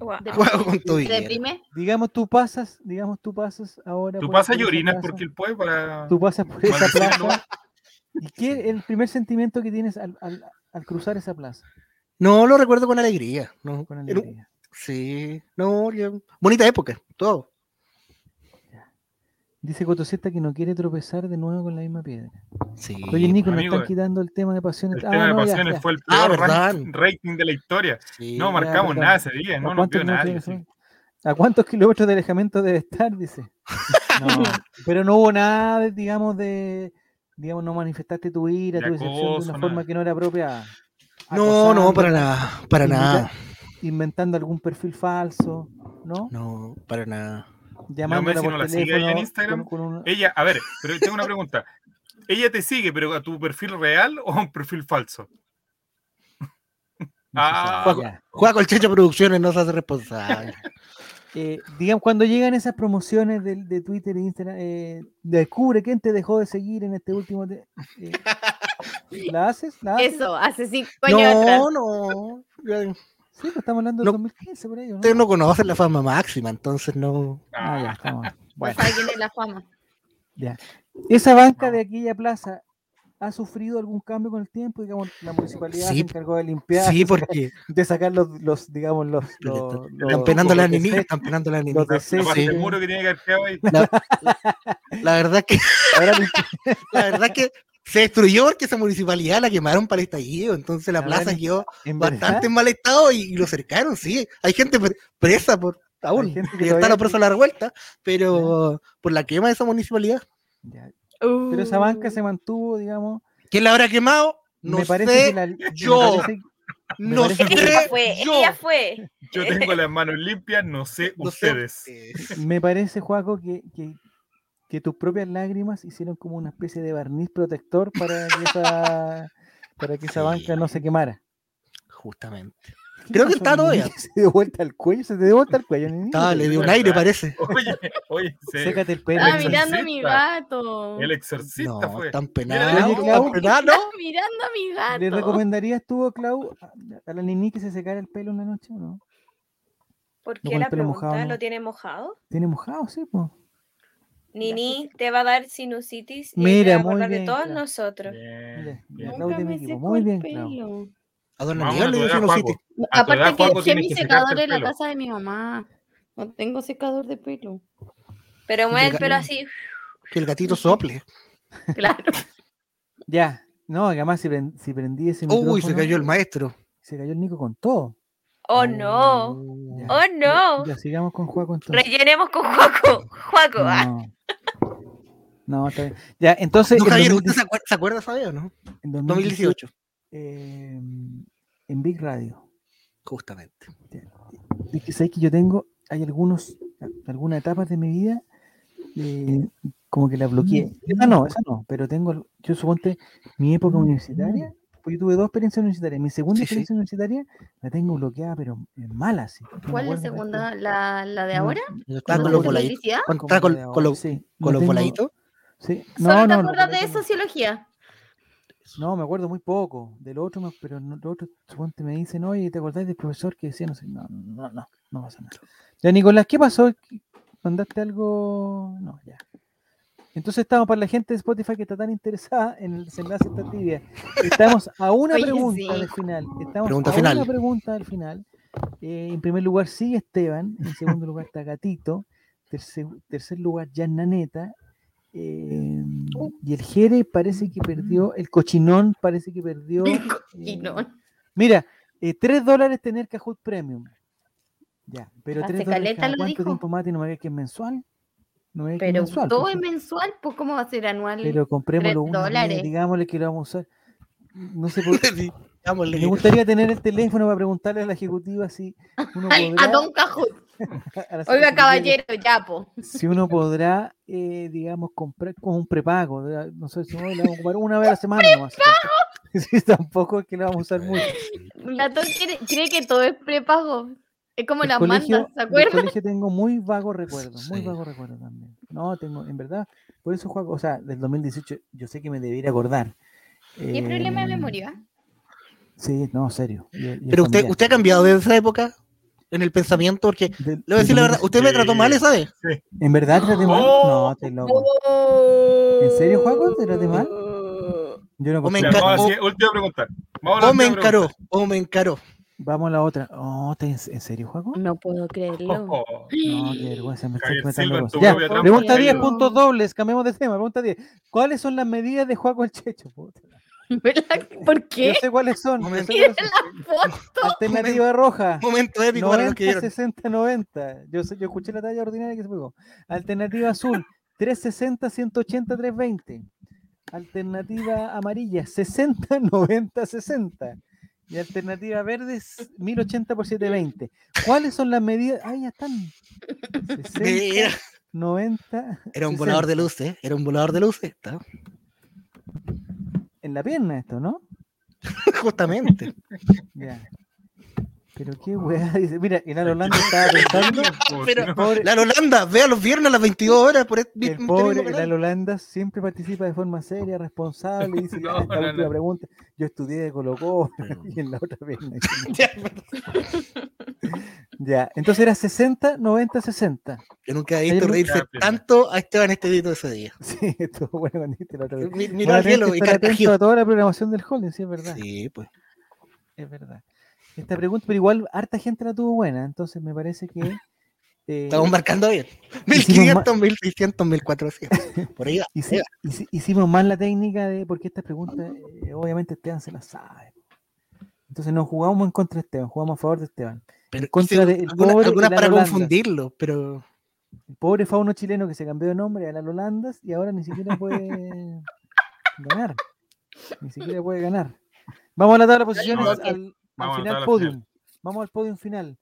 S5: Guau.
S4: De-
S3: Juego con tu
S4: ¿Te
S3: vida.
S4: deprime?
S1: Digamos, tú pasas, digamos, tú pasas ahora.
S2: Tú
S1: por-
S2: pasas
S1: por
S2: y
S1: esa
S2: orinas
S1: plaza,
S2: por Quilpué para.
S1: Tú pasas por esa
S2: maldecir el
S1: plaza.
S2: lugar.
S1: ¿Y qué es el primer sentimiento que tienes al, al- al cruzar esa plaza?
S3: No lo recuerdo con alegría. No.
S1: Con
S3: Era un-
S1: alegría.
S3: Sí. No, yo- bonita época. Todo.
S1: Dice Cotoseta que no quiere tropezar de nuevo con la misma piedra.
S3: Sí.
S1: Oye, Nico, nos
S2: amigo,
S1: están quitando el tema de pasiones. Ah,
S2: El tema de
S1: no, ya,
S2: pasiones
S1: ya.
S2: fue el
S3: Ah,
S2: peor
S3: ¿verdad?
S2: ranking- rating de la historia.
S3: Sí.
S2: No marcamos
S1: verdad.
S2: nada ese día,
S1: ¿A
S2: no nos
S1: cuántos
S2: vio
S1: kilómetros
S2: nadie.
S1: debe
S2: sí.
S1: ser? ¿A cuántos kilómetros de alejamiento debe estar? Dice. No, pero no hubo nada, de- digamos, de. Digamos, no manifestaste tu ira,
S2: De
S1: tu decepción de
S2: acoso,
S1: una
S2: nada.
S1: forma que no era propia.
S3: No, no,
S1: acosando,
S3: para nada. Para
S1: Invita-
S3: nada.
S1: Inventando algún perfil falso, ¿no?
S3: No, para nada.
S1: Llamándola
S2: Messi
S1: por
S2: no la sigue
S1: teléfono.
S2: ahí en Instagram.
S1: con- con un-
S2: Ella, a ver, pero tengo una pregunta. ¿Ella te sigue, pero a tu perfil real o a un perfil falso? Ah,
S1: Ya.
S3: Juega con Checho Producciones no se hace responsable.
S1: Eh, digamos, cuando llegan esas promociones del- de, Twitter e Instagram, eh, descubre quién te dejó de seguir en este último. te- eh, ¿La haces? ¿La haces?
S4: Eso, hace cinco años atrás.
S3: Ah. No, no. yo-
S1: Sí, pues estamos hablando del
S3: No.
S1: 2015 por ahí, ¿o ¿no?
S3: Ustedes no conocen la fama máxima, entonces no.
S1: Ah, ya, estamos.
S4: No
S1: Bueno,
S4: sabe quién es la fama.
S1: esa banca
S2: No.
S1: de aquella plaza ha sufrido algún cambio con el tiempo, digamos, la municipalidad se
S3: Sí,
S1: encargó de limpiar,
S3: Sí, porque
S1: de sacar los, los digamos, los,
S3: le
S1: los,
S3: están-
S1: los-
S3: están penando
S1: los
S3: la
S1: desechos.
S3: nenita, están penando la
S1: los
S3: nenita.
S2: la
S1: desechos.
S2: parte del muro que tiene que haber quedado ahí.
S3: La verdad que,
S1: Ahora limpi-
S3: la verdad que se destruyó porque esa municipalidad la quemaron para el estallido, entonces la
S1: La
S3: plaza
S1: verdad-
S3: quedó
S1: en verdad,
S3: bastante en mal estado y, y lo cercaron, sí. Hay gente pre- presa por aún,
S1: gente que
S3: ya
S1: todavía
S3: están los presos a la revuelta, pero por la quema de esa municipalidad.
S1: ya. pero
S2: Uh.
S1: esa banca se mantuvo, digamos,
S3: ¿Quién la habrá quemado? No
S1: me parece
S3: sé,
S1: que la, me
S3: yo.
S1: parece- me
S3: no
S1: parece
S5: Es
S3: sé
S5: que ella fue,
S3: yo.
S5: ella fue.
S2: Yo tengo las manos limpias, no sé
S3: No sé
S2: ustedes.
S3: ustedes.
S1: Me parece, Juaco, que, que, que tus propias lágrimas hicieron como una especie de barniz protector para que esa, para que esa
S3: Sí.
S1: banca no se quemara.
S3: Justamente. Creo que está todavía.
S1: Se dio vuelta al cuello, se te dio vuelta al cuello. niño.
S3: Ah, le dio un aire, parece.
S2: Oye, oye, se-
S1: Sécate el pelo.
S5: Ah,
S4: Estaba
S2: el
S1: niño.
S4: Ah, mirando a
S2: exorcista.
S4: mi gato.
S2: el exorcista
S3: No,
S2: fue.
S3: tan
S2: Mira,
S3: penado,
S1: oye, Clau.
S3: tan penado, ¿no?
S4: Estaba mirando a mi gato.
S1: ¿Le recomendarías tú, Clau, a- a la Nini que se secara el pelo una noche o no?
S5: ¿Por
S1: No
S5: qué
S1: con el
S5: la
S1: pelo
S5: pregunta
S1: mojado, no.
S5: lo tiene mojado?
S1: Tiene mojado, sí, po.
S5: Nini te va a dar sinusitis y
S1: Mira,
S5: te va a
S1: muy
S5: acordar de
S1: bien,
S5: todos
S1: Cla.
S5: nosotros.
S2: Bien,
S1: Mira,
S2: bien.
S1: Clau
S4: Nunca
S1: te
S4: me
S1: me equivocó.
S4: secó
S1: Muy
S4: el
S1: bien, Clau.
S4: pelo.
S3: A don
S2: Vamos
S3: Miguel
S2: a
S3: le dio
S2: ayudar a
S3: sinusitis.
S2: Juaco. A tu edad,
S4: Aparte que
S2: Juaco,
S4: dejé
S2: tienes
S4: mi
S2: que secarte
S4: secador
S2: el
S4: en la
S2: pelo.
S4: casa de mi mamá. No tengo secador de pelo.
S5: Pero mueve el
S3: Llega-
S5: pelo así,
S3: Que el gatito sople.
S4: Claro.
S1: Ya. No, que además si, pren- si prendí ese micrófono...
S3: Uy, se cayó el maestro.
S1: Se cayó el Nico con todo.
S5: oh no,
S1: Ya,
S5: oh no.
S1: Ya, ya, sigamos con Juaco entonces.
S5: Rellenemos con Juaco. Juaco, ah.
S1: No. No, está bien. Ya, entonces.
S3: No,
S1: en
S3: Javier, ¿usted
S1: 2010
S3: se acuerda, se acuerda esa vez o no?
S1: en 2018,
S3: 2018,
S1: eh, en Big Radio.
S3: justamente.
S1: Es que sabéis que yo tengo, hay algunos, algunas etapas de mi vida, eh, como que la bloqueé.
S4: Mm,
S1: Esa no, esa no, pero tengo, al- yo suponte, mi época universitaria, pues yo tuve dos experiencias universitarias. Mi segunda
S3: Sí, sí.
S1: experiencia universitaria la tengo bloqueada, pero eh, mala, sí. No me
S4: ¿Cuál es la
S1: acuerdo de
S4: segunda? ¿La, la de
S1: No,
S4: ahora? Ah.
S3: Estaba con
S1: no sé
S3: los
S4: ¿Cuando se
S3: voladitos.
S4: publicidad?
S3: Ah, Con-
S1: como
S3: estaba con-
S1: la de
S3: con los-
S1: ahora, Mm, sí, no
S3: con los
S1: tengo-
S3: voladitos.
S1: Sí.
S4: Solo
S1: No, no, lo
S4: te
S1: que
S4: acuerdas de
S1: pasa es que-
S4: sociología.
S1: No, me acuerdo muy poco. Del otro, me- pero no- lo otro, suponte, me dicen, oye, ¿te acordás del profesor que decía? No sé, no, no, no, no pasa nada. Ya, Nicolás, ¿qué pasó? ¿Qué- ¿Mandaste algo? No, ya. Entonces estamos para la gente de Spotify que está tan interesada en el desenlace de esta tibia. Estamos a una
S4: Oye,
S1: pregunta
S4: sí.
S1: del final. Estamos
S3: Pregunta
S1: a
S3: final.
S1: una pregunta del final. Eh, en primer lugar sigue Esteban, en segundo lugar está Gatito, tercer, tercer lugar Jananeta, eh,
S4: Uh.
S1: y el Jere parece que perdió, el cochinón parece que perdió.
S4: Mm. El
S1: eh,
S4: Y no.
S1: Mira, eh, 3 dólares tener Kahoot Premium. Ya, pero
S4: Hace
S1: 3 dólares
S4: Ah, caleta
S1: cada
S4: lo
S1: cuánto
S4: dijo.
S1: tiempo más y no me digas que es mensual. No me digas que
S4: Pero
S1: es mensual.
S4: todo
S1: pues,
S4: es
S1: sí.
S4: mensual, pues ¿cómo va a ser anual?
S1: Pero comprémoslo uno, al mes,
S4: dólares.
S1: digámosle que lo vamos a usar. No sé por
S3: Sí, dámosle.
S1: Me gustaría tener el teléfono para preguntarle a la ejecutiva si uno
S4: Ay, a
S1: podrá.
S4: Don
S1: a
S4: Cajut.
S1: la
S4: Oiga,
S1: ejecutiva,
S4: caballero, ya, po.
S1: Si uno podrá, eh, digamos, comprar con un prepago. ¿verdad? No sé si no, le vamos a ocupar una vez a la semana. nomás. Sí, tampoco es que lo vamos a usar mucho.
S4: Gato quiere- cree que todo es prepago. Es como
S1: Del
S4: las mandas, ¿se
S1: del
S4: acuerdan?
S1: colegio tengo muy vago recuerdo, muy
S3: Sí.
S1: vago recuerdo también. No, tengo, en verdad, por eso juego, o sea, del 2018 yo sé que me debiera acordar.
S4: ¿Qué
S1: Eh,
S4: problema de memoria?
S1: Sí, no, serio. y- y es
S3: Pero usted,
S1: familiar.
S3: usted ha cambiado desde esa época en el pensamiento, porque le
S1: Del-
S3: voy a decir
S1: del
S3: la verdad,
S1: 2018.
S3: usted me trató mal, ¿sabe?
S1: ¿En verdad traté mal?
S2: ¡Oh!
S1: No, te loco. ¿En serio, Juaco? ¿Te traté mal? Yo no
S3: Oh. O me
S1: conté.
S2: Ya,
S3: encar-
S2: vamos a
S3: o-
S2: hacer- última pregunta. Vamos a la
S3: O me
S2: última pregunta.
S3: encaró, o me encaró.
S1: Vamos a la otra. Oh, ¿te- ¿En en serio, Juego?
S4: No puedo creerlo.
S2: Oh, oh.
S1: No, qué vergüenza, me estoy
S2: Javier
S1: tratando
S2: Silva,
S1: de
S2: tu
S1: vos. Ya,
S2: propia
S4: trampa,
S1: Pregunta
S4: Javier.
S1: 10, puntos dobles, cambiamos de tema. Pregunta 10. ¿Cuáles son las medidas de Juego el Checho? Puta,
S4: ¿Verdad? ¿Por
S1: Yo
S4: qué?
S1: sé cuáles son. yo sé
S3: Momento.
S1: cuáles son.
S4: Foto.
S1: Alternativa roja.
S3: Momento épico para los que
S1: 90,
S3: vieron.
S1: 60, 90. Yo, sé- yo escuché la talla ordinaria que se pegó. Alternativa azul, 360, 180, 320. Alternativa amarilla, 60, 90, 60. Y alternativa verde, es 1080 por 720. ¿Cuáles son las medidas? Ah, ya están. 60,
S3: Mira,
S1: 90.
S3: Era un volador de
S1: 60.
S3: luces, ¿eh? era un volador de luces, ¿está?
S1: En la pierna esto, ¿no?
S3: justamente.
S1: Ya. Pero qué weá. Dice, mira, en Holanda estaba pensando.
S2: Por
S3: Pero-
S2: Dios.
S1: Pobre,
S3: La Holanda, vea los viernes a las 22 horas por este
S1: El
S3: mismo
S1: pobre,
S3: canal.
S1: el Al Holanda siempre participa de forma seria, responsable, y dice
S2: No,
S1: "Ah, esta
S2: no,
S1: última
S2: no.
S1: pregunta. Yo estudié de Colo Colo y en la otra pierna. ya, entonces era 60, 90, 60.
S3: Yo nunca he visto
S1: Ayer-
S3: reírse
S2: Ya,
S3: tanto a Esteban Estevito ese día.
S1: Sí, estuvo bueno cuando dijiste la otra vez.
S3: Mi-
S1: Van
S3: Miró
S1: a tener
S3: al
S1: que
S3: cielo y
S1: estar atento
S3: carcajeó.
S1: a toda la programación del holding, sí, es verdad.
S3: Sí, pues.
S1: Es verdad. Esta pregunta, pero igual harta gente la tuvo buena, entonces me parece que. eh,
S3: Estamos marcando bien.
S1: Hicimos ma-
S3: 1500, 1600, 1400. Por ahí va.
S1: Y sí, y sí, hicimos más la técnica de porque estas preguntas, eh, obviamente Esteban se las sabe. Entonces no jugamos en contra de Esteban, jugamos a favor de Esteban.
S3: Pero
S1: contra
S3: hice
S1: del
S3: alguna-
S1: pobre
S3: algunas
S1: Lalo
S3: para
S1: Landa.
S3: confundirlo, pero
S1: El pobre fauno chileno que se cambió de nombre a la Holandas y ahora ni siquiera puede ganar. Ni siquiera puede ganar. Vamos a la tabla de posiciones
S2: Vamos
S1: al,
S2: a-
S1: al
S2: vamos a la
S1: final
S2: tabla
S1: podium.
S2: final.
S1: Vamos al podium final.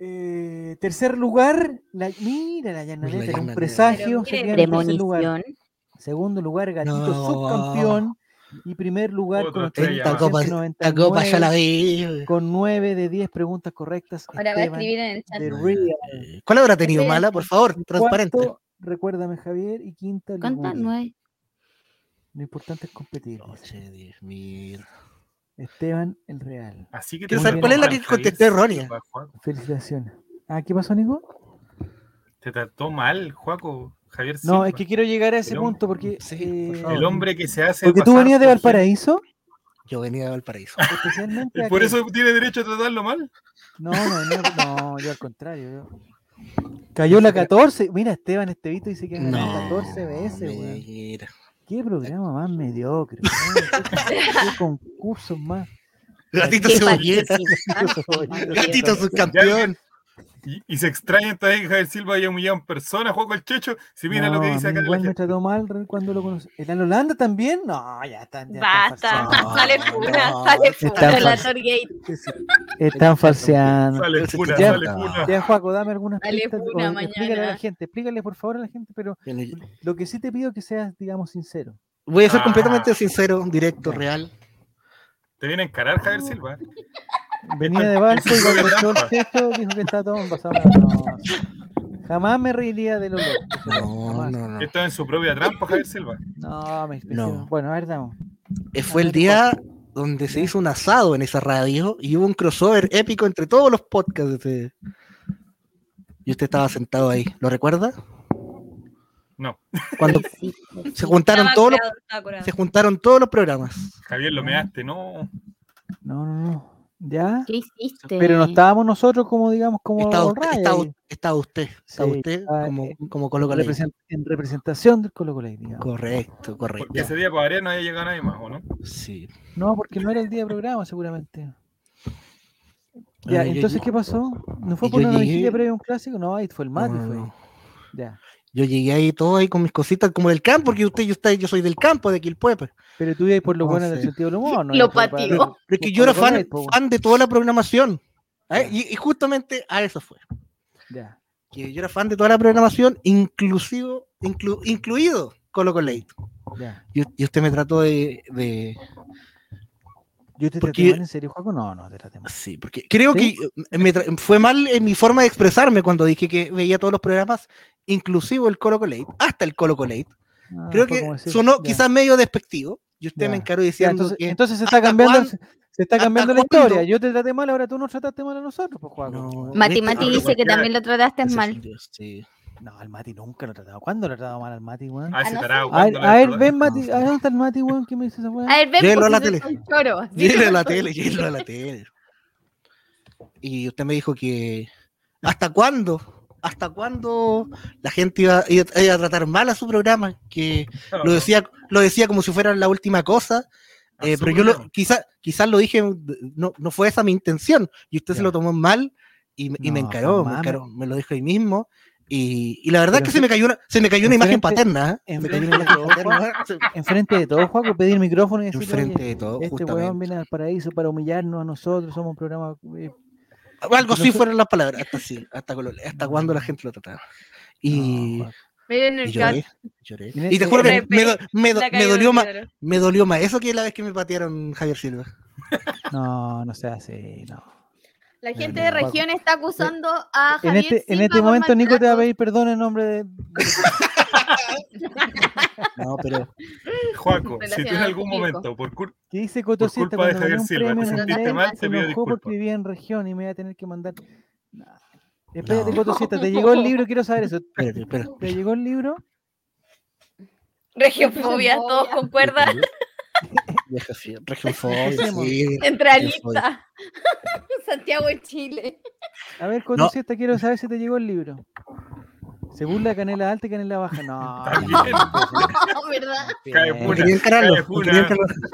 S1: Eh, tercer lugar, la, mira la llanadeta, era un
S3: Llananeta.
S1: presagio.
S5: Pero
S1: se
S5: miren,
S1: queda en tercer lugar.
S4: Premonición.
S1: Segundo lugar, Gatito
S3: No.
S1: subcampeón. Y primer lugar
S2: Otra
S1: con
S2: estrella
S3: Esta copa, esta copa ya la
S1: 899,
S3: vi.
S1: con 9 de 10 preguntas correctas.
S4: Ahora va a
S1: Esteban
S4: escribir en el chat.
S1: de Real.
S3: ¿Cuál habrá tenido
S4: Espera,
S3: mala? Por favor, transparente.
S1: Cuarto, recuérdame Javier, y quinta
S4: ¿Cuántas?
S1: Lujuria.
S4: Nueve.
S1: Lo importante es competir. dice.
S3: Oye, Dios mío.
S1: Esteban el Real.
S2: Así que
S1: Quiero
S2: te
S1: saber
S2: terminó
S1: cuál es la
S2: mal,
S3: que
S2: Javier.
S3: contesté errónea.
S2: Juaco,
S1: Felicitaciones. Ah, ¿qué pasó, Nico?
S2: Te trató mal, Juaco. Javier
S1: No,
S2: Silva.
S1: es que quiero llegar a ese
S2: El hombre.
S1: punto porque.
S3: pues. Sí, por
S1: eh,
S3: favor.
S2: El pues, hombre que se hace.
S1: Porque tú
S2: pasar
S1: venías de
S2: por
S1: Valparaíso,
S3: Yo venía de Valparaíso.
S1: Ah, especialmente.
S2: gente.
S1: a
S2: Por
S1: que-
S2: eso tiene derecho a tratarlo mal.
S1: No, no, no, no, yo al contrario. yo- Cayó la 14. Mira, Esteban Estevito dice que ha ganado 14 veces, weón.
S3: mira.
S1: Qué programa más mediocre. weón. Qué, qué concurso más.
S3: Gatito
S4: Qué
S3: cebolleta.
S4: participa-
S3: Gatito subcampeón.
S2: Y, y se extraña también que Javier Silva haya humillado en persona, Juaco el Checho. Si mira
S1: No,
S2: lo que
S1: a
S2: dice
S1: mí
S2: acá. de la
S1: Igual me
S2: gente.
S1: trató mal re- cuando lo conocí. ¿El Al Holanda también? No, ya está. Ya están
S5: Basta,
S1: falseando.
S5: sale
S3: no,
S5: funa,
S3: no,
S5: sale
S1: está
S5: funa.
S1: fal-
S4: Relator Gate.
S1: Están falseando.
S2: Sale
S3: Ese
S2: pura,
S1: ya-
S2: sale pura.
S1: Ya, Juaco, dame algunas
S4: Dale
S1: pistas. o
S4: una
S1: Explícale a la
S4: mañana.
S1: gente, explícale por favor a la gente, pero lo que sí te pido es que seas, digamos, sincero.
S3: Voy a ser
S2: Ah.
S3: completamente sincero, directo,
S1: Ya.
S3: real.
S2: Te viene a encarar Javier Silva.
S1: Venía de
S2: Al-
S1: Valpo y
S2: al-
S1: cuando
S2: al-
S1: escuchó el texto dijo que estaba todo envasado. No, jamás me reiría del olor.
S3: No, no,
S1: Ah,
S3: no.
S2: Esto es en su propia trampa, Javier Silva.
S1: No, me me
S3: No.
S1: hicieron- Bueno, a ver, damos.
S3: Eh, Fue el día donde se hizo un asado en esa radio y hubo un crossover épico entre todos los podcasts. de ese- Y usted estaba sentado ahí, ¿lo recuerda?
S2: No,
S3: Cuando
S4: Sí, sí.
S3: se juntaron
S5: Estaba
S3: todos los,
S5: curado, estaba curado.
S3: se juntaron todos los programas.
S2: Javier lo measte, no.
S1: No, no, no. ¿Ya?
S4: ¿Qué hiciste?
S1: Pero no estábamos nosotros como, digamos, como
S3: Estaba
S1: All
S3: usted,
S1: Right
S3: estaba-
S1: ahí,
S3: estaba usted, estaba
S1: Sí,
S3: usted
S1: estaba,
S3: como,
S1: eh,
S3: como coloca la
S1: represent- en representación del Colo Colo. digamos.
S3: Correcto,
S1: Pues
S3: correcto.
S2: Porque ese día para no había llegado nadie más, ¿o no?
S3: Sí.
S1: No, porque no era el día de programa, seguramente. Ya,
S3: Ah, yo-
S1: entonces,
S3: yo-
S1: ¿qué pasó? ¿No fue
S3: yo
S1: por una
S3: llegué-
S1: vigilia previa a un clásico? No, ahí fue el mate.
S3: no, no,
S1: fue.
S3: no.
S1: Ya.
S3: Yo llegué ahí todo ahí con mis cositas como del campo, porque usted, yo, está- yo soy del campo, de pues. Quilpuepe.
S1: Pero tú ibas por lo
S3: No
S1: bueno del
S3: sé.
S1: sentido del humor, ¿no?
S4: Lo
S1: Era solo para-
S4: pateó.
S1: por-
S3: Pero es que
S1: por
S3: yo era
S1: Colo Colo,
S3: fan,
S1: po,
S3: fan de toda la programación.
S1: Ya.
S3: ¿eh? Y, y justamente a eso fue.
S1: Ya.
S3: Que yo era fan de toda la programación, inclusivo, inclu- incluido Colo Colate.
S1: Ya.
S3: Y, y usted me trató de, de-
S1: Yo te
S3: Porque-
S1: traté mal en serio, Juaco. No, no te traté mal.
S3: Sí, porque creo
S1: ¿Sí?
S3: que me tra- fue mal en mi forma de expresarme cuando dije que veía todos los programas, inclusivo el Colo Colate, hasta el Colo Colate.
S1: Ah,
S3: Creo
S1: fue como
S3: que
S1: decir,
S3: sonó
S1: ya,
S3: quizás medio despectivo. Y usted
S1: Ya.
S3: me encaró
S1: ya,
S3: diciendo
S1: entonces,
S3: que.
S1: entonces se está
S3: ¿hasta
S1: cambiando,
S3: cuándo?
S1: se se está
S3: ¿Hasta
S1: cambiando la
S3: cuándo?
S1: historia. Yo te traté mal, ahora tú nos trataste mal a nosotros, pues, Juaco.
S3: No,
S4: Mati
S3: este-
S4: Mati
S2: pero
S4: dice que
S2: cualquiera-
S4: también lo trataste
S3: ese
S4: mal.
S3: sentido, sí.
S1: No, al Mati nunca lo he tratado. ¿Cuándo lo he tratado mal al Mati, weón?
S2: Ah, ese
S4: no sé.
S2: tarado.
S1: A ver,
S2: ¿cuándo
S1: a
S2: la
S1: ver,
S2: verdad?
S1: ven, Mati. ¿A
S3: No, sí.
S1: dónde está el Mati, weón? ¿Qué me dice esa weón?
S4: A ver, ven,
S3: Llévelo
S4: pues,
S3: a la
S4: si
S3: tele.
S4: sos un choro. así
S3: Llévelo
S4: que
S3: a la
S4: no soy-
S3: tele, llévelo a la tele. Y usted me dijo que ¿hasta cuándo? ¿Hasta cuándo la gente iba, iba- iba a tratar mal a su programa? Que
S2: No,
S3: lo decía, lo decía como si fuera la última cosa.
S2: a
S3: eh,
S2: su
S3: pero yo lo,
S2: programa.
S3: quizás quizás lo dije, no, no fue esa mi intención. Y usted se
S1: Ya.
S3: lo tomó mal y, me- y me
S1: No,
S3: encaró, me
S1: jamás me-
S3: encaró, me lo dijo ahí mismo. Y, y la verdad
S1: Pero
S3: que se me cayó una, se me cayó una
S1: enfrente-
S3: imagen paterna. ¿eh? Me cayó
S1: enfrente
S3: una imagen
S1: de todo,
S3: paterna. se-
S1: Enfrente de todos, Juaco, pedir micrófono y decir,
S3: Enfrente de todo,
S1: este weón
S3: justamente.
S1: viene al paraíso para humillarnos a nosotros, somos un programa eh,
S3: Algo
S1: Porque
S3: sí
S1: noso-
S3: fueron las palabras, hasta sí, hasta, con lo- hasta cuando la gente lo trataba. Y,
S1: No, Juaco.
S5: Miren
S3: y
S5: el chat.
S3: lloré, lloré.
S1: Mira,
S3: Y te
S1: eh,
S3: juro que
S5: Pepe,
S3: me, do- me do-
S5: la
S3: me
S5: caída
S3: dolió
S5: del
S3: más,
S5: ídolo.
S3: me dolió más eso que la vez que me patearon Javier Silva.
S1: no, no sea así, no.
S4: La
S3: No,
S4: gente
S3: no,
S4: de
S1: Juaco.
S4: región está acusando a
S1: En
S4: Javier
S1: este, en
S4: Silva
S1: este
S4: por
S1: momento Nico te va a
S4: maltrato.
S1: pedir perdón en nombre de...
S3: No, pero
S2: Juaco, si tú en
S4: Relacionado
S2: algún
S4: con Mirko.
S2: momento, por cul-
S1: ¿Qué dice Cotosita
S2: culpa de
S1: cuando
S2: Javier
S1: ganó un
S2: Silva,
S1: premio
S4: te
S1: en el
S4: sentiste
S1: Ney,
S4: mal, te
S1: se
S2: pido
S1: enojó porque
S2: disculpas.
S1: vivía en región y me iba a tener que mandar... Espérate,
S3: No.
S1: Cotosita, ¿te llegó el libro? Quiero saber eso.
S3: espérate, espérate.
S1: ¿Te llegó el libro?
S5: Regiofobia, todos concuerdan.
S3: Vieja, sí, regiofobia,
S1: Empecemos.
S2: Eh,
S3: sí.
S4: Centralista. Santiago de Chile.
S1: A ver, Cotosita, quiero saber si te llegó el libro. Según la canela alta y canela baja. No, Eh,
S2: También.
S4: No, ¿verdad?
S2: Cae
S1: bien.
S3: No
S2: pura.
S3: quería encararlo,
S2: Cae
S3: no quería
S2: una.
S3: encararlo.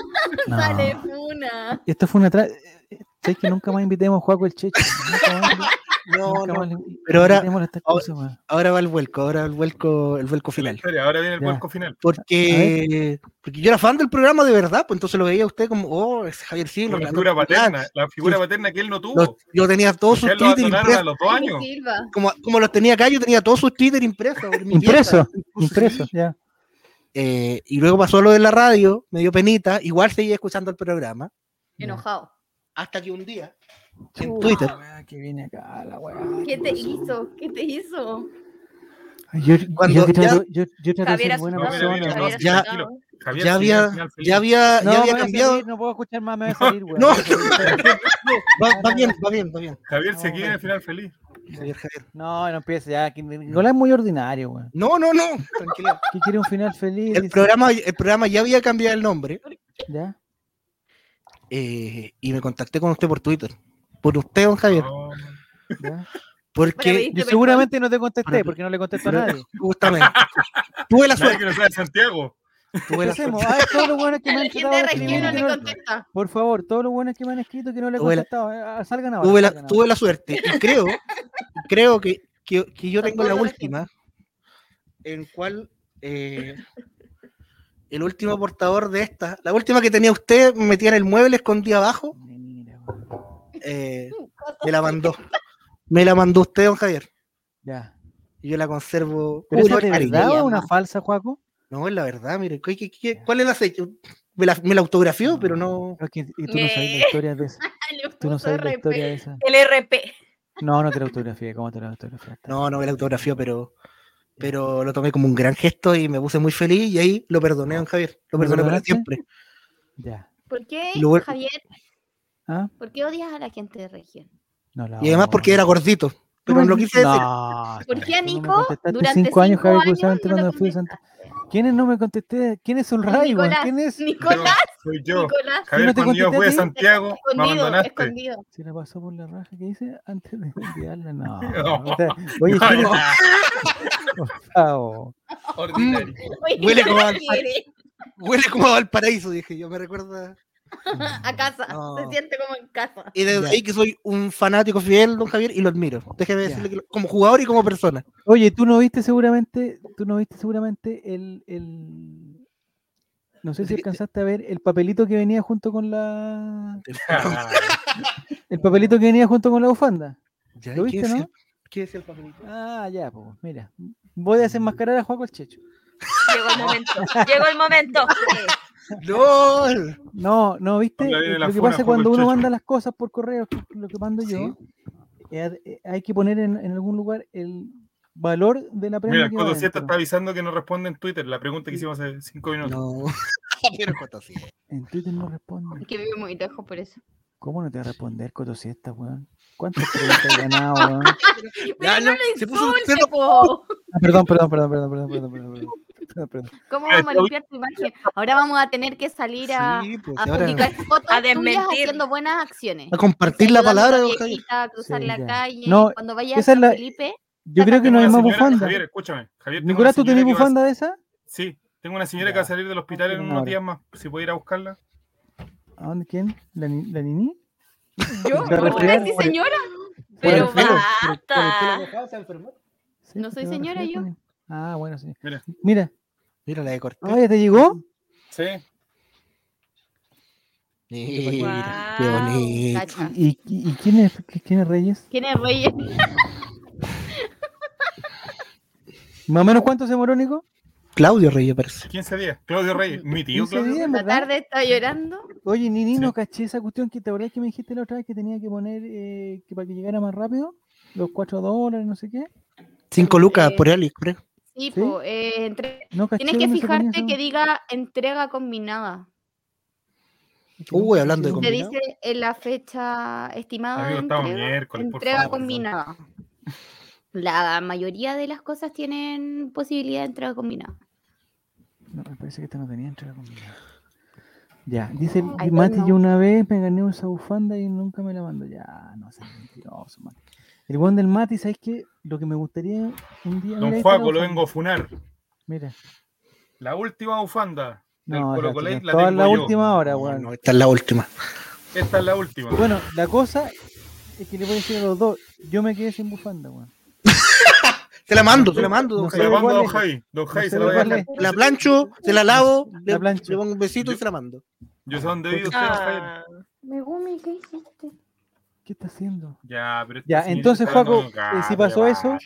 S1: No.
S4: Sale Funa.
S1: Esto fue una... tra- eh, ¿Sabes que nunca más invitemos a Juaco el Checho? Nunca más invi-
S3: No,
S1: nunca
S3: no.
S1: más le-
S3: Pero ahora-
S1: invitémoslo a estas
S3: ahora-
S1: cosas, weón.
S3: Ahora va el vuelco, ahora el vuelco, el vuelco
S2: la
S3: final.
S2: historia, Ahora viene el
S1: Ya.
S2: cuerpo final.
S3: Porque, porque yo era fan del programa de verdad, pues entonces lo veía usted como, oh, es Javier Silva.
S2: La
S3: la-
S2: figura
S3: la-
S2: paterna, la figura
S3: Sus-
S2: paterna que él no
S3: los-
S2: tuvo.
S3: yo tenía todos sus
S2: Ya lo
S3: tweets
S2: abandonaron
S3: impresos.
S2: a los dos
S4: Jaime
S2: años.
S4: Silva.
S3: como, como los tenía acá, yo tenía todos sus Twitter impresos. en mi pieza,
S1: Impreso,
S3: incluso-
S1: impreso, ya.
S3: Eh, y luego pasó lo de la radio, me dio penita, igual seguí escuchando el programa,
S4: Enojado.
S3: hasta que un día, en
S4: Chuta.
S3: Twitter,
S1: que viene acá la weá.
S4: ¿Qué te hizo? ¿qué te hizo?
S1: Yo,
S3: Cuando
S1: yo, que
S3: ya-
S1: trato, yo, yo trato de
S5: Javier
S1: ser buena
S5: asustado.
S2: mira, mira,
S1: persona.
S2: no,
S5: Javier
S3: Ya-
S5: asustado.
S2: Javier,
S3: ya
S2: sí,
S3: había,
S2: final feliz.
S3: ya había,
S1: No,
S3: ya
S1: me
S3: había
S1: voy a
S3: cambiado.
S1: salir, no puedo escuchar más, me voy a salir, weón.
S3: no.
S1: Me voy a salir.
S3: Va, va bien, va bien, va bien.
S2: Javier
S1: No,
S2: se quiere
S1: bueno.
S2: el final feliz.
S3: Javier, Javier.
S1: No, no empiece ya. que Nicolás es muy ordinario, weón.
S3: No, no, no, tranquila.
S1: ¿Qué quiere un final feliz?
S3: El
S1: Dice,
S3: programa, el programa ya había cambiado el nombre
S1: ¿Ya?
S3: eh, y me contacté con usted por Twitter. Por usted, don Javier.
S2: No,
S1: ¿Ya?
S3: Porque,
S5: Maravilla.
S1: Yo seguramente no te contesté
S3: Pero-
S1: porque no le contesto a nadie.
S3: justamente, tuve la
S2: nadie
S3: suerte.
S2: que no sea de Santiago.
S3: Tuve
S1: ¿Qué
S3: la suerte.
S1: hacemos? Ah, todos los buenos que me
S4: La
S1: han
S4: gente
S1: escrito.
S4: de
S1: ahora
S4: región no
S1: escriben que
S4: le
S1: no-
S4: contesta.
S1: Por favor, todos los buenos que me han escrito que no le he
S3: Tuve la-
S1: contestado. eh, ah, Salgan ahora.
S3: tuve la,
S1: salgan
S3: tuve la suerte y creo, creo que, que, que yo
S4: Con
S3: tengo la
S4: toda la
S3: última, en cual eh, el último portador de esta, la última que tenía usted, me metía en el mueble, escondía abajo,
S1: ahora. Mira, weón.
S3: eh, me la mandó. Me la mandó usted, don Javier.
S1: Ya.
S3: Y yo la conservo.
S1: ¿Pero esa
S3: puro
S1: es de
S3: cariño.
S1: verdad o
S4: llama.
S1: una falsa, Juaco?
S3: No, es la verdad, mire. ¿qué- qué- qué- ¿Cuál es la se- Me la, me la autografió, pero no.
S1: Es que- y tú no sabes la
S5: Eh.
S1: historia de esa.
S4: Le
S1: Tú no
S4: puso
S1: sabes la
S4: RP.
S1: historia de esa.
S5: El RP.
S1: No, no te la autografía. ¿Cómo te la autografía?
S3: No, no me la autografió, pero. Pero lo tomé como un gran gesto y me puse muy feliz y ahí lo perdoné, don Javier. Lo
S1: ¿Lo
S3: perdoné para
S1: perdonaste?
S3: siempre.
S1: Ya.
S4: ¿Por qué,
S3: Y luego-
S4: Javier?
S1: ¿Ah?
S4: ¿Por qué odias a la gente de región?
S1: No la
S3: Y además
S1: amo.
S3: porque era gordito. Pero lo quise decir.
S1: No,
S4: ¿Por qué
S1: tú
S4: a
S1: no me
S4: Nico
S1: contestaste
S4: durante
S1: cinco años, Javier,
S4: años
S1: justamente
S4: no lo
S1: cuando fui a Santa-
S4: contestaste?
S1: ¿Quiénes no me contesté? ¿Quiénes son Ray, weón?
S4: Nicolás,
S1: ¿Quién es?
S4: Nicolás,
S2: Yo, soy yo.
S4: Nicolás,
S2: Javier,
S1: ¿No te
S2: cuando yo
S1: contesté
S2: fui
S1: a
S2: a
S1: ti?
S2: Santiago, me
S4: escondido,
S2: abandonaste.
S4: escondido.
S1: Se la pasó por la raja que hice antes de enviarla. No.
S2: No.
S1: o sea, oye,
S2: No,
S1: Jimmy,
S2: ya,
S1: por favor.
S2: ordinario.
S4: Oye,
S3: Huele como
S4: ¿qué
S3: al-
S4: quiere?
S3: Huele como a Valparaíso, dije yo. Me recuerda.
S4: a casa,
S3: No.
S4: se siente como en casa.
S3: Y desde
S1: Ya.
S3: ahí que soy un fanático fiel, don Javier, y lo admiro. Déjeme
S1: Ya.
S3: decirle que lo- como jugador y como persona.
S1: Oye, tú no viste seguramente, tú no viste seguramente el, el- no sé si
S3: Sí.
S1: alcanzaste a ver el papelito que venía junto con la,
S2: Ah,
S1: el papelito que venía junto con la bufanda.
S3: Ya,
S1: ¿Lo
S3: ¿y qué
S1: viste,
S3: decía-
S1: no?
S3: qué decía el papelito?
S1: Ah, ya, pues, mira. Voy a desenmascarar a Juaco el Checho.
S5: Llegó el momento. Llegó el momento.
S3: ¡Lol!
S1: No, no, ¿viste?
S2: Habla bien
S1: Eh,
S2: de la
S1: Lo que
S2: funa,
S1: pasa
S2: Juaco
S1: cuando
S2: el
S1: uno
S2: Checho.
S1: manda las cosas por correo, que es lo que mando yo, eh, ad- eh, hay que poner en, en algún lugar el valor de la prenda
S2: Mira,
S1: que va
S2: Coto Siesta está
S1: adentro.
S2: avisando que no responde en Twitter la pregunta que hicimos hace cinco minutos.
S3: No. Pero Coto sí.
S1: En Twitter no responde.
S4: Que vive muy lejos por eso.
S1: ¿Cómo no te va a responder, Coto Siesta, weón? ¿Cuántas preguntas has ganado, weón?
S3: Ya,
S4: no
S3: no,
S4: lo
S3: se puso un
S4: insulte,
S3: cero.
S4: po.
S1: Ah, Perdón, perdón, perdón, perdón, perdón, perdón, perdón, perdón, perdón, perdón.
S4: ¿Cómo
S2: Ya,
S4: vamos a
S2: está
S4: limpiar tu imagen? Ahora vamos a tener que salir a,
S3: Sí, pues,
S4: a
S3: ahora-
S4: publicar fotos tuyas
S5: A desmentir.
S4: haciendo buenas acciones.
S3: A compartir la
S4: Ayudando a
S3: palabra,
S4: la
S3: don Javier.
S4: viejita a cruzar
S1: Sí,
S4: la
S1: ya.
S4: calle.
S1: No,
S4: cuando vayas a
S1: esa es
S4: San
S1: la-
S4: Felipe,
S1: Yo creo que
S2: Tengo
S1: no hay
S2: una
S1: más
S2: señora-
S1: bufanda.
S2: Javier, escúchame. Javier, tengo
S1: Nicolás, ¿tú
S2: una
S1: tenés
S2: señora que va a-
S1: bufanda de esa?
S2: Sí, tengo una señora
S1: Ya.
S2: que va a salir del hospital en
S1: Una
S2: unos
S1: hora.
S2: días más. Si puede ir a buscarla.
S1: ¿A dónde quién? ¿La, ni- la Nini?
S5: Yo,
S1: Se
S5: ahora
S1: refiere
S5: sí,
S1: por el-
S5: señora.
S1: por el pelo,
S5: Pero
S3: Por el- por el pelo
S5: basta.
S3: mojado se va a enfermar.
S1: Sí,
S4: No
S1: pues
S4: soy
S1: te va a
S4: señora
S1: refiere
S4: yo. ¿Eh?
S1: también. Ah, bueno, sí.
S2: Mira.
S1: Mira,
S3: Mira la de corté.
S1: ah, ya te llegó.
S2: Sí.
S3: Mira, qué
S5: Guau,
S3: bonito.
S4: cacha.
S1: ¿Y, y, y quién, es, qué- quién es Reyes?
S4: ¿Quién es Reyes?
S1: ¿Más o menos cuánto se demoró, Nico?
S3: Claudio Reyes parece.
S2: 15 días. Claudio Reyes. Mi tío,
S1: 15
S2: Claudio.
S1: días.
S4: La
S1: ¿verdad?
S4: tarde está llorando.
S1: Oye, Nini,
S2: Sí.
S1: no caché esa cuestión que te acordás que me dijiste la otra vez que tenía que poner eh, que para que llegara más rápido, los 4 dólares, no sé qué.
S3: Cinco lucas
S4: Eh,
S3: por Alex, creo.
S4: Sí,
S1: ¿Sí?
S4: po, eh, entre-
S1: No caché
S4: Tienes que
S1: dónde se ponía
S4: fijarte
S1: esa-
S4: que diga entrega combinada.
S1: es que no
S3: Uy,
S1: caché
S3: hablando de
S1: dónde-
S4: Te
S3: combinado.
S4: dice en la fecha estimada de
S2: Amigo, estamos
S4: entrega,
S2: miércoles, por
S4: entrega
S2: favor.
S4: combinada. La mayoría de las cosas tienen posibilidad de entrega combinada.
S1: No, me parece que esta no tenía entrada combinada. Ya, dice el-
S4: I don't
S1: Mati,
S4: know.
S1: yo una vez me gané esa bufanda y nunca me la mando. Ya, no sé, mentiroso, Mati. El buen del Mati, ¿sabes qué? Lo que me gustaría un día. mira, ahí
S2: Don
S1: está la
S2: Juaco, lo
S1: bufanda.
S2: vengo a funar.
S1: Mira,
S2: La última bufanda del
S1: no,
S2: Colo
S1: ya,
S2: Colo
S1: chicas,
S2: la
S1: toda
S2: tengo
S1: la
S2: yo.
S1: última hora,
S3: No,
S1: weón.
S3: no, esta es la última.
S2: Esta es la última.
S1: Bueno, la cosa es que le voy a decir a los dos, yo me quedé sin bufanda, weón.
S3: Te la mando, te la mando, don
S1: No sé.
S2: se la
S3: Javier.
S2: mando a Don
S1: ¿cuál es?
S2: Javi. Don Javi
S1: sé
S2: se la voy a
S1: cuál
S2: dejar.
S1: es.
S3: La plancho, se la lavo,
S1: La
S3: le, le
S1: plancho.
S3: pongo un besito y
S2: Yo-
S3: se la mando.
S2: Yo sé dónde vive usted, Don Javier.
S5: Ah,
S4: Megumi, ¿qué hiciste?
S1: ¿Qué está haciendo?
S2: Ya, pero este esta
S1: Ya,
S2: señora
S1: entonces,
S2: está dando
S1: Juaco,
S2: gato,
S1: eh, si pasó
S2: va.
S1: eso,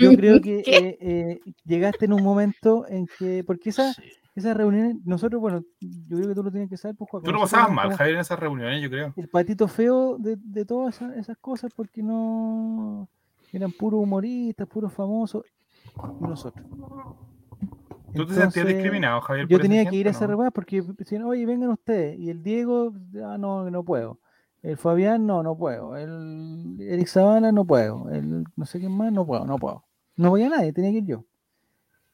S1: yo creo que
S4: ¿Qué?
S1: eh, eh, llegaste en un momento en que. Porque esa, Esas reuniones, nosotros, bueno, yo creo que tú lo tienes que saber. Pues, Juaco,
S2: Tú lo
S1: nosotros
S2: pasabas
S1: nos
S2: mal,
S1: quedamos
S2: Javier, en esas reuniones, yo creo.
S1: El patito feo de, de todas esas, esas cosas porque no eran puros humoristas, puros famosos y nosotros.
S2: ¿Tú te
S1: Entonces,
S2: sentías discriminado, Javier?
S1: Yo
S2: por esa
S1: tenía que
S2: gente,
S1: ir a
S2: no?
S1: esa reunión porque decían, oye, vengan ustedes. Y el Diego, ah, no, no puedo. El Fabián, no, no puedo. El Eric Zavala, no puedo. El no sé quién más, no puedo, no puedo. No voy a nadie, tenía que ir yo.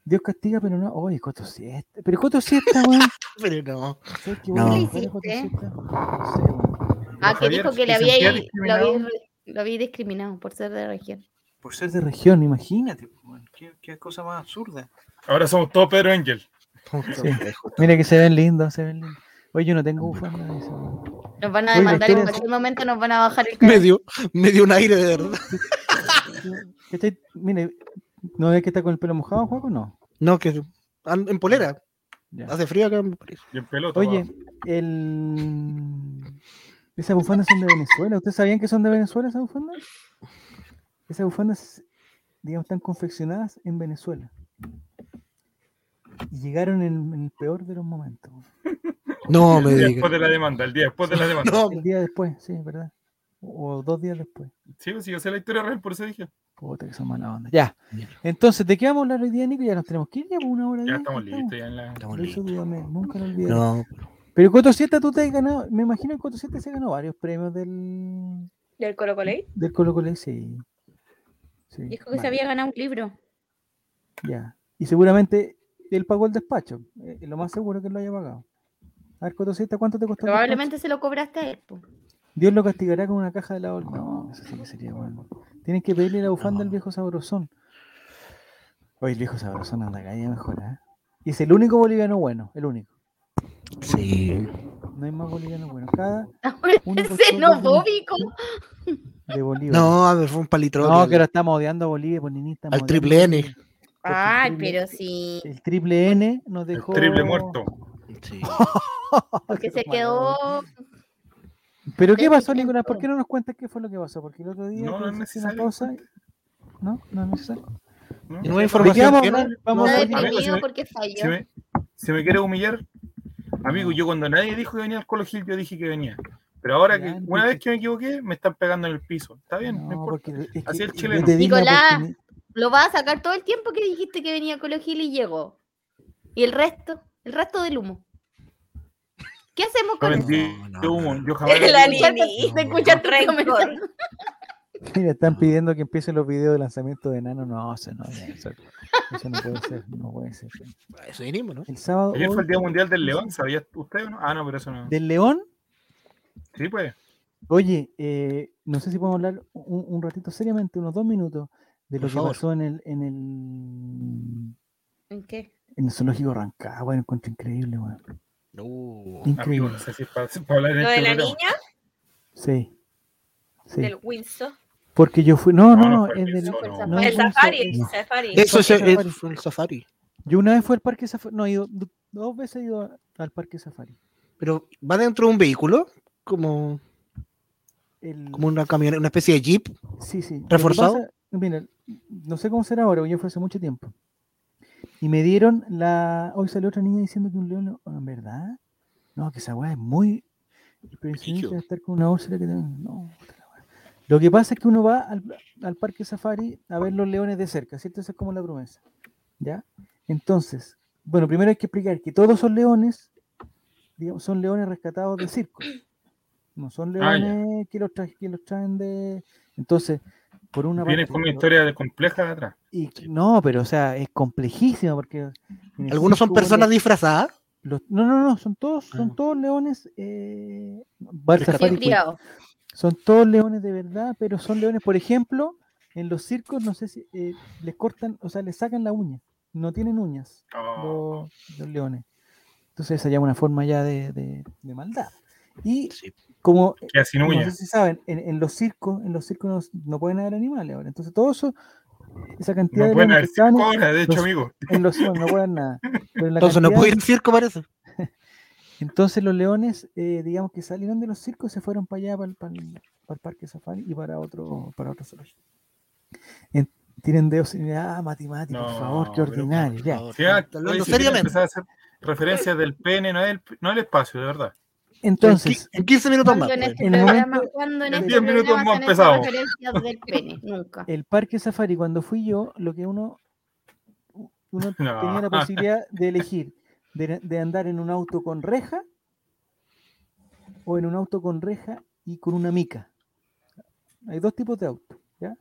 S1: Dios castiga, pero no. Oye, Coto Siesta. Pero Coto Siesta, weón.
S3: Pero no.
S1: ¿Sabes qué,
S3: No.
S1: weón?
S3: ¿Qué
S4: le
S1: ¿Fuera Coto
S4: hiciste?
S1: Siesta? No sé, weón.
S4: Ah, que
S2: Javier,
S4: dijo que
S2: ¿te
S4: le había,
S2: sentías
S4: lo, había,
S2: discriminado?
S4: lo había discriminado por ser de región.
S6: Por ser de región, imagínate. pues, weón, Qué, qué cosa más absurda.
S2: Ahora somos todos Pedro Ángel.
S1: Sí. Mira que se ven lindos, se ven lindos. Oye, yo no tengo bufanda de esa, weón.
S4: Nos van a
S1: Oye,
S4: demandar en
S1: ustedes-
S4: cualquier momento, nos van a bajar el
S3: Me
S4: canal.
S3: dio, me dio un aire de verdad.
S1: ¿Cachai? Mire, ¿no ves que está con el pelo mojado, Juaco? No.
S3: No, que ando en polera.
S1: Ya.
S3: Hace frío acá en París.
S2: Y en pelota.
S1: Oye,
S2: abajo.
S1: el... esas bufandas son de Venezuela. ¿Ustedes sabían que son de Venezuela esas bufandas? Esas bufandas, digamos, están confeccionadas en Venezuela. Y llegaron en, en el peor de los momentos.
S3: No me
S2: El día
S3: digas.
S2: después de la demanda, el día después de la demanda.
S3: No,
S1: El día después, sí, es verdad. O dos días después.
S2: Sí, pues, sí, yo sé la historia real, por eso dije.
S1: Puta, que son mala onda. Ya. Entonces, ¿de qué vamos a hablar hoy día, Nico? Ya nos tenemos que ir, ya por una hora.
S2: Ya
S1: diez,
S2: estamos listos, ya en la...
S3: estamos
S1: Eso,
S3: listos.
S1: dúdame, nunca lo olvidaré.
S3: No,
S1: Pero Coto Sieta tú te has ganado, me imagino que Coto Sieta se ganó varios premios del,
S5: ¿Del Colo Colo?
S1: del Colo Colo, sí. Sí,
S4: Dijo que se
S1: vale,
S4: había ganado un libro.
S1: Ya. Y seguramente él pagó el despacho, eh, lo más seguro que él lo haya pagado. A ver, Coto Sieta, ¿cuánto te costó? el despacho?
S4: Probablemente se lo cobraste a él. po.
S1: Dios lo castigará con una caja de la No, eso sí que sería bueno. Tienen que pedirle la bufanda al
S3: No.
S1: viejo sabrosón. Oye, el viejo sabrosón anda calle mejor, ¿ah? Y es el único boliviano bueno, el único.
S3: sí.
S1: No hay más boliviano bueno. Cada uno
S4: Es
S1: costó dos
S4: xenofóbico.
S1: de Bolívar.
S3: No, a ver, fue un palitrón.
S1: No, que ahora estamos odiando a Bolivia, pues ni estamos
S3: Al
S1: odiando
S3: triple
S1: a
S3: N.
S1: Bolivia. Porque el
S4: Ay,
S1: triple-
S4: pero sí.
S1: El triple N nos
S2: El
S1: dejó.
S2: triple muerto.
S3: Sí.
S4: Que se
S1: Pero malo.
S4: quedó.
S1: ¿Pero qué
S4: Ustedes
S1: pasó,
S4: se quedan
S1: Nicolás? ¿Por
S4: con-
S1: qué no nos cuentas qué fue lo que pasó? Porque el otro día
S2: No, no
S1: tú
S2: es
S1: hiciste una
S2: necesario
S1: pausa. y- No, no es necesario.
S2: ¿no?
S1: ¿De
S3: Y nueva
S1: qué
S3: información.
S1: vamos a
S3: que no-
S1: hablar? Vamos
S4: Está
S1: a
S2: no,
S1: hablar-
S2: a ver,
S4: deprimido
S2: se-
S4: porque
S2: Si
S4: falló.
S2: me, si me quiere humillar, amigo, yo cuando nadie dijo que venía al Colo Gil, yo dije que venía. Pero ahora que
S1: Ya,
S2: una
S1: Enrique.
S2: vez que me equivoqué, me están pegando en el piso. Está bien, no,
S1: No,
S2: importa.
S1: porque es que
S2: Así el
S1: yo
S2: chileno.
S1: te di la
S4: Nicolás.
S1: oportuni-
S4: Lo vas a sacar todo el tiempo que dijiste que venía Colo Gil y llegó. Y el resto, el resto del humo. ¿Qué hacemos
S2: No
S4: con eso?
S2: vendí
S3: No, no,
S2: yo
S3: no.
S2: humo, yo jamás.
S5: La
S2: vendí humo.
S5: Lili.
S4: De escuchar tu
S5: Rencor.
S4: comentario.
S1: Mira, están pidiendo que empiecen los videos de lanzamiento de Nano. No, eso no, ya, eso, eso no puede ser. No puede ser.
S3: A Eso vinimos, ¿no?
S1: El sábado
S2: Ayer fue
S1: hoy,
S2: el Día Mundial del León, ¿sabía usted o no? Ah, no, pero eso no.
S1: del León.
S2: Sí, pues.
S1: Oye, eh, no sé si podemos hablar un, un ratito seriamente, unos dos minutos, de lo
S3: Por
S1: que
S3: favor.
S1: pasó en el, en el,
S4: ¿En qué?
S1: en el zoológico de Rancagua, lo encuentro increíble, weón.
S3: No.
S2: Amigo,
S1: Increíble.
S2: no sé si es para, para hablar en
S5: Lo
S2: este
S5: de la
S2: programa.
S5: niña,
S1: Sí. Sí.
S5: del Windsor.
S1: Porque yo fui. No, no, no,
S2: No, no fue
S1: es
S2: el
S1: del-
S2: Wilson,
S4: no.
S1: no,
S4: Ay,
S5: El
S1: es del-
S5: safari, el
S1: no.
S5: safari.
S3: Eso es,
S1: Safari.
S3: es un safari.
S1: Yo una vez fui al parque safari. No, he ido do- dos veces he ido a- al parque safari.
S3: Pero va dentro de un vehículo, como,
S1: El-
S3: como una camioneta, una especie de jeep.
S1: Sí, sí. Lo que
S3: ¿Reforzado?
S1: pasa- mira, no sé cómo será ahora, porque yo fui hace mucho tiempo. Y me dieron la. Hoy salió otra niña diciendo que un león. no- ¿En verdad? No, que esa weá es muy. impresionante
S3: Brígido.
S1: estar con una úlcera que tengo. No, puta la weá. Lo que pasa es que uno va al, al parque safari a ver los leones de cerca, ¿cierto? Esa es como la promesa. ¿Ya? Entonces, bueno, primero hay que explicar que todos esos leones, digamos, son leones rescatados de circo. No son
S2: Ah, ya.
S1: leones que, los tra- que los traen de, entonces, por una
S2: Vienes
S1: parte,
S2: con una
S1: lo-
S2: historia de compleja de atrás.
S1: y- no, pero o sea, es complejísimo porque en el
S3: Algunos son
S1: circo,
S3: personas
S1: bueno,
S3: disfrazadas.
S1: los- no, no, no, son todos, son
S3: Ah.
S1: todos leones eh, Bar
S3: Rescatados.
S1: Safari
S4: Sí,
S1: Club.
S4: criado.
S1: Son todos leones de verdad, pero son leones, por ejemplo, en los circos no sé si eh, les cortan, o sea, les sacan la uña, no tienen uñas
S2: No.
S1: los, los leones. Entonces esa ya es una forma ya de, de- de maldad. Y
S3: Sí.
S1: como
S2: Queda sin
S1: no sé
S2: uñas.
S1: si saben, en, en los circos, en los circos no, no pueden haber animales ahora. Entonces, todo eso, esa cantidad
S2: No
S1: de
S2: pueden
S1: leones
S2: haber
S1: que estaban
S2: cinco
S1: en-
S2: horas, de hecho,
S1: los-
S2: amigo.
S1: en los circos no pueden nada. Pero la
S3: Entonces no
S1: cantidad-
S3: puede ir al circo, parece.
S1: entonces los leones, eh, digamos que salieron de los circos, se fueron para allá, para el, parque safari y para otro, para otro zoológico. En- tienen dedos, y- ah, Mati, Mati, por favor, qué
S2: No, pero por
S1: ordinario. ya.
S2: Sí, ah,
S3: Está hablando
S2: oye, si quería
S3: seriamente.
S2: empezar a hacer- referencias del pene, no es el, no el espacio, de verdad.
S1: Entonces,
S3: en 15 minutos más.
S4: Cuando en este
S1: En el
S4: programa, cuando en
S2: en
S4: este
S2: 10 minutos
S4: programa
S2: más
S4: se han hecho
S2: empezamos.
S4: referencias del pene, nunca.
S1: el parque safari, cuando fui yo, lo que uno, uno
S2: No. ah,
S1: tenía la posibilidad de elegir de, de andar en un auto con reja o en un auto con reja y con una mica. Hay dos tipos de autos. ¿ya?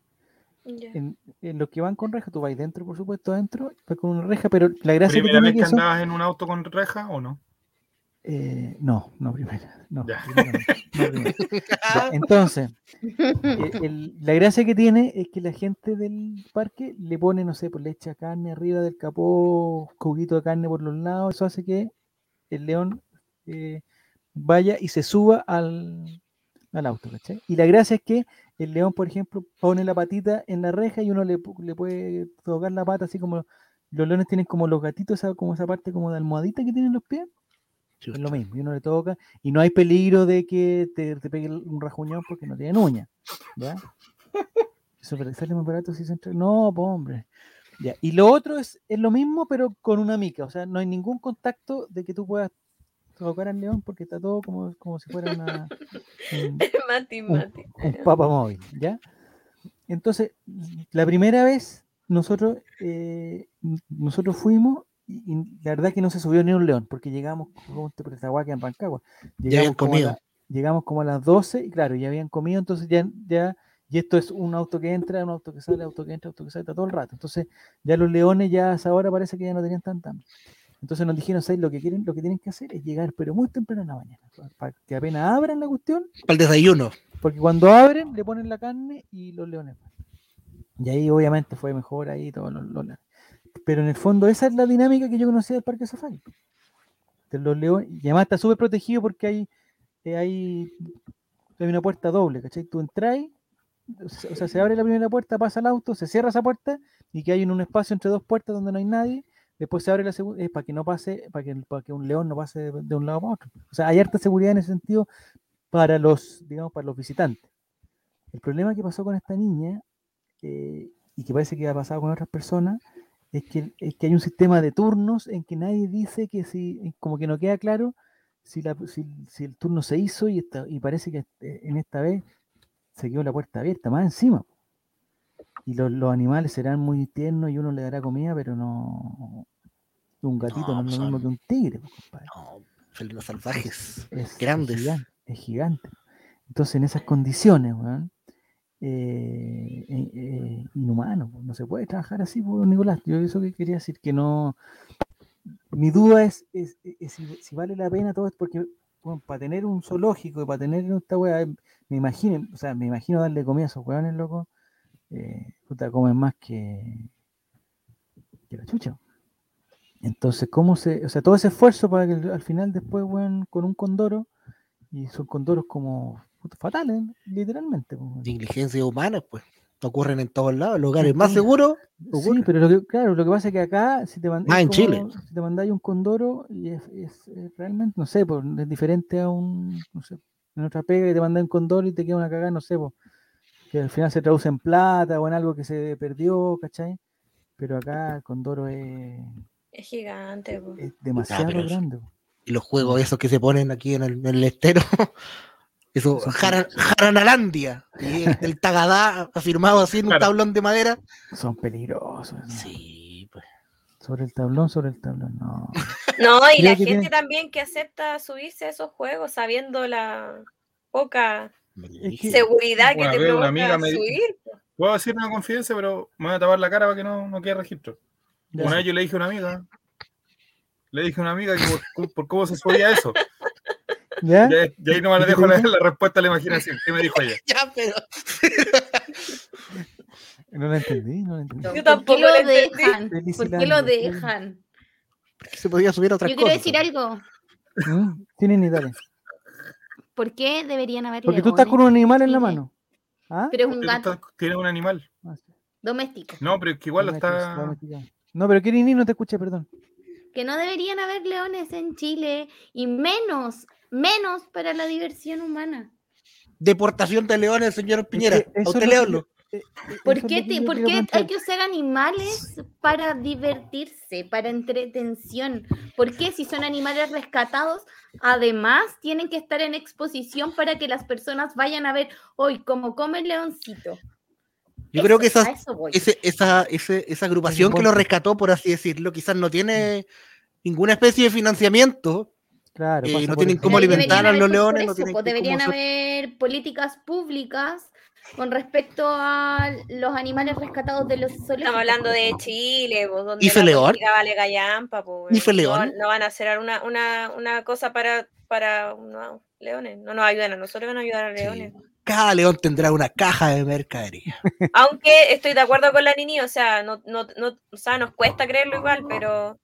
S5: Ya.
S1: En, en los que van con reja, tú vas dentro, por supuesto, adentro, vas con una reja, pero la gracia que
S2: ¿Primera
S1: tiene
S2: vez
S1: que
S2: que
S1: eso-
S2: andabas en un auto con reja o no?
S1: Eh, no, no primera. No,
S2: Ya.
S1: primera no, no primera. Ya, entonces,
S4: Mm.
S1: eh, el- la gracia que tiene es que la gente del parque le pone, no sé, pues le echa carne arriba del capó, juguito de carne por los lados, eso hace que el león eh, vaya y se suba al, al auto, ¿cachai? Y la gracia es que el león, por ejemplo, pone la patita en la reja y uno le, pu- le puede tocar la pata así como... Los leones tienen como los gatitos, esa- como esa parte como de almohadita que tienen los pies. Es lo mismo, y uno le toca, y no hay peligro de que te, te pegue un rajuñón porque no tiene uña. ¿Ya? Eso pero sale más barato si se entra- No, po, hombre. Ya. Y lo otro es, es lo mismo, pero con una mica. O sea, no hay ningún contacto de que tú puedas tocar al león porque está todo como, como si fuera una, un-
S5: Mati,
S1: un-
S5: Mati.
S1: un papa móvil, ¿ya? Entonces, la primera vez nosotros, eh, n- nosotros fuimos y, y la verdad que no se subió ni un león, porque llegamos como este- por esta guagua que en Rancagua.
S3: Ya habían
S1: Llegamos como a
S3: comido.
S1: la- llegamos como a las 12 y claro, ya habían comido, entonces ya, ya, y esto es un auto que entra, un auto que sale, auto que entra, auto que sale, está todo el rato. Entonces, ya los leones ya a esa hora parece que ya no tenían tanta hambre. Entonces nos dijeron, ¿sabes? Lo que quieren, lo que tienen que hacer es llegar, pero muy temprano en la mañana, pa- para que apenas abran la cuestión,
S3: Para el desayuno.
S1: porque cuando abren, le ponen la carne y los leones van. Y ahí obviamente fue mejor ahí todos los, los leones. Pero en el fondo esa es la dinámica que yo conocía del parque safari. De los leones, y además está súper protegido porque hay, eh, hay, hay una puerta doble, ¿cachai? Tú entras, o se- o sea, se abre la primera puerta, pasa el auto, se cierra esa puerta y que hay un, un espacio entre dos puertas donde no hay nadie. Después se abre la segunda, eh, para que no pase, para que, para que un león no pase de, de un lado para otro. O sea, hay harta seguridad en ese sentido para los, digamos, para los visitantes. El problema que pasó con esta niña, eh, y que parece que ha pasado con otras personas, es que, es que hay un sistema de turnos en que nadie dice que si, eh, como que no queda claro si, la, si, si el turno se hizo y, esta- y parece que eh, en esta vez se quedó la puerta abierta, más encima. Y los, los animales serán muy tiernos y uno le dará comida, pero no... Un gatito no,
S3: No,
S1: es lo
S3: son-
S1: mismo que un tigre, pues, compadre
S3: No, felinos salvajes.
S1: es
S3: Grandes.
S1: gigante, es gigante. Entonces, en esas condiciones, weón, eh, eh, eh, inhumano, pues, no se puede trabajar así, pues, Nicolás. Yo eso que quería decir, que no. Mi duda es, es- es si, si vale la pena todo esto, porque para tener un zoológico y para tener esta weá, eh, me imagino, o sea, me imagino darle comida a esos weones, loco. eh, puta, comen más que, que la chucha. Entonces, ¿cómo se.? O sea, todo ese esfuerzo para que al final después, weón, con un condoro, y son condoros como puta, fatales, literalmente. po, weón.
S3: Negligencias humanas, pues. Ocurren en todos lados. Los lugares más
S1: Entonces,
S3: seguros.
S1: Sí,
S3: ocurren.
S1: pero lo que, claro, lo que pasa es que acá, si te, man- es
S3: Ah, en Chile.
S1: como si te mandáis un condoro, y es, es- es realmente, no sé, po, es diferente a un, no sé, en otra pega y te mandan un condoro y te queda una cagada, no sé, po, que al final se traduce en plata o en algo que se perdió, ¿cachai? Pero acá el condoro es,
S5: Es gigante. po.
S1: es demasiado
S3: pero es-
S1: grande. pues. po.
S3: Y los juegos esos que se ponen aquí en el, en el estero. Eso,
S1: Esos
S3: Jara- Jaranalandia. Y el, el Tagadá afirmado así en un
S2: Claro.
S3: tablón de madera.
S1: Son peligrosos. ¿no?
S3: Sí, pues.
S1: Sobre el tablón, sobre el tablón, no.
S5: No, y
S1: Creo que
S5: la gente
S1: tiene-
S5: también que acepta subirse a esos juegos sabiendo la poca
S1: Sí.
S5: seguridad que
S2: Una
S5: te
S2: vez una
S5: provoca
S2: amiga me-
S5: subir.
S2: Puedo decir una confidencia, pero me voy a tapar la cara para que no, no quede registro.
S1: Ya
S2: Una
S1: sé.
S2: vez yo le dije a una amiga, le dije a una amiga que por, por cómo se subía eso.
S1: ¿Ya?
S2: Y ahí- y ahí no me
S1: ¿Eh? ¿Y qué
S2: dejo
S1: te
S2: la,
S1: dijo?
S2: la respuesta a la imaginación. ¿Qué me dijo ella?
S3: Ya, pero.
S1: No la entendí, no la entendí.
S5: Yo
S4: ¿Por
S5: tampoco
S4: qué lo
S5: lo entendí.
S4: dejan?
S1: Feliz
S4: ¿Por qué lo
S1: Islandia, sí.
S4: dejan?
S3: Se podía subir a
S4: Yo
S3: otras
S4: quiero
S3: cosas.
S4: decir algo.
S1: Mm, Tienen Italia.
S4: ¿Por qué deberían haber
S1: Porque tú estás con
S4: leones?
S1: un animal en la
S4: Dime.
S1: mano. ¿Ah?
S4: Pero es un
S2: Porque tú
S4: gato
S2: estás- Tienes un animal.
S1: Ah, sí.
S4: doméstico.
S2: No, pero es que igual
S1: Dame que es- dame
S2: está.
S1: que ya. No, pero Kirini no te escuché, perdón.
S4: Que no deberían haber leones en Chile y menos, menos para la diversión humana.
S3: Deportación de leones, señor
S1: Es
S3: Piñera.
S1: que eso
S3: a
S1: es
S3: usted
S1: lo
S3: le
S1: que
S3: hablo.
S4: ¿Por qué, te- por qué hay que usar animales para divertirse, para entretención? ¿Por qué si son animales rescatados, además tienen que estar en exposición para que las personas vayan a ver hoy cómo come el leoncito?
S3: Yo creo que
S4: esas
S3: esas- Ese- esa, ese- esa agrupación que lo rescató, por así decirlo, quizás no tiene ninguna especie de financiamiento.
S1: Claro,
S3: eh,
S1: pasa
S3: no
S1: por
S3: tienen
S1: el-
S3: cómo alimentar a los leones, no tienen que-
S4: pues, deberían
S3: cómo su-
S4: haber políticas públicas con respecto a los animales rescatados de los zoológicos.
S5: Estamos hablando
S4: por
S5: de
S4: ejemplo.
S5: Chile, pues, donde
S3: ¿Ife
S5: la
S3: León?
S5: política vale gallampa, pues, weón.
S3: ¿Ife
S5: No-
S3: León?
S5: No, van a hacer una, una, una cosa para, para no, leones. No nos ayudan a nosotros, van a ayudar a leones.
S3: Cada león tendrá una caja de mercadería.
S5: Aunque estoy de acuerdo con la Nini, o sea, no, no, no, o sea, nos cuesta creerlo igual, pero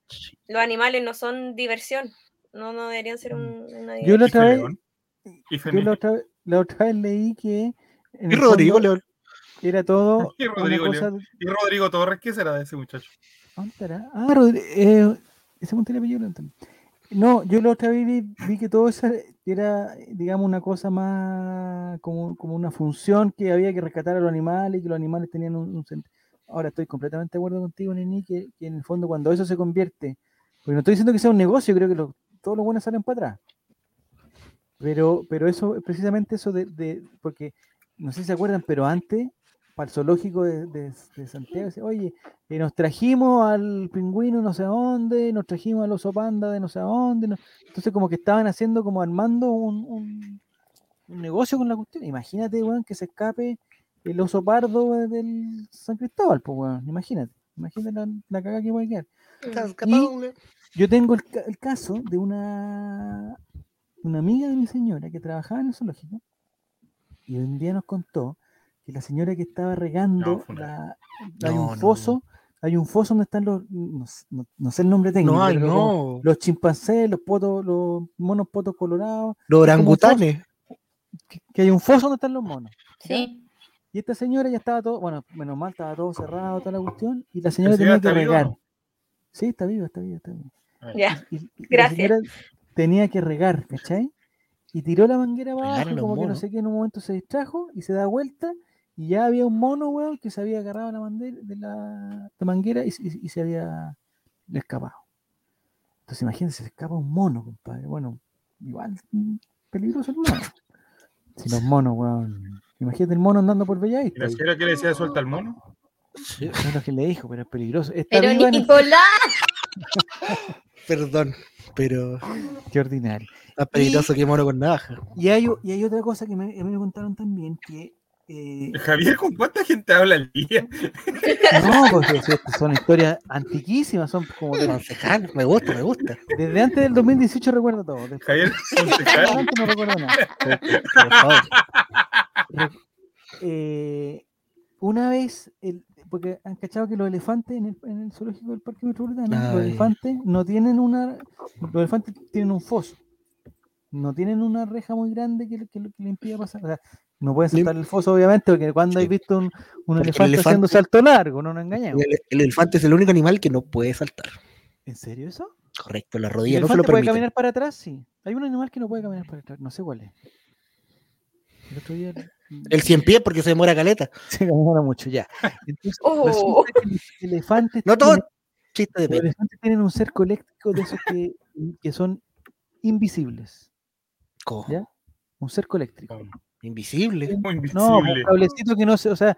S5: los animales no son diversión. No, no deberían ser un, una
S1: Yo
S5: diversión.
S1: la otra vez,
S2: Y
S1: yo la
S2: femenino.
S1: otra, la otra vez leí que en
S3: Y
S1: el
S3: Rodrigo
S1: fondo
S3: León.
S1: era todo
S2: Y
S1: una
S2: Rodrigo
S1: cosa-
S2: ¿Y Rodrigo Torres qué será de ese muchacho?
S1: ¿Dónde estará? Ah, Rodri- eh, ese monte de apellido lo entendí. No, yo la otra vez vi, vi que todo eso era, digamos, una cosa más como, como una función que había que rescatar a los animales y que los animales tenían un, sentido. Ahora estoy completamente de acuerdo contigo, Nini, que, que en el fondo cuando eso se convierte, porque no estoy diciendo que sea un negocio, creo que los- todos los buenos salen para atrás. Pero, pero eso, precisamente eso de, de- porque no sé si se acuerdan, pero antes, para el zoológico de, de- de Santiago, decía, oye, eh, nos trajimos al pingüino no sé a dónde, nos trajimos al oso panda de no sé a dónde. no- Entonces como que estaban haciendo, como armando un, un- un negocio con la cuestión. Imagínate, weón, que se escape el oso pardo weón, del San Cristóbal, pues, weón. Imagínate, imagínate la, la cagada que puede quedar.
S4: Mm.
S1: Yo tengo el, ca- el caso de una, una amiga de mi señora que trabajaba en el zoológico y un día nos contó que la señora que estaba regando
S2: fue una-
S1: la- hay un
S3: No, no.
S1: foso, hay un foso donde están los, no, s- no- no sé el nombre técnico,
S3: No, ay,
S1: pero como
S3: no.
S1: los chimpancés, los potos, los monos potos colorados,
S3: Los orangutanes.
S1: que, que hay un foso donde están los monos. ¿ya?
S4: Sí.
S1: Y esta señora ya estaba todo, bueno, menos mal, estaba todo cerrado, toda la cuestión, y la señora
S2: señora
S1: tenía que
S2: está viva o
S1: regar.
S2: no?
S1: Sí, está viva, está viva, está viva.
S5: Ya.
S1: y- y
S5: Gracias.
S1: La señora tenía que regar, ¿cachai? Y tiró la manguera para
S3: Regar a
S1: abajo,
S3: los
S1: como que no
S3: monos.
S1: sé qué, en un momento se distrajo y se da vuelta y ya había un mono, weón, que se había agarrado la, mande- de la, la manguera y, se- y- y se había escapado. Entonces imagínense, se escapa un mono, compadre. Bueno, igual mm, peligroso el mono. Si los monos, weón. Imagínate el mono andando por Bella
S2: ¿Y la señora que le decía suelta al mono?
S3: Sí,
S1: No es lo que le dijo, pero es peligroso. Está
S4: Pero
S1: viva en el-
S4: Nicolás,
S3: Perdón, pero
S1: Qué ordinario.
S3: más peligroso que mono con navaja.
S1: Y hay, o- y hay otra cosa que me, a mí me contaron también, que... eh,
S2: Javier, ¿con cuánta gente habla al día?
S1: No, porque si estas son historias antiquísimas, son como de-
S3: Concejal, me gusta, me gusta.
S1: desde antes del 2018 recuerdo todo. Desde
S2: Javier, concejal.
S1: antes no recuerdo nada.
S3: Por favor.
S1: Eh, una vez, el- porque han cachado que los elefantes en el, en el zoológico del Parque Metropolitano, los
S3: Ay.
S1: elefantes no tienen una, los elefantes tienen un foso, no tienen una reja muy grande que, le- que, le- que le impida pasar. O sea, no pueden
S3: Lim-
S1: saltar el foso, obviamente, porque cuando
S3: Sí.
S1: hay visto un, un
S3: el
S1: elefante, haciendo
S3: elefante-
S1: salto largo, no nos engañemos.
S3: El, el elefante es el único animal que no puede saltar.
S1: ¿En serio eso?
S3: Correcto, la
S1: ¿El
S3: rodilla no se
S1: elefante
S3: lo
S1: puede
S3: permite.
S1: caminar para atrás? Sí. Hay un animal que no puede caminar para atrás, no sé cuál es. El otro día
S3: El cien pies porque se demora caleta.
S1: se demora mucho ya. Entonces,
S5: Oh.
S1: resulta que los elefantes
S3: No todo
S1: tienen-
S3: chiste de
S1: los
S3: pene.
S1: elefantes tienen un cerco eléctrico de esos que, que son invisibles.
S3: Co-
S1: ¿Ya? Un cerco eléctrico.
S3: Invisible.
S2: Muy
S1: No, un
S2: invisible.
S1: cablecito que no se, o sea,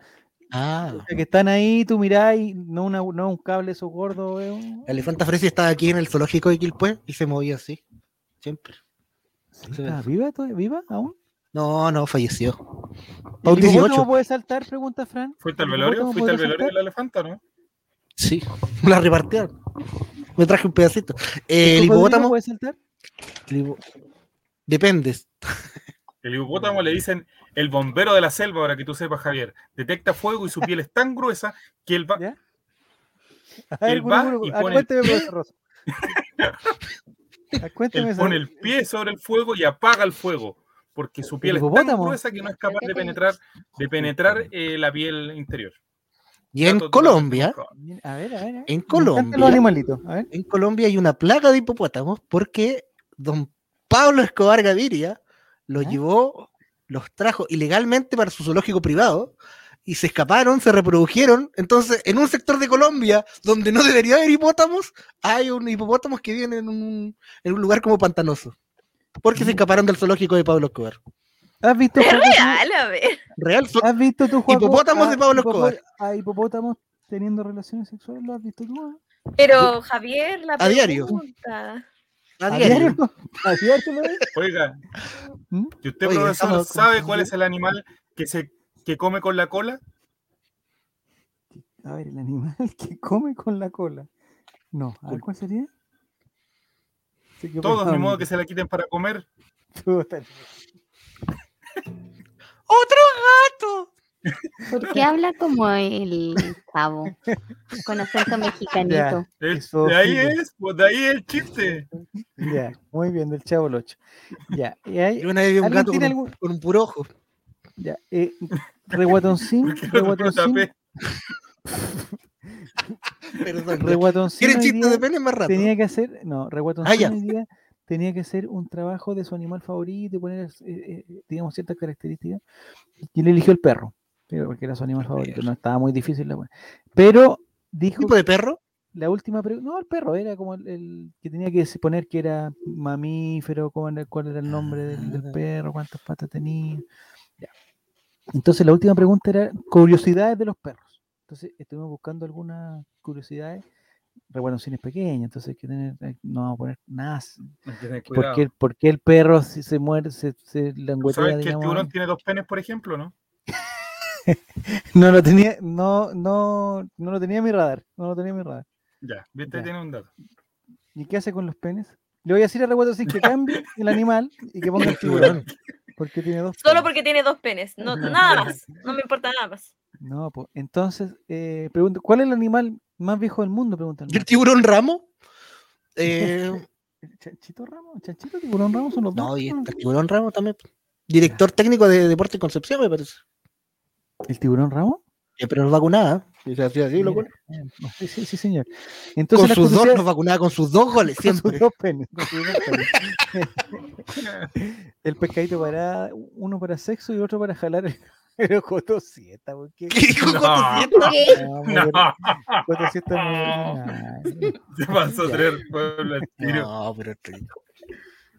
S3: Ah.
S1: que están ahí, tú mirás y no, una, no un cable esos gordos. eh, un-
S3: La elefanta Fresi estaba aquí en el zoológico de Quilpué y se movía así. Siempre.
S1: Sí, pues.
S3: se ve.
S1: ¿está ¿Viva, todavía? viva aún?
S3: No, no, falleció.
S1: ¿Y
S3: Pa' un
S1: el hipopótamo
S3: 18.
S1: puede saltar? Pregunta Fran.
S2: ¿Fuiste al
S1: ¿El
S2: velorio?
S1: hipopótamo
S2: ¿Fuiste al
S1: podrá
S2: velorio
S1: saltar?
S2: del elefante, no?
S3: Sí. La repartieron. Me traje un pedacito. Eh, el
S1: ¿Cocodrilo
S3: hipopótamo.
S1: puede saltar?
S3: el hipo- Depende.
S2: El hipopótamo le dicen el bombero de la selva, ahora que tú sepas, Javier. Detecta fuego y su piel es tan gruesa que él va.
S1: Ya. A ver,
S2: Él
S1: Guru,
S2: va
S1: Guru,
S2: y
S1: ah,
S2: pone el
S1: cuénteme,
S2: pie.
S1: profesor Rosa. Ah, cuénteme
S2: Él
S1: esa-
S2: pone el pie sobre el fuego y apaga el fuego, porque su piel es tan
S1: hipopótamo?
S2: gruesa que no es capaz de
S4: Creo que-
S2: penetrar, de penetrar eh, la piel interior.
S3: Y en
S2: Dato totalmente
S3: Colombia,
S2: equivocado.
S1: Bien, A ver, a ver. a ver.
S3: en
S1: Encantan los
S3: Colombia,
S1: animalitos. A ver.
S3: en Colombia hay una plaga de hipopótamos porque don Pablo Escobar Gaviria los
S1: ¿Ah?
S3: llevó, los trajo ilegalmente para su zoológico privado y se escaparon, se reprodujeron. Entonces, en un sector de Colombia donde no debería haber hipopótamos, hay un hipopótamo que vive en un, en un lugar como pantanoso. Porque
S1: Mm.
S3: se escaparon del zoológico de Pablo Escobar.
S1: ¿Has visto,
S5: Es
S1: Joaco,
S5: real, a ver.
S3: Real, zo-
S1: ¿Has visto tú, Joaco,
S3: Hipopótamos de
S1: a
S3: Pablo
S1: hipopo-
S3: Escobar.
S1: A hipopótamos teniendo relaciones sexuales, ¿lo has visto tú? ah?
S5: Pero Javier, la
S3: A diario.
S5: pregunta.
S3: a
S1: Ah,
S3: diario.
S1: ¿A diario lo ves?
S2: Oiga,
S1: ¿Mm?
S2: ¿y usted,
S3: Oye,
S2: profesor,
S3: estamos
S2: sabe
S3: confundidos.
S2: cuál es el animal que se que come con la cola?
S1: A ver, el animal que come con la cola. No, a ver, ¿cuál sería? Se quedó
S2: Todos, ni
S1: pensando.
S2: modo que se la quiten para comer.
S1: Chuta.
S3: ¡Otro gato!
S4: ¿Por qué habla como el chavo? Con acento mexicanito.
S2: Eh,
S1: Eso
S2: de ahí
S1: sí.
S2: es, pues de ahí es el chiste.
S1: Ya, muy bien, del chavo Locho. Ya, y ahí-
S3: Yo una vez vi un
S1: ¿Alguien
S3: gato con
S1: tiene
S3: un,
S1: algún-
S3: con un puro ojo.
S1: ya, eh, reguatoncín,
S2: ¿Por qué no te lo
S1: reguatoncín,
S2: tapé?
S3: Perdón.
S1: reguatoncín
S3: ¿Quieren
S1: hoy
S3: chiste
S1: día
S3: de pene más rato?
S1: tenía que hacer, no, reguatoncín
S3: Ah, ya.
S1: hoy día tenía que hacer un trabajo de su animal favorito y poner, eh, eh, digamos, ciertas características. Y le eligió el perro, pero porque era su animal favorito,
S3: perro.
S1: no estaba muy difícil la wea. Pero dijo
S3: ¿Tipo de perro?
S1: la última pregunta, no, el perro era como el, el que tenía que dec- poner que era mamífero, cuál era, cuál era el nombre del, del
S3: Ah.
S1: perro, cuántas patas tenía. ya. Entonces la última pregunta era curiosidades de los perros. Entonces estuvimos buscando algunas curiosidades. Reguatoncín es pequeño, entonces hay que tener, hay- no vamos a poner nada. así.
S2: Hay que tener
S1: ¿Por
S2: cuidado.
S1: qué, por qué el perro si se muere, se, se
S2: ¿Tú
S1: languetea,
S2: ¿Sabes que el
S1: digamos?
S2: tiburón tiene dos penes, por ejemplo, no?
S1: No lo tenía, no, no, no lo tenía en mi radar, no lo tenía en mi radar.
S2: Ya, viste,
S1: Ya.
S2: ahí tiene un dato.
S1: ¿Y qué hace con los penes? Le voy a decir a Reguato así que cambie el animal y que ponga el tiburón.
S3: Tiburón.
S1: Porque tiene dos.
S5: Solo
S1: penes.
S5: porque tiene dos penes. No, nada más. No me importa nada más.
S1: No, pues. Entonces, eh, pregunto, ¿cuál es el animal más viejo del mundo? Pregunta. el
S3: ¿Y el
S1: Max.
S3: tiburón ramo? Eh,
S1: ¿El ¿Chanchito Ramos? ¿Chanchito tiburón Ramos son los
S3: no,
S1: dos?
S3: y
S1: ¿no?
S3: el tiburón ramo también. Director técnico de Deporte Concepción, me parece.
S1: ¿El tiburón Ramos?
S3: Eh, pero nos vacunaba. ¿eh? Y se hacía así,
S1: Mira,
S3: lo cual.
S1: eh, Sí, sí, sí, señor.
S3: Con
S1: Entonces, las
S3: sus dos,
S1: curiosidades-
S3: nos vacunaba con sus dos goles
S1: con sus
S3: siempre.
S1: dos penes, con sus dos penes. el pescadito para uno para sexo y otro para jalar el, el ocotosieta, porque
S3: ¿Qué dijo
S2: No.
S3: Cotosieta?
S4: ¿Qué?
S1: No,
S2: No,
S1: pero ocotosieta es muy ordinario.
S2: se pasó a
S1: Ya.
S2: traer pueblo al tiro.
S3: No, pero te digo.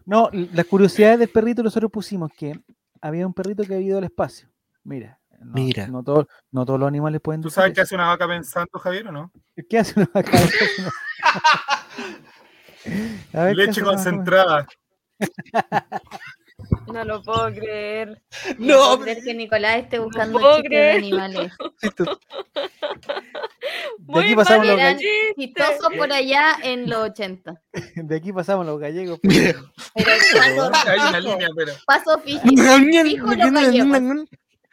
S1: No, l- las curiosidades del perrito nosotros pusimos que había un perrito que había ido al espacio. Mira, no,
S3: Mira.
S1: No, todo- no todos los animales pueden
S2: ¿Tú
S1: decir
S2: sabes qué
S1: eso.
S2: hace una vaca pensando, Javier, o no?
S1: ¿Qué hace una vaca? A ver, ¿qué hace
S2: Leche
S1: una vaca?
S2: concentrada.
S5: No lo puedo creer.
S4: puedo
S3: No,
S4: creer
S2: pues
S4: que Nicolás esté buscando
S5: puedo
S4: chistes de
S5: creer.
S4: animales.
S1: De aquí, pasamos los
S4: eran
S1: galle-
S4: Chistoso por allá en los 80.
S1: de aquí pasamos los gallegos. pues.
S3: mira.
S4: Pero paso
S2: Hay una
S4: fijo,
S2: línea, pero.
S4: paso fijo. Dijo los gallegos.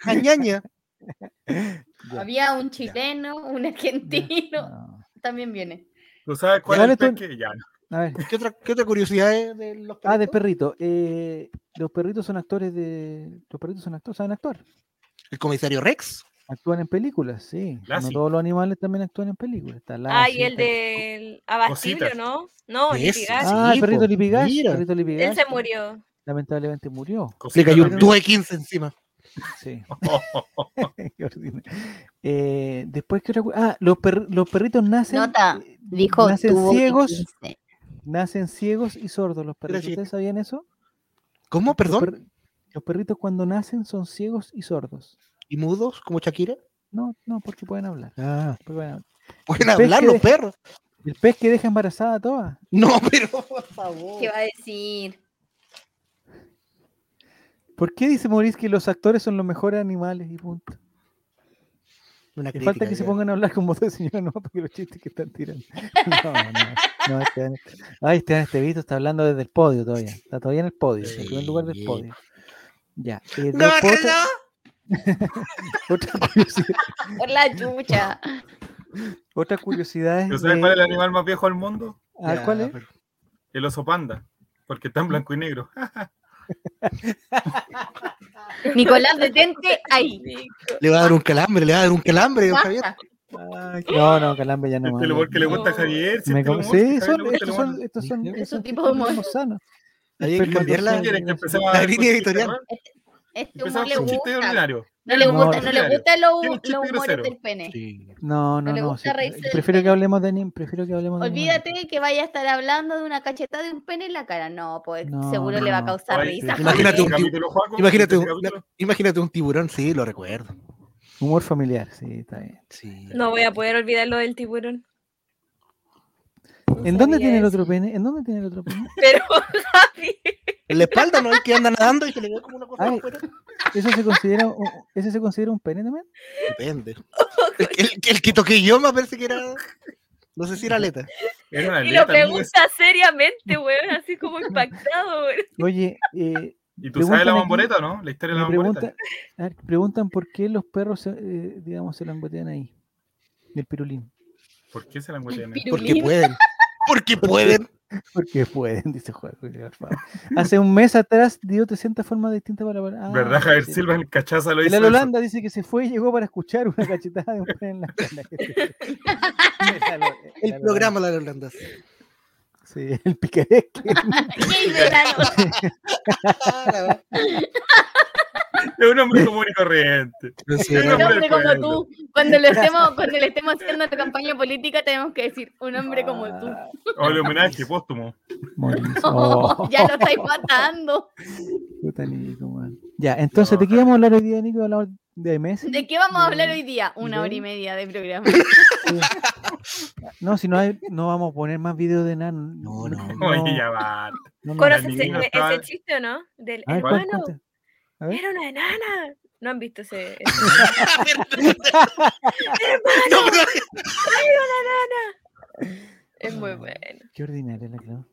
S3: Ñaña.
S1: Ya,
S4: Había un chileno, un argentino,
S1: no.
S4: también viene.
S2: ¿Tú sabes cuál
S1: Dale
S2: es el
S1: tú-
S2: pez que- Ya, no.
S1: A ver.
S3: ¿Qué otra, ¿Qué otra curiosidad es de los
S1: Ah, del perrito.
S3: perritos?
S1: eh, los perritos son actores de. Los perritos son actores, saben actuar.
S3: El comisario Rex.
S1: Actúan en películas, sí. No
S2: Lassie.
S1: todos los animales también actúan en películas. Está
S5: Ah,
S1: Lassie,
S5: y el
S1: está-
S5: del Abastible,
S2: Cositas.
S5: ¿no? No,
S3: Eso.
S5: Litigash.
S1: Ah, el
S3: sí,
S1: perrito
S3: po,
S1: Lipigash.
S3: mira.
S1: perrito Lipigash,
S5: Él se murió.
S1: Lamentablemente murió.
S3: Le
S2: Cosita
S3: cayó un
S2: también.
S3: 2 de 15 encima.
S1: Sí.
S2: Oh, oh, oh.
S1: qué ordinario. Eh, después, ¿qué otra cu- Ah, los, perri- los perritos nacen.
S4: Nota,
S1: eh,
S4: dijo.
S1: Nacen
S4: tuvo
S1: ciegos.
S4: 15.
S1: Nacen ciegos y sordos los perritos.
S3: Gracias.
S1: ¿Ustedes sabían eso?
S3: ¿Cómo?
S1: Los,
S3: ¿Perdón?
S1: per- los perritos cuando nacen son ciegos y sordos.
S3: ¿Y mudos? ¿Como Shakira?
S1: No, no, porque pueden hablar.
S3: Ah.
S1: porque pueden hablar.
S3: Pueden
S1: El pez
S3: hablar
S1: Pues que
S3: los
S1: deja-
S3: perros.
S1: El pez que deja embarazada a todas.
S3: No, pero por favor.
S4: ¿Qué va a decir?
S1: ¿Por qué dice Maurice que los actores son los mejores animales y punto?
S3: Una
S1: Y falta que se
S3: ya.
S1: pongan a hablar con voz de señora no porque los chistes que están tirando. No, no, no, Esteban, ay, este Esteban Estevito está hablando desde el podio todavía. Está todavía en el podio, en el primer lugar del
S3: Sí.
S1: podio. Ya. eh,
S3: No,
S1: después otra-
S3: no.
S1: otra curiosidad-
S4: Por la chucha.
S1: Otra curiosidad
S2: ¿Tú
S1: es.
S2: sabes
S1: de-
S2: cuál es el animal más viejo del mundo?
S1: a ver,
S3: Ya,
S1: ¿Cuál es?
S3: pero-
S2: El oso panda. Porque está en blanco y negro.
S4: Nicolás, detente ahí.
S3: Le va a dar un calambre, le va a dar un calambre, don Javier.
S4: Basta.
S1: No, no, Calambe ya no.
S2: Este es lo
S1: vale.
S2: porque le gusta a
S5: No.
S2: Javier. si
S1: Me
S2: este lo
S1: com- Sí,
S2: muestra,
S1: son,
S2: Javier le gusta,
S1: estos
S2: lo
S1: son,
S2: muestra.
S1: estos son,
S3: Ese
S1: estos
S4: tipo
S1: tipos
S4: de humor.
S1: sanos.
S3: Hay que
S1: Enfermo,
S3: cambiar
S2: ¿Qué
S3: la,
S1: entonces,
S2: quieres que empecemos
S3: la
S2: a
S3: línea
S2: discutir,
S3: editorial.
S2: no?
S4: Este humor
S2: Empezamos
S4: le
S2: con chistes
S4: gusta.
S2: ordinarios.
S4: No le
S1: No,
S4: gusta, no le
S2: ordinario.
S4: gusta los
S2: Tiene un chiste
S4: los humores
S2: grosero.
S4: del pene.
S1: No, no,
S4: le
S1: no.
S4: gusta
S1: sí,
S4: reírse del
S1: prefiero que
S4: pene.
S1: hablemos de anime. Prefiero que hablemos de anime.
S4: Olvídate que vaya a estar hablando de una cachetada de un pene en la cara. No, pues
S1: No,
S4: seguro le va a
S1: no.
S4: causar
S2: Ay,
S4: risa.
S2: sí.
S3: Imagínate un-
S2: Capítulo, Joaco,
S3: Imagínate un,
S2: capítulo.
S3: imagínate un tiburón, sí, lo recuerdo.
S1: Humor familiar, sí, está bien.
S3: Sí.
S5: No voy a poder olvidar lo del tiburón. No
S1: ¿En dónde
S5: sabía
S1: tiene el
S5: eso.
S1: otro pene? ¿En dónde tiene el otro pene?
S5: Pero, Javi,
S3: En la espalda no hay que anda nadando y que le veo como una cosa
S1: Ay.
S3: afuera.
S1: ¿Eso se considera un, ¿ese se considera un pene también?
S3: Depende. El, que- el que- el que toqué yo me parece que era. No sé si era aleta.
S2: Era una
S5: y
S2: letra,
S5: lo
S2: amigo, es-
S5: pregunta seriamente, weón, así como impactado, weón.
S1: Oye, eh,
S2: ¿Y tú sabes la
S1: preguntan aquí-
S2: bamboleta, no? La historia de la
S1: me
S2: bamboleta.
S1: preguntan, a ver, preguntan por qué los perros, se, eh, digamos, se langotean ahí. Del pirulín.
S2: ¿Por qué se la encuentran?
S3: Porque pueden. Porque pueden.
S1: Porque pueden, dice Juan. Hace un mes atrás dio 300 formas distintas para... para- ah,
S2: ¿Verdad, Javier
S1: sí.
S2: Silva? El cachaza lo
S1: El
S2: hizo.
S1: Lalo
S2: eso.
S1: Holanda dice que se fue y llegó para escuchar una cachetada de un pene en la cara. El Lalo-
S3: El
S1: Lalo
S3: programa la holandesa.
S1: Holanda. Sí, el picaresque.
S4: Yay, verano.
S3: Ah,
S2: Es un hombre común y corriente.
S4: Un
S2: Hombre
S4: hombre como
S2: fuerte.
S4: tú, cuando le estemos, cuando le estemos haciendo la campaña política, tenemos que decir un hombre como tú.
S1: Ah,
S2: O el homenaje póstumo.
S1: Mauricio. Oh,
S4: ya lo estáis matando.
S1: puta, Nico, man. Ya, entonces,
S2: No.
S1: ¿de qué íbamos a hablar hoy día, Nico? Hablamos de Messi.
S4: ¿De qué vamos a hablar
S1: Bien,
S4: hoy día? Una hora y
S1: bien.
S4: media de programa.
S1: No, si no hay, no vamos a poner más videos de nada. No,
S3: no.
S2: Oye, ya va.
S1: no, no.
S5: ¿Conoces
S2: el
S5: ese,
S2: niño
S5: ese
S2: estaba-
S5: chiste o no? Del
S1: A ver,
S2: ¿cuál?
S1: cuenta,
S5: hermano,
S1: cuenta.
S5: era una enana. No han visto ese. ese- Es muy
S1: Ah.
S5: bueno.
S1: Qué ordinaria la Clau.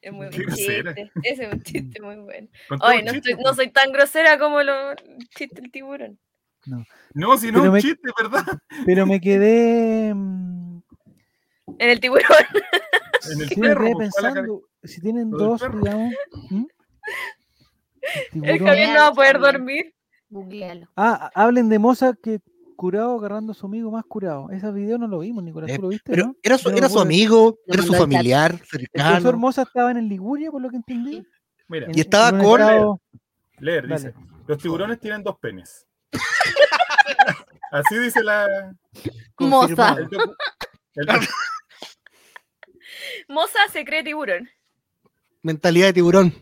S5: Es muy
S2: Qué
S5: buen
S2: grosera.
S5: chiste. Ese es un chiste muy bueno.
S2: Contaba
S5: Oye,
S2: un
S5: no,
S2: chiste, pues.
S5: estoy- no soy tan grosera como lo chiste el tiburón.
S2: No, si no,
S1: Pero
S2: un
S1: me-
S2: chiste, ¿verdad?
S1: Pero me quedé. mm,
S5: En el tiburón.
S2: En el
S1: sí, me
S2: perro.
S1: quedé
S2: pues, ¿cuál es la-
S1: pensando. Si tienen
S2: lo del
S1: dos,
S2: perro.
S1: digamos. ¿m?
S5: El
S1: Tiburón.
S5: Javier no va a poder
S4: También.
S5: dormir.
S4: Googlealo.
S1: Ah, hablen de Moza que curado agarrando a su amigo más curado. Ese video no lo vimos, Nicolás.
S3: Eh,
S1: ¿Tú lo viste?
S3: Pero
S1: no?
S3: era su,
S1: Yo no
S3: era
S1: me
S3: su
S1: acuerdo.
S3: amigo,
S4: Lo
S3: era su
S4: mandó al chat.
S3: familiar,
S1: El profesor
S3: cercano.
S1: Moza estaba en Liguria, por lo que entendí.
S2: Mira,
S1: en-
S3: Y estaba
S1: en un
S3: con-
S1: estado-
S2: leer, dice.
S1: Dale.
S2: Los tiburones tienen dos penes. Así dice la.
S4: Moza.
S2: el docu- el docu-
S5: Moza se cree tiburón.
S3: Mentalidad de tiburón.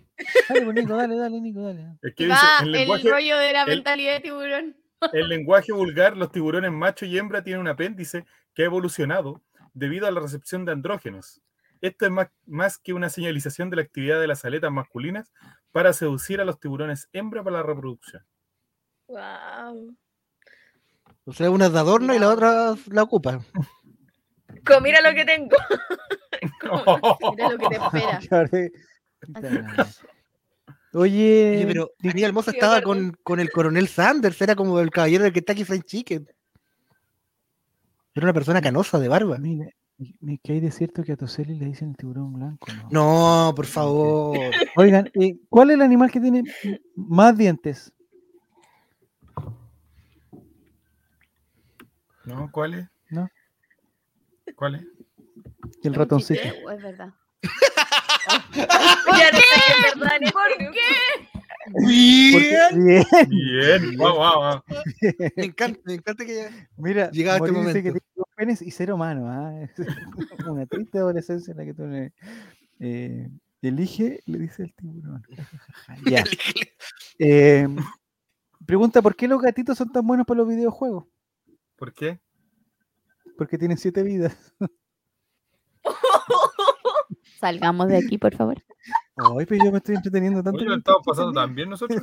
S1: Dale, pues, Nico, dale, dale, Nico, dale.
S2: es que dice,
S4: Va
S2: el
S4: el,
S2: lenguaje,
S4: rollo de la
S2: el-
S4: mentalidad de tiburón.
S2: En lenguaje vulgar, los tiburones macho y hembra tienen un apéndice que ha evolucionado debido a la recepción de andrógenos. Esto es más, más que una señalización de la actividad de las aletas masculinas para seducir a los tiburones hembra para la reproducción.
S5: Wow.
S3: O sea, una es de adorno y la otra la ocupa.
S5: Mira lo que tengo. Como-
S4: Mira lo que te espera.
S1: Ya, re- Oye,
S7: Eh,
S3: Oye, pero
S1: Nic-
S3: Daniel Moza
S5: Sí,
S3: estaba
S5: es verdad.
S3: con, con el coronel Sanders, era como el caballero del Kentucky Fried Chicken. Era una persona canosa de barba.
S1: mira, ni que hay de cierto que a Toseli le dicen el tiburón blanco. ¿no?
S3: No, por favor.
S1: Oigan, eh, ¿cuál es el animal que tiene m- más dientes?
S2: ¿No? ¿Cuál es?
S1: No.
S2: ¿Cuál es?
S1: El
S4: Es un chiste,
S1: ratoncito.
S4: o Es verdad.
S5: Ya no sé si es verdad, ni
S4: ¿Por
S5: esto, ni-
S1: Porque-
S3: Bien.
S1: Bien.
S2: Bien, guau, guau, guau.
S3: Me encanta, me encanta que ya.
S1: Mira,
S3: Llegaba este
S1: Mauricio dice que
S3: momento.
S1: tiene dos penes y cero manos. ¿ah? Es Una triste adolescencia en la que tú eh, elige, le dice el tiburón. ya. Eh, pregunta, ¿por qué los gatitos son tan buenos para los videojuegos?
S2: ¿Por qué?
S1: Porque tienen siete vidas.
S4: Salgamos de aquí, por favor.
S1: Ay, pero yo me estoy entreteniendo tanto.
S2: Oye,
S1: con
S2: lo estamos
S1: esta
S2: pasando
S1: mierda.
S2: tan bien nosotros.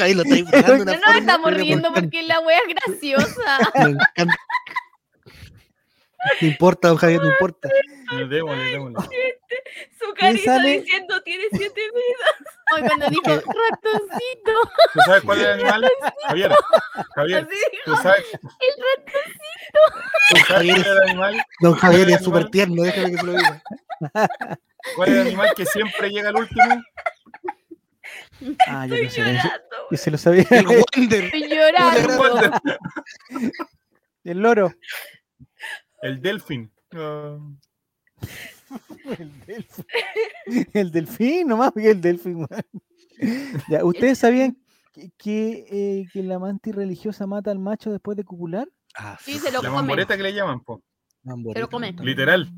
S3: Ahí lo estáis buscando de
S1: No
S4: No
S3: una
S4: nos
S3: forma,
S4: estamos
S3: pero me
S4: riendo
S3: encanta,
S4: porque la wea es graciosa.
S3: Me encanta. No importa, don Javier, no importa.
S2: Démosle, démosle.
S5: Su carita
S1: sale?
S5: diciendo tiene siete vidas.
S4: Ay, cuando dijo ratoncito,
S2: ¿Tú sabes cuál es el animal? Javier, Javier,
S4: así
S2: ¿tú sabes? ¿Tú sabes cuál es el animal?
S3: Don Javier es súper tierno, déjame que se lo diga.
S2: ¿Cuál es el animal que siempre llega al último?
S1: Ah, yo no
S5: Estoy
S1: sé. eso-
S5: llorando.
S1: Yo se lo sabía.
S3: El Wonder.
S4: estoy
S2: El
S4: llorando.
S2: Wonder,
S1: El loro.
S2: El delfín. Ah.
S1: El delfín. El delfín, nomás, porque el delfín. weón. Ya, ¿Ustedes sabían que, que, eh, que la mantis religiosa mata al macho después de copular?
S3: Ah,
S7: Sí, se lo
S2: La
S7: come.
S2: mamboreta que le llaman, po.
S7: Se lo come.
S2: Literal.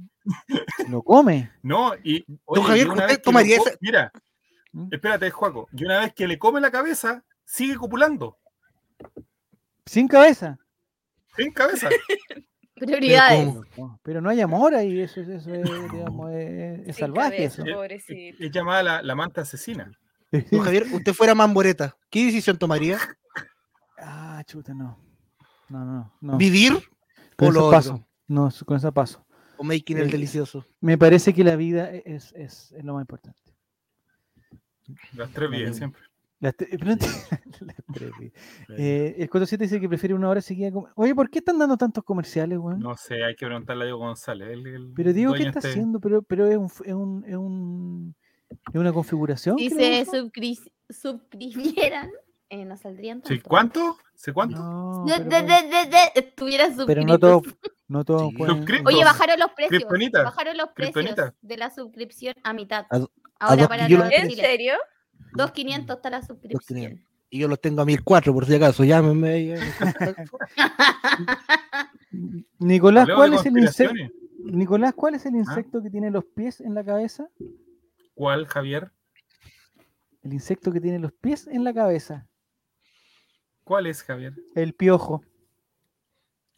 S1: Se lo come.
S2: No, y. oye,
S3: Javier,
S2: yo
S3: ¿usted
S2: que
S3: tomaría
S2: le co-
S3: esa-
S2: Mira,
S1: ¿Mm?
S2: espérate, Juaco. Y una vez que le come la cabeza, sigue copulando.
S1: Sin cabeza.
S2: Sin cabeza.
S4: Prioridades.
S3: Pero
S1: No, Pero no hay amor ahí, eso, es- eso es, digamos, es, es
S5: Sin
S1: salvaje
S5: cabeza,
S1: eso.
S5: Pobrecito.
S2: es llamada la, la manta asesina.
S3: Don Javier, usted fuera mamboreta, ¿qué decisión tomaría?
S1: Ah, chuta, no. No, no, no.
S3: ¿Vivir
S1: Con
S3: o
S1: esa
S3: lo
S1: paso.
S3: otro?
S1: No, con esa paso.
S3: ¿O making el delicioso?
S1: Me parece que la vida e-, es, es, es lo más importante.
S2: Las tres bien,
S1: Amigo.
S2: siempre.
S1: Las te- pero no te- las tres vidas. Eh, el 47 dice que prefiere una hora seguida. com- Oye, ¿por qué están dando tantos comerciales, weón?
S2: No sé, hay que preguntarle a Diego González. él- él-
S1: Pero digo, ¿qué
S2: dueño
S1: está
S2: este-
S1: haciendo? Pero, pero es, un, es, un, es, un- es una configuración. que le
S4: Dice,
S1: hizo?
S4: subscri- suscribieran, eh, no saldrían
S2: Sí,
S4: tanto.
S2: ¿Cuánto? ¿Sí, cuánto?
S1: No,
S4: De-
S1: pero,
S4: de-
S1: bueno,
S4: de- de- de- estuvieran
S1: pero no
S4: suscritos.
S1: todos. No todos
S3: Sí.
S1: pueden-
S2: Suscriptos.
S4: Oye, bajaron los precios.
S2: Kriptonita,
S4: Bajaron los precios
S2: kriptonita.
S4: de la suscripción a mitad.
S3: A do-
S4: Ahora
S3: dos-
S4: para
S3: yo lo-
S4: los
S5: ¿En
S4: chilenos.
S5: serio?
S4: 2.500 está la suscripción.
S3: 2.500. Y yo los tengo a 1004 por si acaso, llámenme. ahí, eh.
S1: Nicolás,
S2: Hablemos
S1: ¿cuál
S2: de ¿Ah?
S1: es el insecto?
S2: conspiraciones.
S1: Nicolás, ¿cuál es el insecto que tiene los pies en la cabeza?
S2: ¿Cuál, Javier?
S1: El insecto que tiene los pies en la cabeza.
S2: ¿Cuál es, Javier?
S1: El piojo.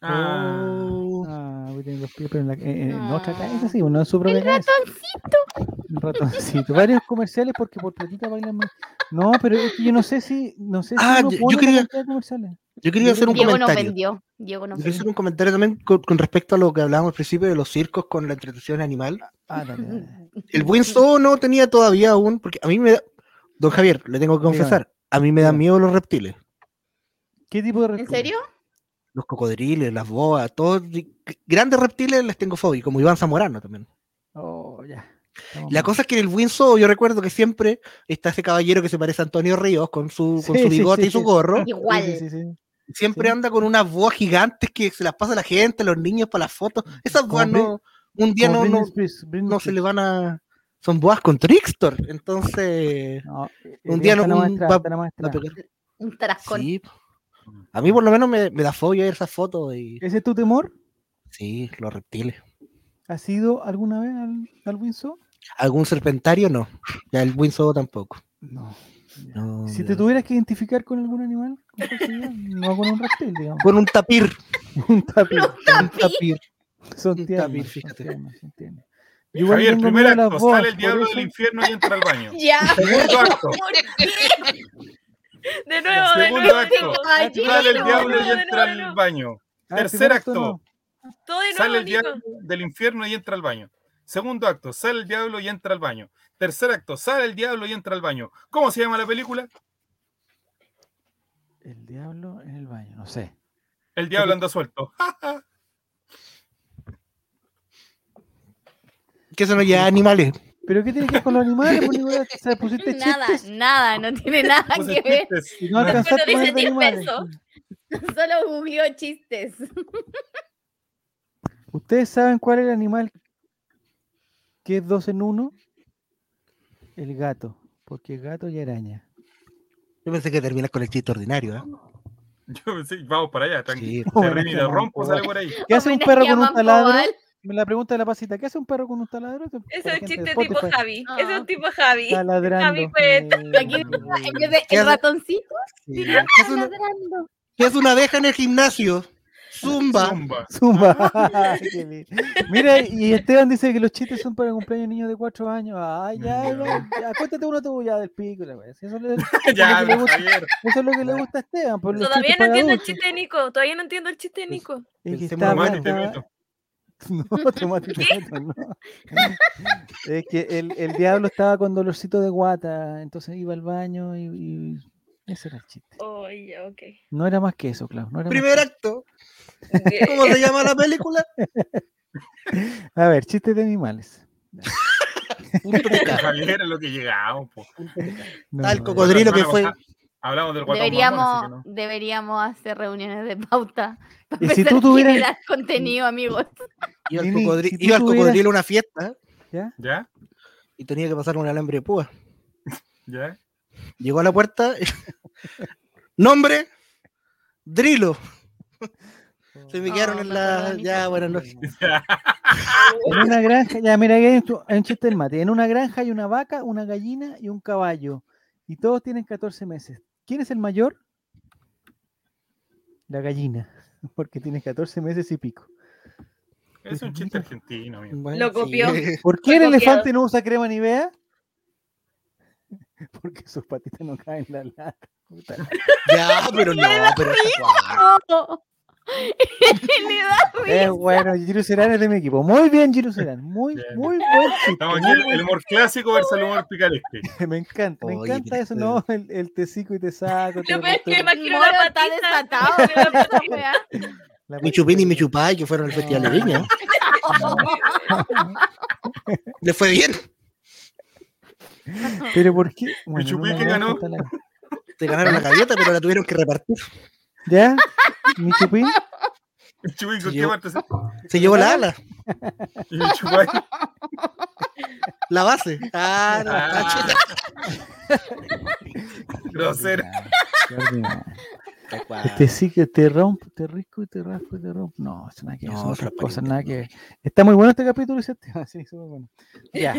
S2: Ah,
S1: Ah, pues tiene los pies, pero en, la, eh, en otra
S4: No.
S1: cabeza sí, no en su propia cabeza. Un ratoncito. Varios comerciales porque por platita bailan más. No, pero es que yo no sé si. No sé si
S3: Ah,
S1: uno
S3: yo- yo
S1: pone la
S3: quería-
S1: cantidad de comerciales.
S3: Yo quería hacer un
S4: Diego nos
S3: comentario.
S4: vendió. Diego nos
S3: Yo quiero hacer
S4: vendió.
S3: un comentario también con, con respecto a lo que hablábamos al principio de los circos con la entretención animal.
S1: Ah, dale, dale.
S3: El buen zoo no tenía todavía aún, porque a mí me da, don Javier, le tengo que
S1: Dígame.
S3: confesar, a mí me dan
S1: Dígame.
S3: miedo los reptiles,
S1: ¿Qué tipo de
S4: ¿En
S1: reptiles?
S4: serio?
S3: los cocodriles, las boas, todos grandes reptiles les tengo fobia, como Iván Zamorano también.
S1: Oh, ya. Estamos
S3: La
S1: mal.
S3: cosa es que en el buen zoo yo recuerdo que siempre está ese caballero que se parece a Antonio Ríos con su, con
S1: Sí, sí,
S3: su bigote
S1: sí,
S3: y su
S1: sí.
S3: gorro.
S1: Sí,
S4: Igual.
S1: sí, sí, sí.
S3: Siempre
S1: Sí.
S3: anda con unas boas gigantes que se las pasa a la gente, a los niños para las fotos. Esas
S1: Como
S3: boas
S1: Britney-
S3: no, un día
S1: Como
S3: no,
S1: Britney
S3: no,
S1: Spears, Britney
S3: no se le
S1: Spears.
S3: van a. Son boas con Trickster. Entonces,
S1: No,
S3: un
S1: eh,
S3: día
S1: está
S3: no-
S1: la
S3: un-
S1: maestra,
S3: va-
S1: está la
S3: va
S1: maestra.
S3: a pegar.
S4: Un trascón.
S3: Sí. A mí por lo menos me, me da fobia ver esas fotos y.
S1: ¿Ese es tu temor?
S3: Sí, los reptiles.
S1: ¿Has ido alguna vez al, al Windsor?
S3: ¿Algún serpentario? No. Ya el Winslow tampoco.
S1: No.
S3: No,
S1: Si te
S3: ya.
S1: tuvieras que identificar con algún animal, ¿con cuál sería? no con un reptil, digamos.
S3: Con un tapir.
S1: Un tapir.
S3: Un tapir.
S1: Son
S3: Un
S1: tiernos.
S3: tapir,
S1: son
S3: fíjate.
S1: tiernos, son tiernos. Yo igual
S2: Javier,
S1: tengo
S2: primer
S1: miedo a las
S2: acto.
S1: boas,
S2: Sale el
S1: por
S2: diablo
S1: eso-
S2: del infierno y entra al baño.
S5: Ya.
S2: Segundo acto.
S5: ¿Por qué? De nuevo, de
S2: Segundo
S5: nuevo, de
S2: acto.
S5: nuevo.
S4: Caballero.
S2: Sale el
S5: no,
S2: diablo
S5: no,
S2: y
S5: no,
S2: entra
S5: no.
S2: al baño.
S1: Ah,
S2: Tercer
S1: primer
S2: acto.
S1: no.
S5: Todo de nuevo,
S2: Sale el
S5: Nico.
S2: diablo del infierno y entra al baño. Segundo acto, sale el diablo y entra al baño. Tercer acto, sale el diablo y entra al baño. ¿Cómo se llama la película?
S1: El diablo en el baño, no sé.
S2: El diablo anda suelto.
S3: Que eso no
S1: pues.
S3: lleva animales.
S1: ¿Pero qué tiene que ver con los animales? pues, Nicolás? O sea, pusiste
S4: Nada,
S1: chistes
S4: nada, no tiene nada
S2: Puse
S4: que ver.
S2: chistes.
S1: y no
S2: Nada.
S1: alcanzaste a
S5: Cuando
S1: poner
S5: dice
S1: de
S5: 10
S1: animales.
S5: pesos.
S4: Solo googleó chistes.
S1: ¿Ustedes saben cuál es el animal que es dos en uno? El gato, porque gato y araña.
S3: Yo pensé que terminas con el chiste ordinario. ¿eh?
S2: Yo pensé, vamos para allá, tranquilo.
S3: Sí.
S1: Bueno,
S2: Termina,
S1: este man,
S2: rompo,
S1: por
S2: sale
S1: favor.
S2: por ahí.
S1: ¿Qué hace un
S4: Homenaje
S1: perro
S4: a
S1: con un
S4: Juan
S1: taladro?
S4: Cobal.
S1: La pregunta de la pasita, ¿qué hace un perro con un taladro? Esto
S5: Ese
S1: para
S5: Es un
S1: gente de
S5: chiste tipo
S1: Spotify.
S5: Javi. Ese Es
S4: Ah.
S5: un tipo Javi.
S1: Taladrando.
S5: Javi fue-
S1: Eh,
S4: Aquí en vez de
S3: ¿Qué
S4: el
S3: hace?
S4: ratoncito
S3: Sí. ¿Qué, es una,
S4: ladrando.
S3: qué es una abeja en el gimnasio? Zumba.
S2: Zumba.
S5: Ah.
S1: Zumba. Qué bien. Mira, y Esteban dice que los chistes son para cumpleaños de niños de 4 años. Ay, ya, ya, ya. Cuéntate uno tú ya del pico. la wea. Si Eso, le- eso
S2: Ya,
S1: es lo que le gusta-
S2: Javier.
S1: eso es lo que le gusta a Esteban. Por los
S5: Todavía
S1: chistes
S5: no
S1: para
S5: entiendo el
S1: adultos.
S5: chiste de Nico. Todavía no entiendo el chiste de Nico.
S1: Es que
S3: Pensemos
S1: está,
S3: nomás
S1: mal,
S2: y te
S5: este
S1: está-
S2: meto.
S1: No, te mato, te mato, no. Es que el, el diablo estaba con dolorcito de guata, entonces iba al baño y, y ese era el chiste.
S5: Oh, ya, ok.
S1: No era más que eso, Clau. No era más que
S3: Primer acto. ¿Cómo se llama la película?
S1: eso. A ver, chistes de animales.
S3: Punto de cara.
S2: Javier es lo que llegamos. po.
S1: No,
S3: Tal
S1: no,
S3: cocodrilo. Cocodrilo que
S2: Hablamos-
S3: fue.
S2: Hablamos del guatón mamón, así
S4: Deberíamos,
S2: que no.
S4: deberíamos hacer reuniones de pauta para
S1: Y si
S4: empezar
S1: tú
S4: a
S1: tuvieras-
S4: generar contenido, amigos.
S3: Iba al
S1: Nini,
S3: cocodri-
S1: si tú
S3: iba al
S1: tuvieras-
S3: cocodrilo a una fiesta
S1: ¿Ya?
S2: ¿Ya?
S3: y tenía que pasar un alambre de púa.
S2: ¿Ya?
S3: Llegó a la puerta. Nombre, Drilo. Se me
S5: Oh,
S3: quedaron en
S5: me
S3: la.
S5: acuerdo de
S3: Ya,
S5: mi
S3: Ah, buenas noches.
S1: En una granja, ya mira, aquí hay un chu- hay un chiste del mate. En una granja hay una vaca, una gallina y un caballo. Y todos tienen 14 meses. ¿Quién es el mayor? La gallina, porque tiene 14 meses y pico.
S2: Es un chiste argentino, amigo.
S3: Bueno,
S5: Lo copió.
S1: ¿Por qué el
S5: Estoy confiado.
S1: elefante no usa crema Nivea? Porque sus patitas no caen en la lata. Puta la-
S3: Ya, pero no, pero.
S4: Le da
S1: Es bueno, Giro Serán es de mi equipo. Muy bien, Giro Serán. Muy,
S2: Bien.
S1: muy buen chiste.
S2: Estamos
S1: muy
S2: aquí, el,
S1: buen
S2: el humor clásico versus el humor picaresque.
S1: chiste. Me encanta, me
S3: Oye,
S1: encanta
S3: pero
S1: eso,
S3: estoy-
S1: ¿no? El, el te cico y te saco. te
S5: Yo me,
S1: recorto-
S5: yo imagino
S4: Moro
S5: la
S4: está
S5: patita.
S4: desatado,
S1: la
S3: Mi chupín y mi
S1: patita.
S3: chupay que fueron al Festival de Viña. Le fue bien.
S1: Pero ¿por qué? Bueno,
S2: chupí
S1: no me
S2: que
S1: voy a
S2: ganó.
S1: contar la-
S3: Te ganaron la galleta, pero la tuvieron que repartir.
S1: ¿Ya? Mi chupín.
S2: Chuy, ¿con
S3: Sí,
S2: qué
S3: yo-
S2: parte se-
S3: Se llevó la ala,
S2: Y mi chupay.
S3: la base. Ah, no,
S2: Ah.
S3: cacho.
S2: Grosero.
S1: Qué ordinario.
S3: Tal cual.
S1: Este sí que te rompo, te risco y te rasco y te rompo. No, eso nada que ver.
S3: No,
S1: son
S3: eso
S1: otras
S3: es
S1: cosas,
S3: pariente,
S1: nada
S3: no.
S1: que ver. Está muy bueno este capítulo, ese tema. Sí, súper bueno. Ya.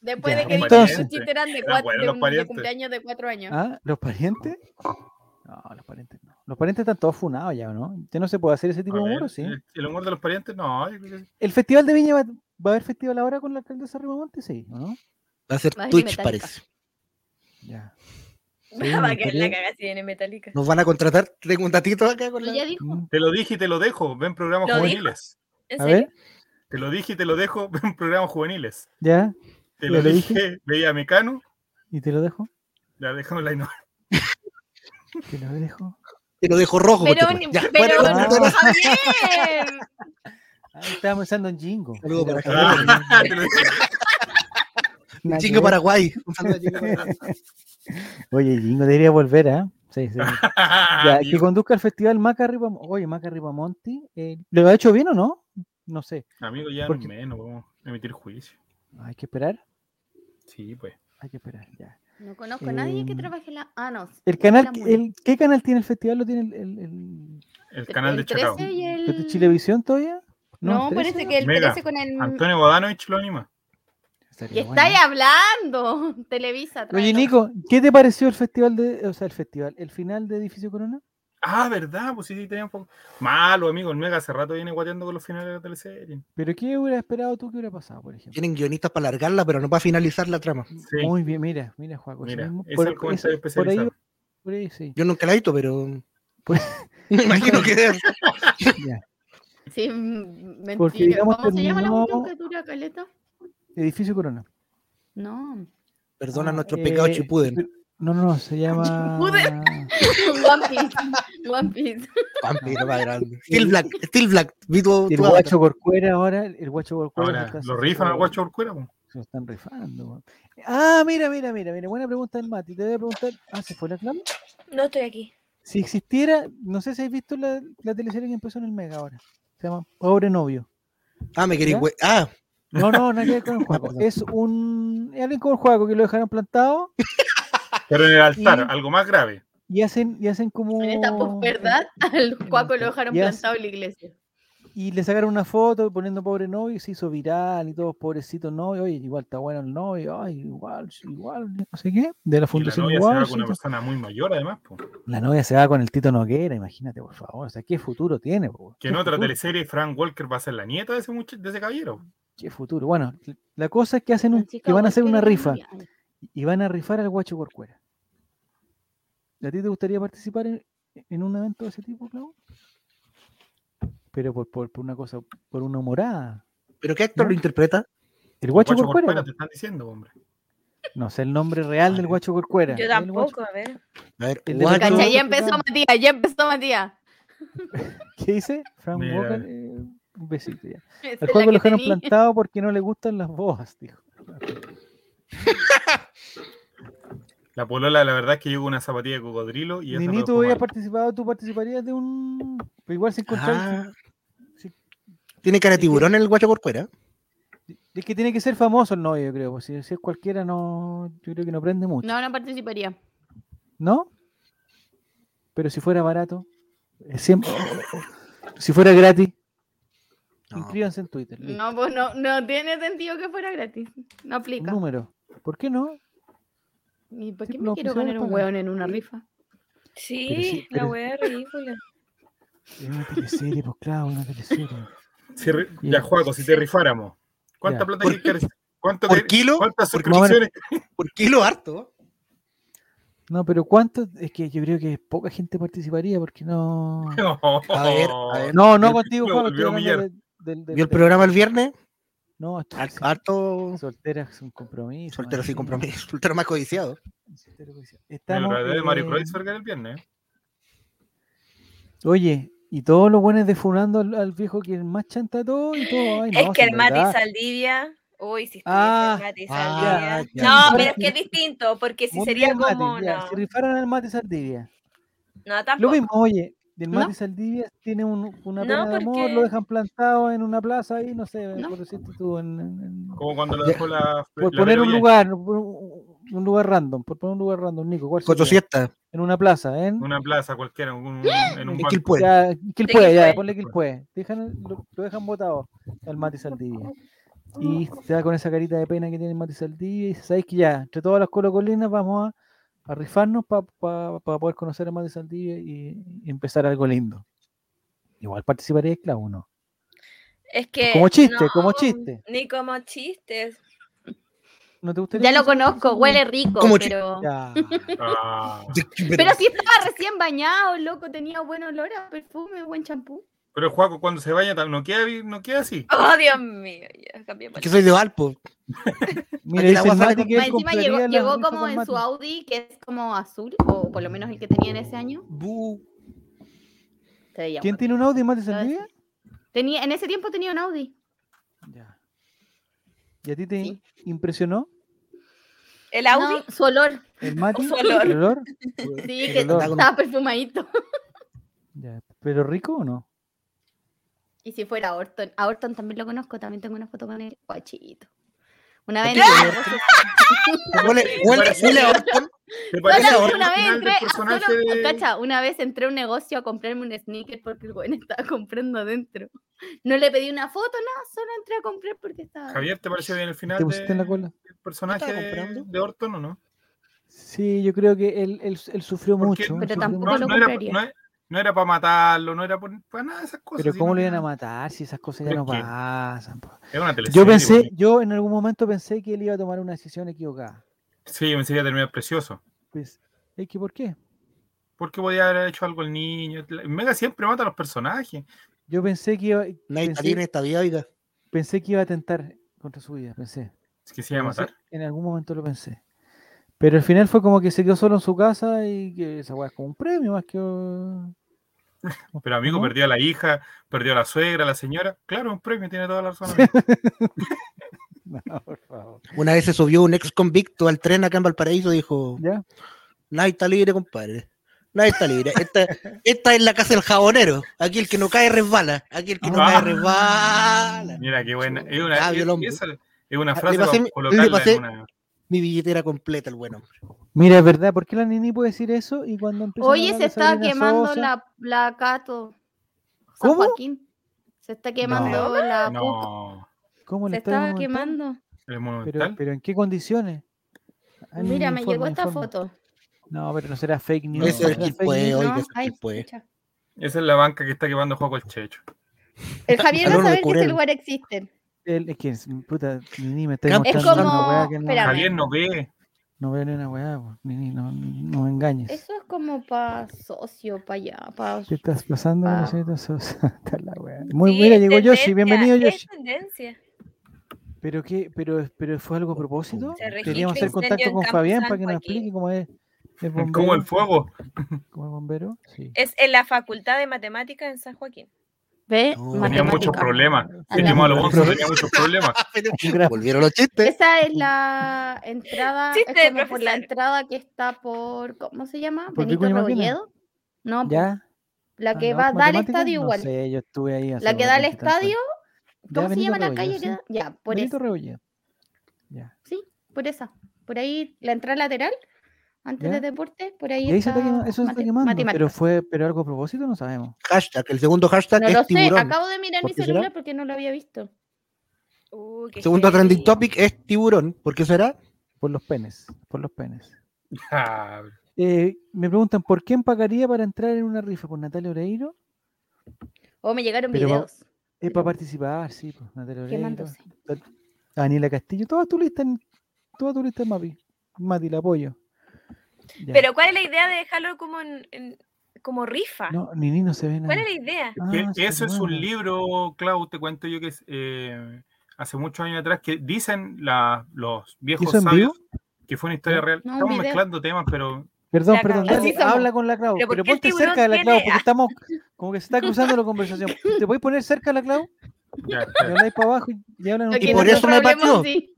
S4: Después
S1: Ya,
S4: de que
S1: entonces-
S4: los chistes eran de,
S2: Eran
S4: cuatro,
S2: buenos
S4: de
S2: los
S4: un- de
S2: parientes.
S4: cumpleaños de cuatro años.
S1: ¿Ah? ¿Los parientes? No, los parientes no. Los parientes están todos funados ya, ¿o ¿no? ¿Ya no se puede hacer ese tipo
S2: A
S1: de
S2: ver,
S1: humor, ¿o sí?
S2: ¿El, el humor de los parientes? No, yo creo que sí.
S1: ¿El Festival de Viña va, va a haber festival ahora con la alcaldesa Rimamonte? Sí, ¿o no?
S3: Va a ser
S4: Más
S3: Twitch,
S4: metálica.
S3: parece.
S1: Ya.
S5: Va a caer
S1: estaría-
S5: la cagada si viene metálica.
S3: Nos van a contratar. Tengo un datito acá con
S4: Pero
S3: la.
S4: ya dijo.
S1: Mm.
S2: Te lo dije y te lo dejo. Ven programas
S5: ¿Lo dijo?
S2: juveniles.
S5: ¿En
S1: A
S5: serio?
S1: ver,
S2: Te lo dije y te lo dejo. Ven programas juveniles.
S1: ya.
S2: Te
S1: ¿Lo
S2: lo,
S1: dije?
S2: dije, veía a Mecano.
S1: ¿Y te lo dejo?
S2: Ya, dejamos la no.
S1: ¿Te lo dejo?
S3: Te lo dejo rojo.
S5: Pero,
S3: conchetumare. Ya,
S5: pero,
S3: bueno,
S1: no.
S3: bueno,
S5: Javier.
S1: Ah, estaba pensando en Jingo.
S3: Saludo para
S1: Nada
S2: Ah, te lo dije.
S1: que ver.
S3: Chingo Paraguay. Un saludo a Chingo Paraguay.
S1: Oye, Jingo debería volver, ¿ah? Sí, sí. Ya, que
S2: Amigo,
S1: conduzca el festival Maca Ripamonti. Oye, Maca Ripamonti. eh, ¿Lo ha hecho bien o no? No sé.
S2: amigo, ya
S1: porque-
S2: menos, vamos a emitir juicio.
S1: Hay que esperar.
S2: Sí, pues.
S1: Hay que esperar, ya.
S4: No conozco a nadie que
S1: Em,
S4: trabaje en la. Ah, no.
S1: El canal, el, ¿Qué canal tiene el festival? ¿Lo tiene el, el, el-
S2: El canal de Chacao.
S4: y el...
S1: el de Chilevisión todavía?
S4: No,
S1: ¿el 13?
S4: parece que el
S2: Mega.
S4: 13 con el.
S2: Antonio Bodanovich lo anima.
S1: Estaría
S4: Y
S1: bueno.
S4: estáis hablando. Televisa.
S1: Oye,
S4: tráelo.
S1: Nico, ¿qué te pareció el festival de, o sea, el festival, el final de Edificio Corona?
S2: Ah, ¿verdad? Pues sí, sí, tenía un poco. Malo, amigo. El Mega hace rato viene guateando con los finales de la teleserie.
S1: ¿Pero qué hubiera esperado tú que hubiera pasado, por ejemplo?
S3: Tienen guionistas para alargarla, pero no para finalizar la trama.
S2: Sí,
S1: Muy bien, mira, mira, Juaco. eso
S2: mira.
S1: mismo,
S2: Es
S1: por-
S2: el comentario
S1: eso- por ahí-
S2: especializado.
S1: por ahí sí.
S3: Yo nunca la he visto, pero.
S1: Pues-
S3: Me imagino que debe ser.
S1: ya.
S4: Sí, mm, mentira.
S1: Porque, digamos,
S4: ¿Cómo se llama la
S1: terminó-
S4: cuestión que dura caleta?
S1: Edificio Corona.
S4: No.
S3: Perdona
S1: Ah,
S3: nuestros
S1: eh,
S3: pecados, Chipuden.
S1: pero- No, no, no, se llama.
S4: Chipuden. One Piece. One Piece.
S3: Vampiro más grande. Steel Black, Steel Black. Vi tu,
S1: eh, El
S3: tu avatar.
S1: guacho Corcuera ahora, el guacho Corcuera. se
S2: Ahora,
S1: está
S2: lo
S1: haciendo-
S2: rifan al guacho Orcuera. po.
S1: Se lo están rifando. weón. Ah, mira, mira, mira, mira. Buena pregunta del Mati. Te voy a preguntar. Ah, ¿se fue la clave?
S5: No estoy aquí.
S1: Si existiera, no sé si habéis visto la, la teleserie que empezó en el Mega ahora. Se llama Pobre Novio.
S3: Ah, me queréis.
S1: ¿Ya?
S3: hue- Ah,
S1: No, no, nada que ver con el juego.
S3: perdón.
S1: Es un. es alguien con el juego que lo dejaron plantado
S2: Pero en el altar,
S1: Y-
S2: algo más grave.
S1: y hacen, y hacen como.
S4: En esta posverdad, al cuaco lo dejaron
S1: Ya sé.
S4: plantado en la iglesia.
S1: Y le sacaron una foto poniendo pobre novio y se hizo viral y todos pobrecito novio. Oye, igual está bueno el novio, ay, igual, sí, igual, no sé qué. De la
S2: Y la
S1: fundación
S2: novia se va
S1: igual.
S2: con una persona muy mayor, además. po.
S1: La novia se va con el Tito Noguera, imagínate, por favor. O sea, ¿qué futuro tiene? po?
S2: Que
S1: ¿Qué
S2: en otra
S1: futuro?
S2: teleserie, Frank Walker va a ser la nieta de ese, much- de ese caballero.
S1: ¿Qué futuro? Bueno, l- la cosa es que hacen un,
S4: Francisco
S1: que van a hacer una
S4: Walker
S1: rifa
S4: Mundial.
S1: y van a rifar al guacho Corcuera. ¿A ti te gustaría participar en, en un evento de ese tipo, Clau? Pero por, por, por una cosa, por una morada.
S3: pero ¿qué actor
S1: ¿No?
S3: lo interpreta?
S1: ¿El guacho,
S2: Guacho
S1: Corcuera?
S2: te están diciendo, hombre.
S1: No sé el nombre real del
S3: Vale.
S1: guacho Corcuera.
S5: Yo
S1: El guacho-
S5: tampoco, a ver.
S3: A ver,
S1: El de
S3: guacho.
S1: Cacha-
S4: Cacha, ya empezó Matías, ya empezó Matías.
S1: ¿Qué dice? Frank
S2: Mira.
S1: Walker, eh, un besito ya.
S4: Esa
S1: El
S4: es
S1: juego
S4: la
S1: lo
S4: que
S1: dejaron
S4: tení.
S1: plantado porque no le gustan las boas, dijo.
S2: La polola, la verdad es que llevo una zapatilla de cocodrilo y eso
S1: Nini,
S2: lo
S1: tú
S2: dejó
S1: habías
S2: mal.
S1: participado, tú participarías de un. Pues
S2: Ah.
S1: Pero igual se encontraron.
S3: Ah. Tiene cara de
S1: Es que-
S3: tiburón el guacho corcuera.
S1: Es que tiene que ser famoso el novio, yo creo. pues, si, si es cualquiera, no, yo creo que no prende mucho.
S4: No, no participaría.
S1: ¿No? Pero si fuera barato, eh, siempre. si fuera gratis,
S3: No.
S1: inscríbanse en Twitter. listo.
S4: No, pues no, no tiene sentido que fuera gratis. No
S1: Un
S4: aplica.
S1: número. ¿Por qué no?
S4: ¿Y por
S1: Sí,
S4: qué
S1: no,
S4: me
S1: pues,
S4: quiero
S1: ahora
S4: ganar un
S1: paga.
S4: hueón en una rifa?
S1: Pero sí,
S5: Sí, la
S1: pero-
S5: wea es ridícula.
S1: Es una teleserie, pues claro, una teleserie.
S2: Si ri-
S1: Ya.
S2: ya, Juaco, si te rifáramos, ¿cuánta
S1: Ya.
S2: plata
S3: ¿Por-
S2: que quieres? ¿Cuánto
S3: por
S2: que-
S3: kilo?
S2: ¿Cuántas
S1: Porque más o menos-
S2: suscripciones?
S3: Por kilo harto.
S1: No, pero ¿cuánto? Es que yo creo que poca gente participaría porque no.
S3: A ver, a ver.
S1: No, no
S2: Me
S1: contigo, Juan.
S2: volvió a humillar.
S3: ¿Vio el programa el viernes?
S1: No, esto-
S3: Har- Harto.
S1: solteras sin compromiso.
S3: Soltero sin
S1: imagínate.
S3: compromiso. Soltero más codiciado.
S1: Soltero con-
S2: El
S1: Estamos,
S2: radio de Mario
S1: eh,
S2: Kreuzberger el viernes. ¿eh?
S1: Oye, y todos los buenos defunando al, al viejo que es más chanta de todo y todo. ay,
S5: Es
S1: no,
S5: que
S1: si
S5: el
S1: en
S5: Mati
S1: verdad-
S5: Saldivia. Uy, si estuviese
S1: Ah,
S5: el Mati
S3: ah,
S5: Saldivia.
S3: ya.
S5: no,
S1: Ahora
S5: pero es
S1: sí.
S5: que es distinto, porque si
S1: Muy
S5: sería
S1: bien, Mati,
S5: como.
S1: ya,
S5: no,
S1: Si rifaran al Mati Saldivia.
S5: no,
S1: Lo
S5: tampoco.
S1: mismo, oye, el
S4: No.
S1: Mati Saldivia tiene un- una
S5: No,
S1: pena de amor,
S5: porque-
S1: lo dejan plantado en una plaza ahí, no sé,
S4: No.
S1: por decirte tú, en- en- en-
S2: Como cuando lo
S3: Ya.
S2: dejó la.
S1: por
S2: la
S1: poner
S2: Vero
S1: un
S2: Villar.
S1: lugar, por un un lugar random, por poner un lugar random, Nico, ¿cuál sería?
S3: Coto siesta.
S1: En una plaza, ¿eh?
S2: En una plaza cualquiera, un- un- en un
S1: ¿De
S3: ¿Qué
S2: banco.
S3: kill puede?
S1: Ya, que él
S5: De
S1: puede,
S5: que
S1: ya,
S5: puede.
S1: ponle que él puede. Dejan, lo, lo dejan botado al Mati Saldivia. Y se da con esa carita de pena que tiene el Mati Saldivia. Y dice, sabéis que ya, entre todas las colocolinas vamos a, a rifarnos para poder conocer a Mati Saldivia y, y empezar algo lindo. Igual participaría esclavo, ¿no?
S5: Es
S4: Eh,
S5: que.
S1: Como chiste,
S5: no,
S1: como chiste.
S5: Ni como chistes.
S1: ¿No te gustaría?
S4: Ya lo
S1: participar?
S4: conozco, huele rico,
S3: Como chi-
S4: pero.
S1: Ya.
S2: Ah,
S4: Pero si estaba recién bañado, loco, tenía buen olor a perfume, buen champú.
S2: Pero el Juaco cuando se baña tam- no queda, vi- no queda así.
S5: Oh, Dios mío, ya cambié
S3: Que soy de Valpo.
S1: Mira,
S3: Aquí la
S1: dice el
S3: guasa
S1: Mati
S3: con-
S1: que él
S4: Más encima
S1: compraría
S4: llegó,
S1: la
S4: llegó
S1: rifa
S4: como
S1: con
S4: en su
S1: Mati.
S4: Audi, que es como azul, o por lo menos el que tenía en ese año.
S3: Bu.
S4: Se veía
S1: ¿Quién
S4: guapo.
S1: tiene un Audi, Mati
S4: Te voy a
S1: Saldivia?
S4: Tenía, en ese tiempo tenía un Audi.
S1: Ya. ¿Y a ti te
S4: Sí.
S1: impresionó
S5: ¿El Audi?
S4: No, su olor.
S1: el Mati?
S5: su olor.
S1: ¿El olor?
S4: Sí,
S1: El
S4: que
S1: olor.
S4: estaba perfumadito.
S1: Ya, ¿Pero rico o no?
S4: Y si fuera Orton, a Orton también lo conozco, también tengo una foto con él. Guachito. Una vez.
S3: ¿Qué? Huele, huele, huele a Orton.
S2: ¿Te
S4: Hola,
S2: parece
S4: una
S2: original
S4: vez
S2: del
S4: entré, a
S2: personaje
S4: solo-
S2: de-
S4: cacha, una vez entré a un negocio a comprarme un sneaker porque el güey estaba comprando adentro. No le pedí una foto, nada, solo entré a comprar porque estaba.
S2: Javier, ¿te pareció bien el final
S1: ¿Te pusiste en la
S2: de-
S1: cola?
S2: del personaje
S3: ¿Estaba
S2: de,
S3: comprando?
S2: de Orton o no?
S1: Sí, yo creo que él, él- él sufrió
S2: Porque
S1: mucho.
S2: no-
S4: Pero
S1: sufrió
S4: tampoco
S1: mucho.
S4: lo
S2: no, era,
S4: compraría.
S2: no e- no era para matarlo, no era para nada de esas cosas.
S1: Pero
S2: si
S1: ¿cómo
S2: no-
S1: lo iban a matar si esas cosas ya
S2: Pero
S1: no
S2: es que-
S1: pasan? po?
S2: Es una teleserie. pues,
S1: Yo pensé,
S2: bueno.
S1: yo en algún momento pensé que él iba a tomar una decisión equivocada.
S2: Sí, yo pensé que iba a terminar precioso.
S1: Pues, es que ¿por qué?
S2: Porque podía haber hecho algo el niño. El Mega siempre mata a los personajes.
S1: Yo pensé que iba,
S3: Nadie
S1: pensé-
S3: tiene esta vida, oiga.
S1: pensé que iba a atentar contra su vida, pensé.
S2: Es que se iba a
S1: Pensé-
S2: matar.
S1: En algún momento lo pensé. Pero al final fue como que se quedó solo en su casa y que esa weá es como un premio más que. un-
S2: Pero amigo,
S1: ¿no?
S2: perdió a la hija, perdió a la suegra, a la señora. Claro, un premio tiene toda la razón. amigo.
S1: No, por favor.
S3: Una vez se subió un ex convicto al tren acá en Valparaíso y dijo:
S1: ¿Ya?
S3: Nadie está libre, compadre. Nadie está libre. Esta, esta es la casa del jabonero. Aquí el que no cae resbala. Aquí el que no
S2: Ah.
S3: cae resbala.
S2: Mira qué buena. Es
S1: Ah,
S2: una,
S3: Sabio el hombre.
S2: es, esa es una
S3: Le
S2: frase
S3: pasé
S2: para
S3: mi-
S2: colocarla
S3: le pasé-
S2: en una.
S3: Mi billetera completa, el bueno.
S1: Mira, es verdad, ¿por qué la Nini puede decir eso? Y cuando empiezan Pues a
S4: Oye,
S1: hablar
S4: se
S1: de
S4: está
S1: Sabrina
S4: quemando
S1: Sosa-
S4: la, la Cato. San
S1: ¿eh? ¿Cómo?
S4: Joaquín. Se está quemando la Ah, puta.
S2: No,
S1: ¿Cómo le Ah,
S4: Se
S1: está
S4: estaba quemando.
S2: el
S1: Pero,
S2: monumental.
S1: pero ¿en qué condiciones? Ay,
S4: Mira,
S1: Nini,
S4: me llegó
S1: informa,
S4: esta
S1: informa.
S4: foto.
S1: No, pero no será fake news.
S3: Eso es
S1: será
S3: quien
S1: fake
S3: puede,
S1: news.
S3: oiga,
S4: No,
S3: eso
S4: ay,
S3: es quien puede.
S4: pucha.
S2: Esa es la banca que está quemando Juego el Checho.
S4: El Javier va
S3: Calor de
S4: a saber que este
S3: Curel.
S4: lugar existe.
S1: El- es que, es- puta, Nini me está
S3: Es
S1: mostrando una
S4: como-
S1: weá que no,
S4: espérame.
S2: Javier no ve.
S1: no veo ni una weá, po. Nini, no, no me engañes.
S4: Eso es como para socio, para allá, para
S1: ¿Qué estás pasando con
S4: Ah.
S1: la señorita Sosa? Está la wea. Muy,
S5: Sí,
S1: mira,
S5: es
S1: llegó Yoshi.
S5: tendencia,
S1: Bienvenido,
S5: es
S1: Yoshi.
S5: tendencia.
S1: ¿Pero qué? ¿Pero, pero fue algo a propósito?
S5: Se registra
S1: Queríamos hacer
S5: incendio
S1: contacto
S5: en
S1: con
S5: Campo
S1: Fabián
S5: San
S1: para que nos
S5: Joaquín.
S1: explique cómo es. es
S2: Como
S1: bombero,
S2: el fuego.
S1: ¿Cómo es bombero?
S4: Eh,
S1: Sí.
S5: Es en la Facultad de Matemáticas en San Joaquín.
S4: Ve,
S3: No.
S2: Tenía
S4: matemática.
S2: muchos problemas.
S4: Al
S2: Se
S4: lado.
S2: quemó a los once, tenía muchos problemas.
S3: Volvieron los chistes.
S4: Esa es la entrada,
S5: Chiste
S4: es
S5: de
S4: como por la
S5: profesor.
S4: entrada que está por, ¿cómo se llama?
S1: ¿Por
S4: Benito
S1: Vicuña Mackenna?
S4: Rebolledo. No, po,
S1: ¿Ya?
S4: la
S1: Ah,
S4: que
S1: no,
S4: va a dar
S1: ¿matemáticas?
S4: estadio
S1: No
S4: igual.
S1: sé, yo estuve ahí hace
S4: la que da al
S1: veintitantos
S4: estadio
S1: años.
S4: ¿Cómo se
S1: Benito
S4: llama la
S1: Rebolledo,
S4: calle?
S1: sí.
S4: que da? Ya, por
S1: Benito
S4: esa.
S1: Rebolledo. Ya.
S4: Sí, por esa. Por ahí, la entrada lateral, antes
S1: ¿Ya?
S4: de deporte, por ahí
S1: Y ahí se
S4: está
S1: está quema- eso se está
S4: mate-
S1: quemando, pero
S4: matemáticas.
S1: fue, pero algo a propósito no sabemos.
S3: Hashtag, el segundo hashtag
S4: No
S3: es
S4: lo sé,
S3: tiburón.
S4: acabo de mirar
S3: ¿Por
S4: mi
S3: qué será?
S4: celular porque no lo había visto.
S5: Uh, qué
S3: Segundo
S5: heavy.
S3: trending topic es tiburón. ¿Por qué será?
S1: Por los penes. Por los penes.
S2: Ah,
S1: Eh, me preguntan, ¿por quién pagaría para entrar en una rifa? ¿Por Natalia Oreiro?
S4: O Oh, me llegaron
S1: Pero va-
S4: videos
S1: Es para participar, sí, pues, Natalia Oreiro.
S4: quemándose.
S1: Daniela Castillo, todas tu lista en, toda tu lista en Mati. Mati, la apoyo. Ya.
S5: Pero ¿cuál es la idea de dejarlo como en, en- como rifa?
S1: no, Nini no se ve nada.
S5: ah, ¿Cuál es la idea?
S1: Ah,
S2: Que
S1: se
S2: E-, eso es un
S1: mueve.
S2: libro, Clau, te cuento yo que es, eh, hace muchos años atrás que dicen la- los viejos
S1: ¿Hizo en
S2: sabios
S1: vivo?
S2: que fue una historia real.
S4: No, un
S2: Estamos
S4: video.
S2: mezclando temas, pero
S1: Perdón,
S5: La
S1: perdón,
S5: cagó.
S1: dale,
S4: Así somos.
S1: habla con la Clau,
S5: Pero
S1: pero,
S5: ¿por qué el
S1: ponte
S5: tiburón
S1: cerca de la Clau,
S5: tiene-
S1: porque estamos como que se está cruzando la conversación. ¿Te puedes poner cerca de la Clau?
S2: ya,
S1: Y
S2: ya.
S1: habláis para abajo y, y hablan
S4: Lo
S1: un
S3: Y
S4: que
S1: poco.
S3: por
S4: nosotros
S3: eso me
S4: hablemos,
S3: pateó.
S4: sí.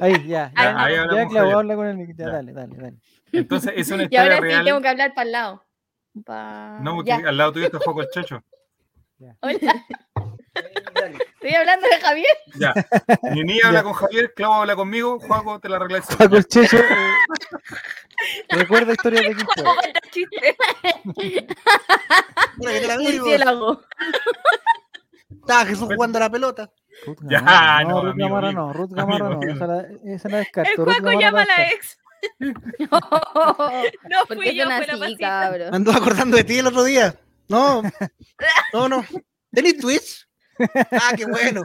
S1: Ahí, ya, ya,
S2: ahí
S1: ya,
S2: hablamos,
S1: Clau,
S2: Javier.
S1: habla con el ya,
S2: Ya.
S1: dale, dale, dale.
S2: entonces es una
S4: Y
S2: historia
S4: ahora sí
S2: real.
S4: tengo que hablar para el lado. Pa-
S2: no, porque
S4: ya.
S2: al lado tuyo está Juego el Checho.
S4: Hola. Estoy hablando de Javier.
S2: Ya. Nini habla
S1: Ya.
S2: con Javier, Clau habla conmigo, Juego te la arregla. solo.
S1: Paco el Checho, eh, recuerda historias de Quinto.
S5: ¿Cómo cuenta el chiste?
S4: Murciélago.
S3: Estaba Jesús jugando a la pelota.
S1: Ruth
S2: Ya,
S1: Gamarra, no,
S2: no,
S1: Ruth
S2: amigo,
S1: Gamarra
S2: amigo,
S1: no, Ruth Gamarra
S2: amigo,
S1: no, esa la, esa la
S5: El
S1: descarto. Ruth
S5: Juaco
S1: Gamarra
S5: llama
S1: la
S5: a la
S1: descarto.
S5: ex.
S4: Oh, Porque
S5: No fui yo,
S4: son
S5: fue la
S4: así,
S5: pasita.
S3: Me
S4: cabrón.
S3: anduve acordando de ti el otro día. No. No, no. ¿Tenés Twitch? Ah, qué bueno.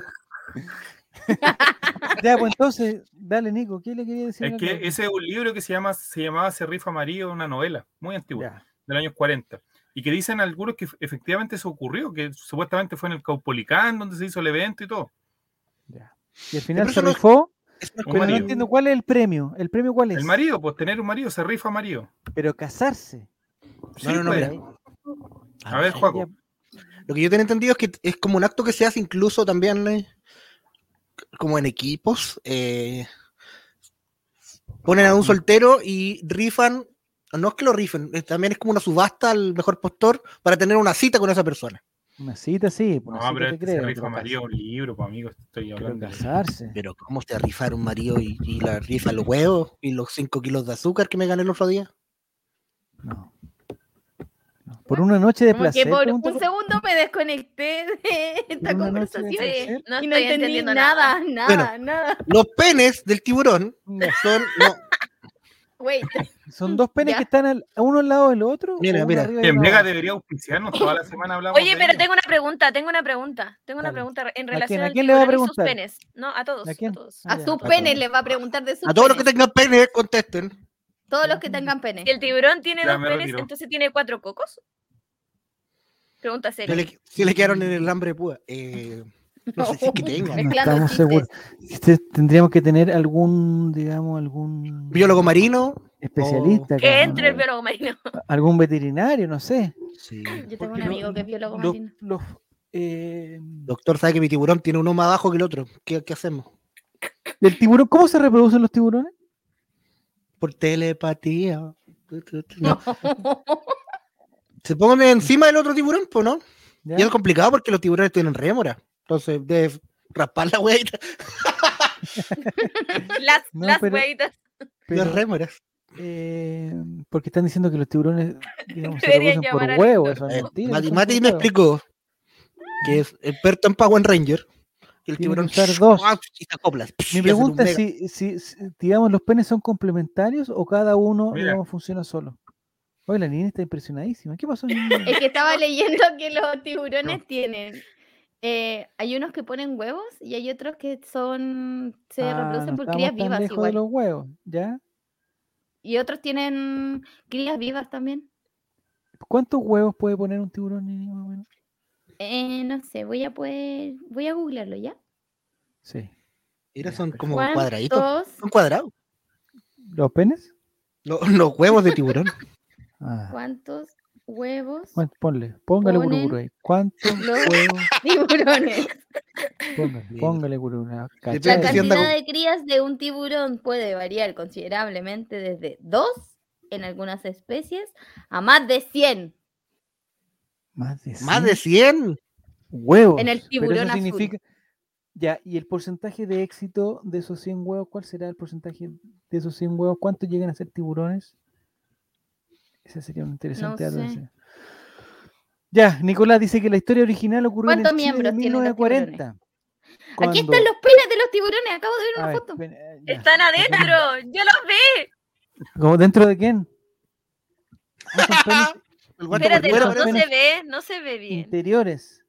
S1: Ya, pues entonces, dale Nico, ¿qué le quería decir? a
S2: Es
S1: la
S2: que
S1: Clau?
S2: ese es un libro que se, llama, se llamaba Se rifa amarillo, una novela muy antigua,
S1: Ya.
S2: del año 40. Y que dicen algunos que efectivamente se ocurrió, que supuestamente fue en el Caupolicán donde se hizo el evento y todo.
S1: ya. Y al final
S3: Pero
S1: se
S3: eso no-
S1: rifó,
S3: Eso no
S2: Un
S3: es
S1: pero no
S2: marido.
S1: entiendo cuál es el premio. ¿El premio cuál es?
S2: El marido, pues tener un marido, se rifa marido.
S1: Pero casarse.
S2: Sí,
S3: no, no,
S2: pues.
S3: mira.
S2: A ver, Juaco.
S3: Lo que yo tengo entendido es que es como un acto que se hace incluso también eh, como en equipos. eh, ponen a un soltero y rifan, no es que lo rifen, eh, también es como una subasta al mejor postor para tener una cita con esa persona.
S1: Una cita, sí. pues, una
S2: No,
S1: cita
S2: pero
S1: te
S2: este
S1: creo,
S2: se rifa
S1: pero
S2: María un libro, pues amigo, estoy
S1: cas- pero
S2: hablando. de-
S1: casarse.
S3: Pero ¿cómo se rifar un marido y, y la rifa los huevos y los 5 kilos de azúcar que me gané el otro día?
S1: No. No, Por una noche de
S4: Como que
S1: placer.
S4: por
S1: pregunta-
S4: un segundo me desconecté de
S1: Una
S4: esta
S1: noche de
S4: conversación
S1: placer.
S5: Sí,
S4: y
S5: no estoy
S4: no entendí
S5: entendiendo
S4: nada, nada, nada.
S3: Los penes del tiburón son... no,
S4: Wait,
S1: Son dos penes
S4: Ya.
S1: que están al- a uno al lado del otro. o
S3: Mira,
S1: uno
S3: mira.
S1: arriba y
S2: Que
S1: uno
S2: Mega
S1: abajo.
S2: debería auspiciarnos, toda la semana hablamos.
S5: Oye,
S2: de
S5: pero
S2: ello.
S5: tengo una pregunta, tengo una pregunta, tengo una
S1: Dale.
S5: pregunta en
S1: quién?
S5: relación
S1: ¿A
S5: al
S1: quién le va a
S5: tiburón y sus
S1: preguntar?
S5: penes. No, a todos,
S1: ¿A
S5: a,
S1: quién?
S5: todos.
S1: Ah,
S4: a
S1: ya.
S4: sus penes les va a preguntar de sus
S3: a todos los que
S4: penes.
S3: tengan penes, contesten.
S4: Todos los que tengan pene.
S5: Si el tiburón tiene
S2: Ya,
S5: dos
S2: me
S5: penes,
S2: retiro.
S5: entonces tiene cuatro cocos. Pregunta
S3: Si
S5: seria.
S3: le, si le quedaron en el hambre de púa. Eh, no sé si es que tengan.
S1: No
S4: Mezclando
S1: estamos
S4: chistes.
S1: seguros. Este- Tendríamos que tener algún, digamos, algún
S3: biólogo marino.
S1: especialista.
S5: Que
S1: acá,
S5: entre el
S1: ¿no?
S5: biólogo marino.
S1: Algún veterinario, no sé.
S4: Yo tengo un
S1: Porque lo-
S4: amigo que es biólogo
S1: los-
S4: marino.
S1: los, eh,
S3: Doctor, sabe que mi tiburón tiene uno más abajo que el otro. ¿Qué, qué hacemos?
S1: ¿El tiburón? ¿Cómo se reproducen los tiburones?
S3: Por telepatía. No, Se ponen encima del otro tiburón, pues no.
S1: ¿Ya?
S3: Y es complicado porque los tiburones tienen rémora. Entonces, de raspar la hueá y tra-
S5: Las,
S1: No,
S5: las
S1: pero-
S5: huevitas.
S1: Pero-
S3: las rémoras.
S1: Eh, porque están diciendo que los tiburones digamos, se reproducen
S5: Deberían
S1: por
S5: llamar al
S1: huevo, eso
S5: doctor.
S1: es
S3: Eh,
S1: mentira.
S3: Mati,
S1: son
S3: Mati
S1: por
S3: me
S1: huevo.
S3: explicó que es experto en Power Ranger. Y el
S1: que
S3: tiburón
S1: usar dos.
S3: ¡ah! y te acoplas. y hace
S1: Mi
S3: un
S1: pregunta es
S3: mega.
S1: si, si, si, digamos, los penes son complementarios o cada uno,
S2: Mira.
S1: digamos, funciona solo. Oye, la niña está impresionadísima. ¿Qué pasó? niña?
S4: Es que estaba leyendo que los tiburones tienen. eh, hay unos que ponen huevos y hay otros que son se
S1: Ah,
S4: reproducen
S1: no
S4: por
S1: estamos
S4: crías
S1: tan
S4: vivas
S1: lejos
S4: igual.
S1: de los huevos, ¿ya?
S4: Y otros tienen crías vivas también.
S1: ¿Cuántos huevos puede poner un tiburón, niña, más o menos?
S4: Eh, no sé, voy a poder, voy a googlearlo ya.
S1: Sí.
S3: Mira, son como
S4: ¿Cuántos
S3: cuadraditos. Son cuadrados.
S1: ¿Los penes?
S3: Lo- los huevos de tiburón.
S1: Ah.
S4: ¿Cuántos huevos
S1: ¿cuán- Ponle, póngale
S4: Ponen-
S1: guruguru ahí. ¿Cuántos
S4: los
S1: huevos?
S4: tiburones?
S1: Póngale,
S3: Mira.
S1: póngale guruguru. ah,
S3: Estoy
S4: La
S1: cachai.
S3: diciendo-
S4: cantidad de crías de un tiburón puede variar considerablemente desde 2 en algunas especies a más de 100.
S1: Más de 100.
S3: Más de 100.
S1: huevos.
S4: En el
S1: Pero
S4: tiburón
S1: eso
S4: azul.
S1: significa- Ya, y el porcentaje de éxito de esos 100 huevos, ¿cuál será el porcentaje de esos 100 huevos? ¿Cuántos llegan a ser tiburones? Ese sería un interesante dato,
S4: sé.
S1: ese. Ya, Nicolás dice que la historia original ocurrió en el
S4: ¿Cuántos
S1: Chile de
S4: miembros tienen los
S1: 1940.
S4: Aquí
S1: cuando-
S4: están los penes de los tiburones, acabo de ver
S1: a
S4: una
S1: ver,
S4: foto.
S1: ven, eh, ya.
S5: Están adentro, yo los vi.
S1: ¿Cómo dentro de quién? No son penes
S3: El guante por
S5: Espérate,
S1: fuera,
S5: no,
S3: fuera,
S5: no
S1: pero-
S5: se ve, no se ve bien.
S1: interiores.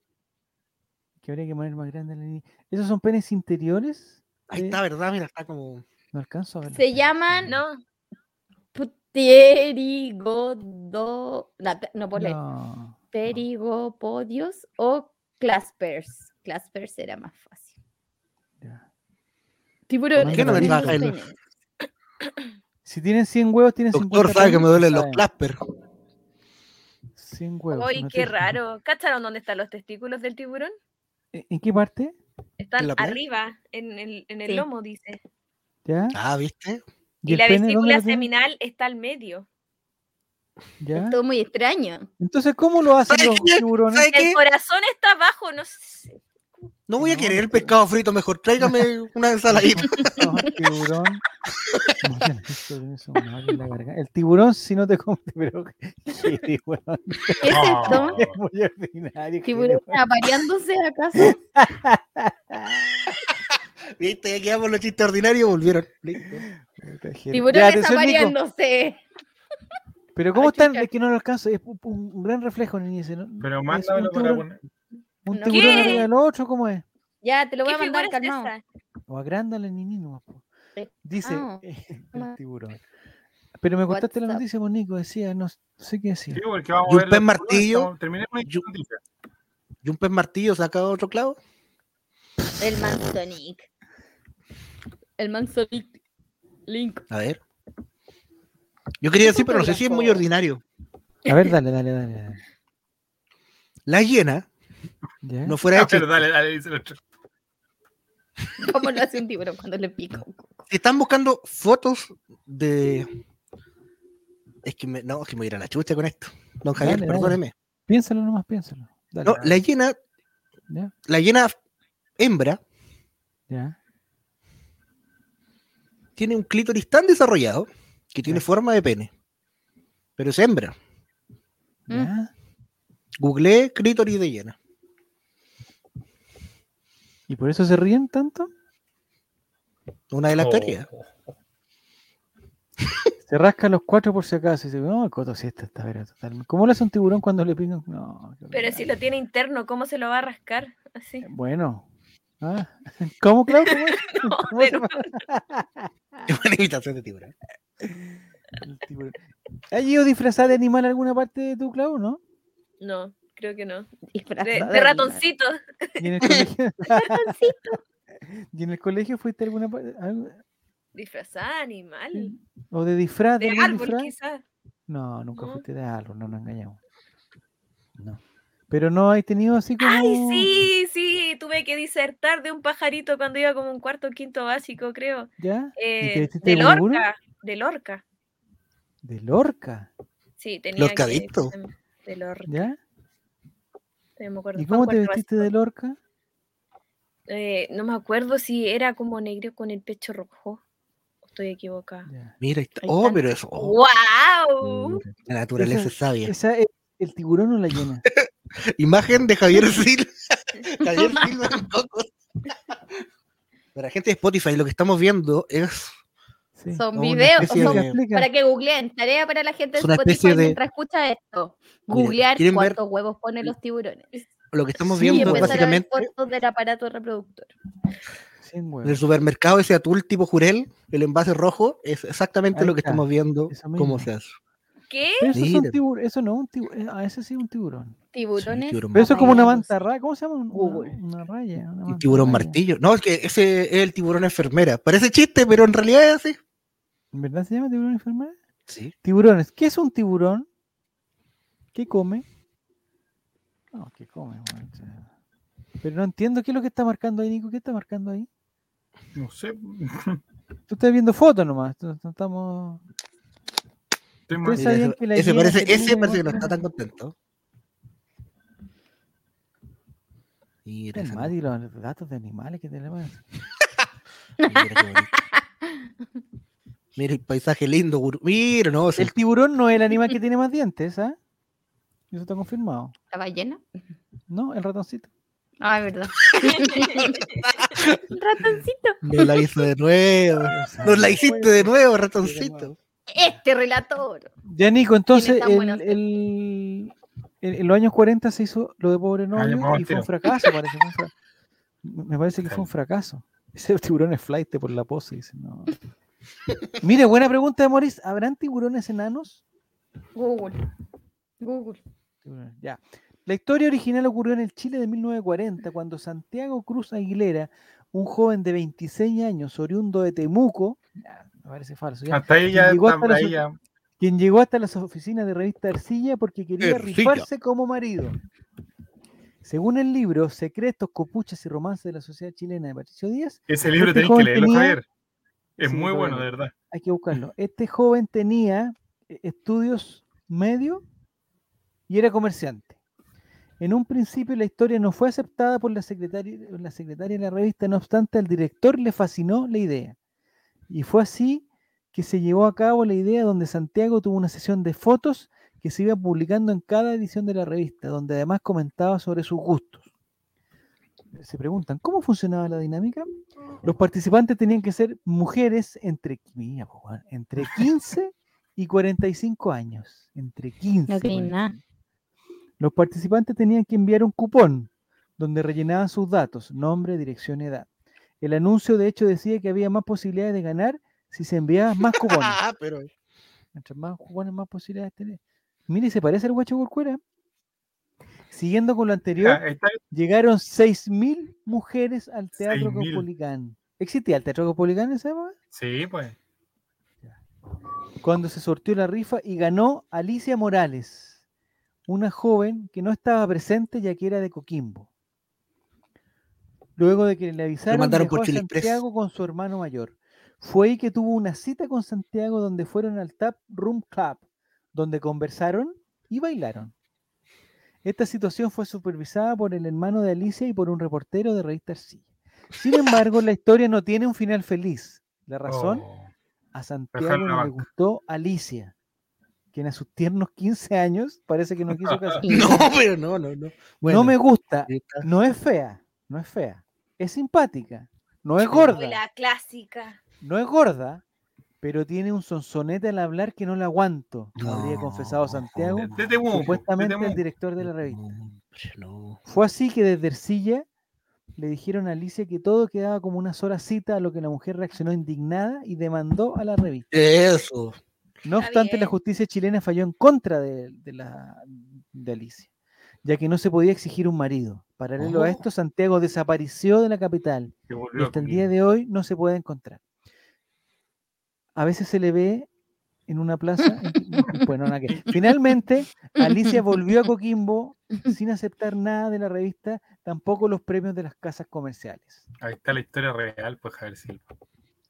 S1: Que habría que poner más grande la línea. ¿Esos son penes interiores?
S3: Ahí está, ¿verdad? Mira, está como.
S1: No alcanzo a ver.
S4: Se llaman
S5: No,
S4: pterigodo... No, pe- no puedo leer.
S1: No.
S4: Pterigopodios o claspers. Claspers era más fácil.
S1: Ya.
S4: Tiburones.
S1: ¿Qué no
S4: con
S1: les
S4: muchos
S3: baja el-
S4: penes.
S1: Si tienen 100 huevos, tienen 50
S3: Doctor sabe que me
S1: penes,
S3: duelen los
S1: saben.
S3: claspers.
S1: 100 huevos.
S5: uy,
S1: no
S5: qué
S1: te-
S5: raro. ¿Cacharon dónde están los testículos del tiburón?
S1: ¿En en qué parte?
S5: Están
S3: ¿En la playa?
S5: arriba, en el, en el
S4: Sí.
S5: lomo, dice.
S1: ¿Ya?
S3: Ah, ¿viste?
S5: Y,
S1: el
S5: la
S1: pene dónde
S5: vesícula
S1: lo tienen?
S5: seminal está al medio.
S1: ¿Ya?
S4: Todo muy extraño.
S1: Entonces, ¿cómo lo hacen los
S3: ¿Sabes qué?
S1: tiburones?
S3: ¿Sabes qué?
S5: El corazón está abajo, no sé.
S3: No voy a
S1: No,
S3: querer el
S1: pero-
S3: pescado frito, mejor tráigame una ensaladita.
S1: No, el tiburón. No, ya no estoy en eso, me duele la garganta. El tiburón, si no te come, pero. qué tiburón,
S4: ¿Qué es esto?
S1: es muy ordinario. qué
S4: ¿Tiburones apareándose acaso?
S3: ¿Viste? Ya quedamos los chistes ordinarios y volvieron. Listo.
S1: Puta, gente. Ya,
S4: Tiburones
S1: atención, Nico.
S4: apareándose.
S1: Pero ¿cómo están?
S4: chucha.
S1: Es que no lo alcanzo. Es un, un- un gran reflejo, niñez. ¿no?
S2: Pero
S1: Es
S2: mándamelo
S1: un
S2: para
S1: tiburón,
S2: poner.
S1: un
S4: No.
S1: tiburón
S5: ¿Qué?
S1: arriba del otro, ¿cómo es?
S4: Ya, te lo voy
S5: ¿Qué
S4: a mandar
S5: figura es
S4: calmado.
S5: esa?
S1: O agrándale, niñín, nomás, po.
S4: Eh,
S1: Dice
S4: ah,
S1: eh, el
S4: ma-
S1: tiburón. Pero me contaste la
S4: WhatsApp.
S1: noticia, pues, Nico. Decía, no sé qué decía.
S2: Sí, porque vamos
S3: Y un
S2: a ver los
S3: pez
S2: tiburones,
S3: martillo.
S2: estamos- Terminemos
S3: Y un-
S2: la noticia. Ah,
S3: Y un pez martillo saca otro clavo.
S4: El Mansonic. El Mansonic Link.
S3: A ver. Yo quería
S4: ¿Qué
S3: decir, pero no sé si es muy
S4: fotógrafo?
S3: ordinario.
S1: A ver, dale, dale, dale. dale.
S3: La hiena
S1: ¿Ya?
S3: no fuera
S2: A
S3: hecha.
S2: ver, dale, dale, dice el otro.
S4: ¿Cómo lo hace un tiburón cuando le pica un coco?
S3: Si están buscando fotos de. Es que me, no, es que me voy a ir a la chucha con esto. Don Javier,
S1: Dale, dale.
S3: perdóneme.
S1: Piénsalo nomás, piénsalo. Dale.
S3: No, la hiena,
S1: ¿Ya?
S3: la hiena hembra
S1: ¿Ya?
S3: tiene un clítoris tan desarrollado que tiene
S1: Ya.
S3: forma de pene. Pero es hembra.
S4: Mm.
S1: ¿Ya?
S3: Googleé clítoris de hiena.
S1: ¿Y por eso se ríen tanto?
S3: Una de las
S2: Oh.
S3: teorías.
S1: Se rasca los cuatro por si acaso. Y dice, no, el coto sí está, está pero total. ¿Cómo lo hace un tiburón cuando le pican? No. qué
S5: Pero si
S1: ordinario.
S5: lo tiene interno, ¿cómo se lo va a rascar? Así.
S1: Bueno. Ah, ¿Cómo, Clau? ¿Cómo es? ¿Cómo se
S5: de
S1: llama? Ah.
S3: Es una imitación de tiburón.
S1: El tiburón. ¿Has ido disfrazada de animal a alguna parte de tu, Clau, no?
S5: No, creo que no.
S4: Disfrazado
S5: De, de
S4: animal.
S5: ratoncito.
S1: ¿Y en el colegio? ¿Y en el colegio fuiste a alguna parte? algo-
S5: Disfrazada, animal.
S1: sí? ¿O de disfraz?
S5: De
S1: algún
S5: árbol,
S1: disfraz?
S5: quizás.
S1: No, nunca
S5: ¿no?
S1: fuiste de árbol, no nos engañamos. No. Pero no has tenido así como...
S5: Ay, sí, sí. Tuve que disertar de un pajarito cuando iba como un cuarto o quinto básico, creo.
S1: ¿Ya? te
S5: Eh,
S1: vestiste
S5: de
S1: de burro?
S5: Lorca. De Lorca.
S1: De Lorca,
S5: Sí, tenía que-
S3: Lorcadicto.
S5: De Lorca,
S1: ¿ya?
S5: no me acuerdo.
S1: ¿Y
S5: fue
S1: cómo
S5: un
S1: te
S5: cuarto
S1: vestiste de
S5: básico.
S1: Lorca?
S5: Eh, no me acuerdo si era como negro con el pecho rojo. O Estoy equivocada.
S1: Ya.
S3: Mira, ahí está.
S4: Ahí
S3: Oh,
S4: están.
S3: pero eso. oh,
S5: ¡Wow!
S3: la naturaleza
S1: Esa-
S3: es sabia.
S1: ¿Esa es el tiburón o la llena?
S3: Imagen de Javier Silva. Javier Silva en Cocos. Para la gente de Spotify, lo que estamos viendo es
S1: Sí.
S4: Son
S3: una
S4: videos.
S3: especie
S4: son-
S3: de-
S1: Explica.
S4: Para que googleen. Tarea para la gente de
S3: Es una
S4: Spotify
S3: especie de-
S4: mientras escucha esto. Googlear
S3: ¿quieren ver?
S4: cuántos huevos ponen los tiburones.
S3: lo que estamos
S1: Sí,
S4: Y
S3: viendo es
S4: empezar a ver
S3: básicamente
S4: fotos del aparato reproductor.
S1: Cien
S3: en el
S1: huevos.
S3: supermercado ese atul tipo jurel, el envase rojo, es exactamente
S1: Ahí
S3: lo que
S1: está,
S3: estamos viendo
S1: eso mismo.
S3: cómo se hace.
S5: ¿Qué?
S1: Pero eso, es un
S3: Mira.
S1: tibur- eso no es un tiburón, ah, ese sí es un tiburón.
S4: Tiburones.
S3: tiburón.
S1: Pero eso es como una
S4: apagados.
S1: mantarraya, ¿cómo se llama? Un-
S4: Google.
S1: Una, una raya. una
S3: Un tiburón
S1: mantarraya.
S3: martillo. No, es que ese es el tiburón enfermera. Parece chiste, pero en realidad es así.
S1: ¿En verdad se llama tiburón enfermera?
S3: Sí.
S1: Tiburones. ¿Qué es un tiburón? ¿Qué come? No, ¿qué come? weón? O sea, Pero no entiendo qué es lo que está marcando ahí, Nico. ¿Qué está marcando ahí?
S2: No sé,
S1: Tú estás viendo fotos nomás. No no estamos... Pues-
S2: estoy mal.
S3: Mira,
S1: sabían
S3: ese,
S1: que la
S3: ese
S1: hiena
S3: parece,
S1: tenía
S3: ese parece que no
S1: otra-
S3: está tan contento. Mira,
S1: El
S3: esa-
S1: Mati, los datos de animales que tenemos.
S3: mira, qué bonito. Mira el paisaje lindo, gurú. Mira, no, sí.
S1: El tiburón no es el animal que tiene más dientes, ¿ah? Eso está confirmado.
S4: ¿La ballena?
S1: No, el ratoncito.
S4: Ah, es verdad. Ratoncito.
S3: Nos la hizo de nuevo. Nos la hiciste de nuevo, ratoncito.
S4: Este relator.
S1: Ya, Nico, entonces,
S4: tan
S1: el,
S4: buenos.
S1: el- el- en los años 40 se hizo lo de pobre novio
S2: Ah, vamos al
S1: y fue
S2: tiro.
S1: un fracaso, parece. fue un fra- Me parece que fue un fracaso. Ese tiburón es flight por la pose. Dice, no. Mire, buena pregunta de Moris. ¿Habrán tiburones enanos?
S4: Google. Google.
S1: Tiburones, Ya. La historia original ocurrió en el Chile de 1940, cuando Santiago Cruz Aguilera, un joven de 26 años, oriundo de Temuco, ya, me parece falso, ya,
S2: Hasta ahí ya
S1: Llegó
S2: está-
S1: hasta la
S2: ahí
S1: sol-
S2: ya-
S1: quien llegó hasta las oficinas de revista Arcilla porque quería
S3: Ercilla.
S1: rifarse como marido. Según el libro Secretos, Copuchas y Romances de la Sociedad Chilena de Patricio Díaz,
S2: Ese libro
S1: Este
S2: tenés que
S1: joven
S2: leerlo,
S1: tenía-
S2: Javier. Es
S1: Sí, pues,
S2: muy
S1: lo voy a
S2: bueno, de
S1: leer.
S2: verdad.
S1: hay que buscarlo. Este joven tenía eh, estudios medio y era comerciante. En un principio la historia no fue aceptada por la secretaria, la secretaria de la revista, no obstante al director le fascinó la idea. Y fue así que se llevó a cabo la idea donde Santiago tuvo una sesión de fotos que se iba publicando en cada edición de la revista, donde además comentaba sobre sus gustos. Se preguntan, ¿cómo funcionaba la dinámica? Los participantes tenían que ser mujeres entre, mira, po, weón, entre 15 y 45 años. Entre 15.
S4: No creí
S1: 45.
S4: nada.
S1: Los participantes tenían que enviar un cupón donde rellenaban sus datos, nombre, dirección, edad. El anuncio, de hecho, decía que había más posibilidades de ganar si se enviaban más cupones.
S3: Ah, pero.
S1: Mientras más cupones, más posibilidades tenés. Mire, se parece al guacho Corcuera. Siguiendo con lo anterior,
S2: Ya, Ah, ahí está.
S1: llegaron 6.000 mujeres al Teatro
S2: 6.000.
S1: Copolicán. ¿Existía el Teatro Copolicán en esa época?
S2: Sí, pues.
S1: cuando se sortió la rifa y ganó Alicia Morales, una joven que no estaba presente ya que era de Coquimbo. Luego de que le avisaron,
S3: mandaron
S1: viajó
S3: por
S1: a
S3: Chile Express.
S1: Santiago con su hermano mayor. Fue ahí que tuvo una cita con Santiago donde fueron al Tap Room Club, donde conversaron y bailaron. Esta situación fue supervisada por el hermano de Alicia y por un reportero de revista Arcilla. Sin embargo, la historia no tiene un final feliz. La razón
S2: Oh,
S1: a Santiago
S2: la
S1: no le
S2: banca.
S1: gustó Alicia, quien a sus tiernos 15 años parece que no quiso casarse.
S4: Sí.
S3: No, pero no, no, no. Bueno,
S1: no me gusta,
S3: ahí está.
S1: no es fea, no es fea, es simpática, no es
S5: Uy,
S1: gorda,
S5: la clásica.
S1: no es gorda, pero tiene un sonsonete al hablar que no la aguanto, habría
S3: No.
S1: confesado Santiago,
S3: No, Este,
S2: Desde Temuco,
S1: supuestamente
S2: desde
S1: el director de la
S3: no,
S1: revista.
S3: hombre, no.
S1: Fue así que desde Ercilla le dijeron a Alicia que todo quedaba como una sola cita, a lo que la mujer reaccionó indignada y demandó a la revista.
S3: Eso.
S1: No
S5: Está
S1: obstante, la
S5: bien.
S1: justicia chilena falló en contra de, de la, de Alicia, ya que no se podía exigir un marido. Paralelo a
S5: Oh.
S1: esto, Santiago desapareció de la capital
S2: que
S1: y
S2: volvió
S1: hasta el
S2: aquí.
S1: día de hoy no se puede encontrar. A veces se le ve en una plaza. en- bueno, nada que- Finalmente, Alicia volvió a Coquimbo sin aceptar nada de la revista, tampoco los premios de las casas comerciales.
S2: Ahí está la historia real, pues Javier Silva.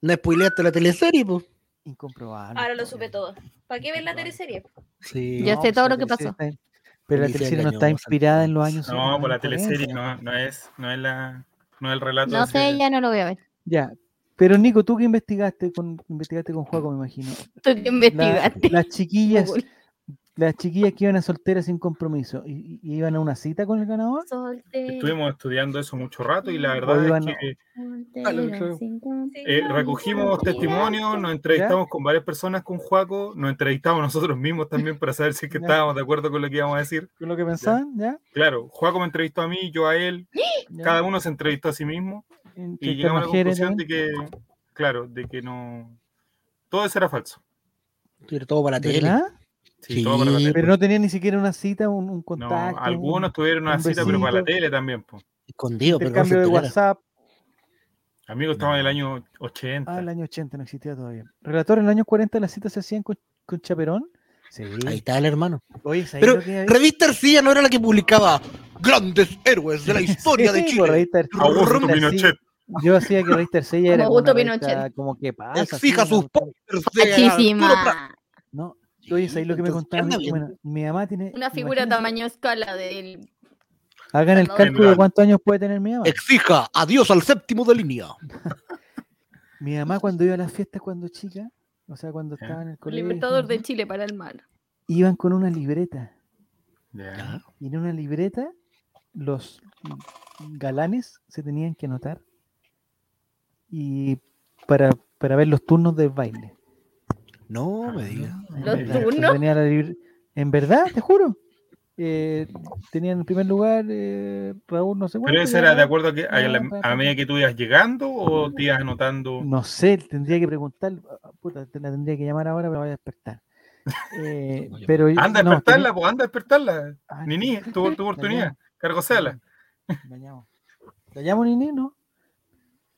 S3: No spoileaste la teleserie, po.
S1: Incomprobable.
S5: Ahora lo
S1: historia.
S5: supe todo. ¿para qué ver la teleserie?
S3: Sí.
S4: Ya sé
S1: pues,
S4: todo
S1: la
S4: lo que
S1: teleserie
S4: pasó.
S1: está en- Pero la
S3: Alicia
S1: teleserie no está
S3: engañó a
S1: inspirada en los
S3: Santiago.
S1: años.
S2: No, por la
S1: 40.
S2: teleserie no, no es, no es la, no es el relato.
S4: No
S2: de-
S4: sé, ya no lo voy a ver.
S1: Ya. Pero Nico, tú que investigaste con investigaste con Juaco, me imagino.
S4: Tú que
S1: La-
S4: investigaste.
S1: las chiquillas,
S4: Google.
S1: las chiquillas que iban a solteras sin compromiso, ¿y, y- iban a una cita con el ganador?
S4: Soltero,
S2: Estuvimos estudiando eso mucho rato y la
S4: O
S2: verdad
S1: iban
S2: es
S1: a-
S2: que
S4: soltero, sin
S2: eh,
S5: Sí,
S2: recogimos
S5: sí,
S2: testimonios, nos entrevistamos con varias personas, con Juaco, nos entrevistamos nosotros mismos también para saber si es que
S1: Ya.
S2: estábamos de acuerdo con lo que íbamos a decir.
S1: Con lo que pensaban, ¿ya?
S2: Claro, Juaco me entrevistó a mí, yo a él,
S1: ya,
S2: cada uno se entrevistó a sí mismo
S1: en-
S2: y
S1: entre
S2: llegamos a la
S1: mujeres
S2: conclusión de
S1: también.
S2: que, claro, de que no, todo eso era falso.
S3: Quiero todo para la tele.
S1: ¿Verdad?
S2: Sí, todo para la
S3: Sí,
S2: tele.
S1: Pero no tenían ni siquiera una cita, un, un
S2: No,
S1: contacto. un
S2: algunos tuvieron una
S1: un
S2: cita, pero para la
S1: besito.
S2: tele también. po.
S3: Escondido, pero no se
S1: intercambio de
S3: enteraron.
S1: WhatsApp.
S2: Amigos, estamos en el año 80.
S1: Ah, el año 80 no existía todavía. Relator, en los años 40 las citas se hacían con, con chaperón. Sí.
S3: Ahí está el hermano.
S1: Oye, ¿sabes
S3: Pero
S1: lo que hay?
S3: Revista Arcilla no era la que publicaba grandes héroes de la historia de
S1: Sí,
S3: Chile.
S1: por revista Arcilla.
S2: Augusto
S1: Revista Arcilla.
S2: Pinochet.
S1: Yo hacía que Revista Arcilla era
S4: Como
S1: como, una
S4: Augusto
S1: revista
S4: Pinochet.
S1: como que pasa.
S3: Exija
S1: sí,
S3: sus
S1: una cuestión-
S3: pósters de Arturo Prat.
S4: Cachísima.
S1: No, oye, ¿sabes lo que me
S3: Entonces,
S1: contaba?
S3: anda
S1: Mi,
S3: bien.
S1: bueno, mi mamá tiene...
S4: Una figura
S1: imagínense-
S4: tamaño escala del
S1: Hagan el
S4: Salud.
S1: cálculo de cuántos años puede tener mi mamá.
S3: Exija adiós al séptimo de línea.
S1: Mi mamá cuando iba a las fiestas cuando chica, o sea, cuando estaba en el
S4: El
S1: colegio,
S4: Libertador de Chile para el mal.
S1: iban con una libreta.
S2: Ya.
S1: Y en una libreta los galanes se tenían que anotar y para, para ver los turnos del baile.
S3: No me digas.
S4: ¿Los
S1: Exacto,
S4: turnos?
S1: tenía la libr- en verdad, te juro. Eh, tenían en primer lugar eh, Raúl, no sé cuánto,
S2: Pero eso
S1: ya
S2: era de
S1: ganó.
S2: acuerdo a, que, a, la- a medida que tú ibas llegando o te ibas anotando.
S1: No sé, tendría que preguntar. ah, Puta, te la tendría que llamar ahora, pero voy a despertar. Eh, pero,
S2: Anda a
S1: no,
S2: despertarla,
S1: tenía-
S2: pues, anda a despertarla.
S1: Ah,
S2: Nini, tu, tu oportunidad. Cargosela.
S1: la llamo. ¿La llamo Nini? No.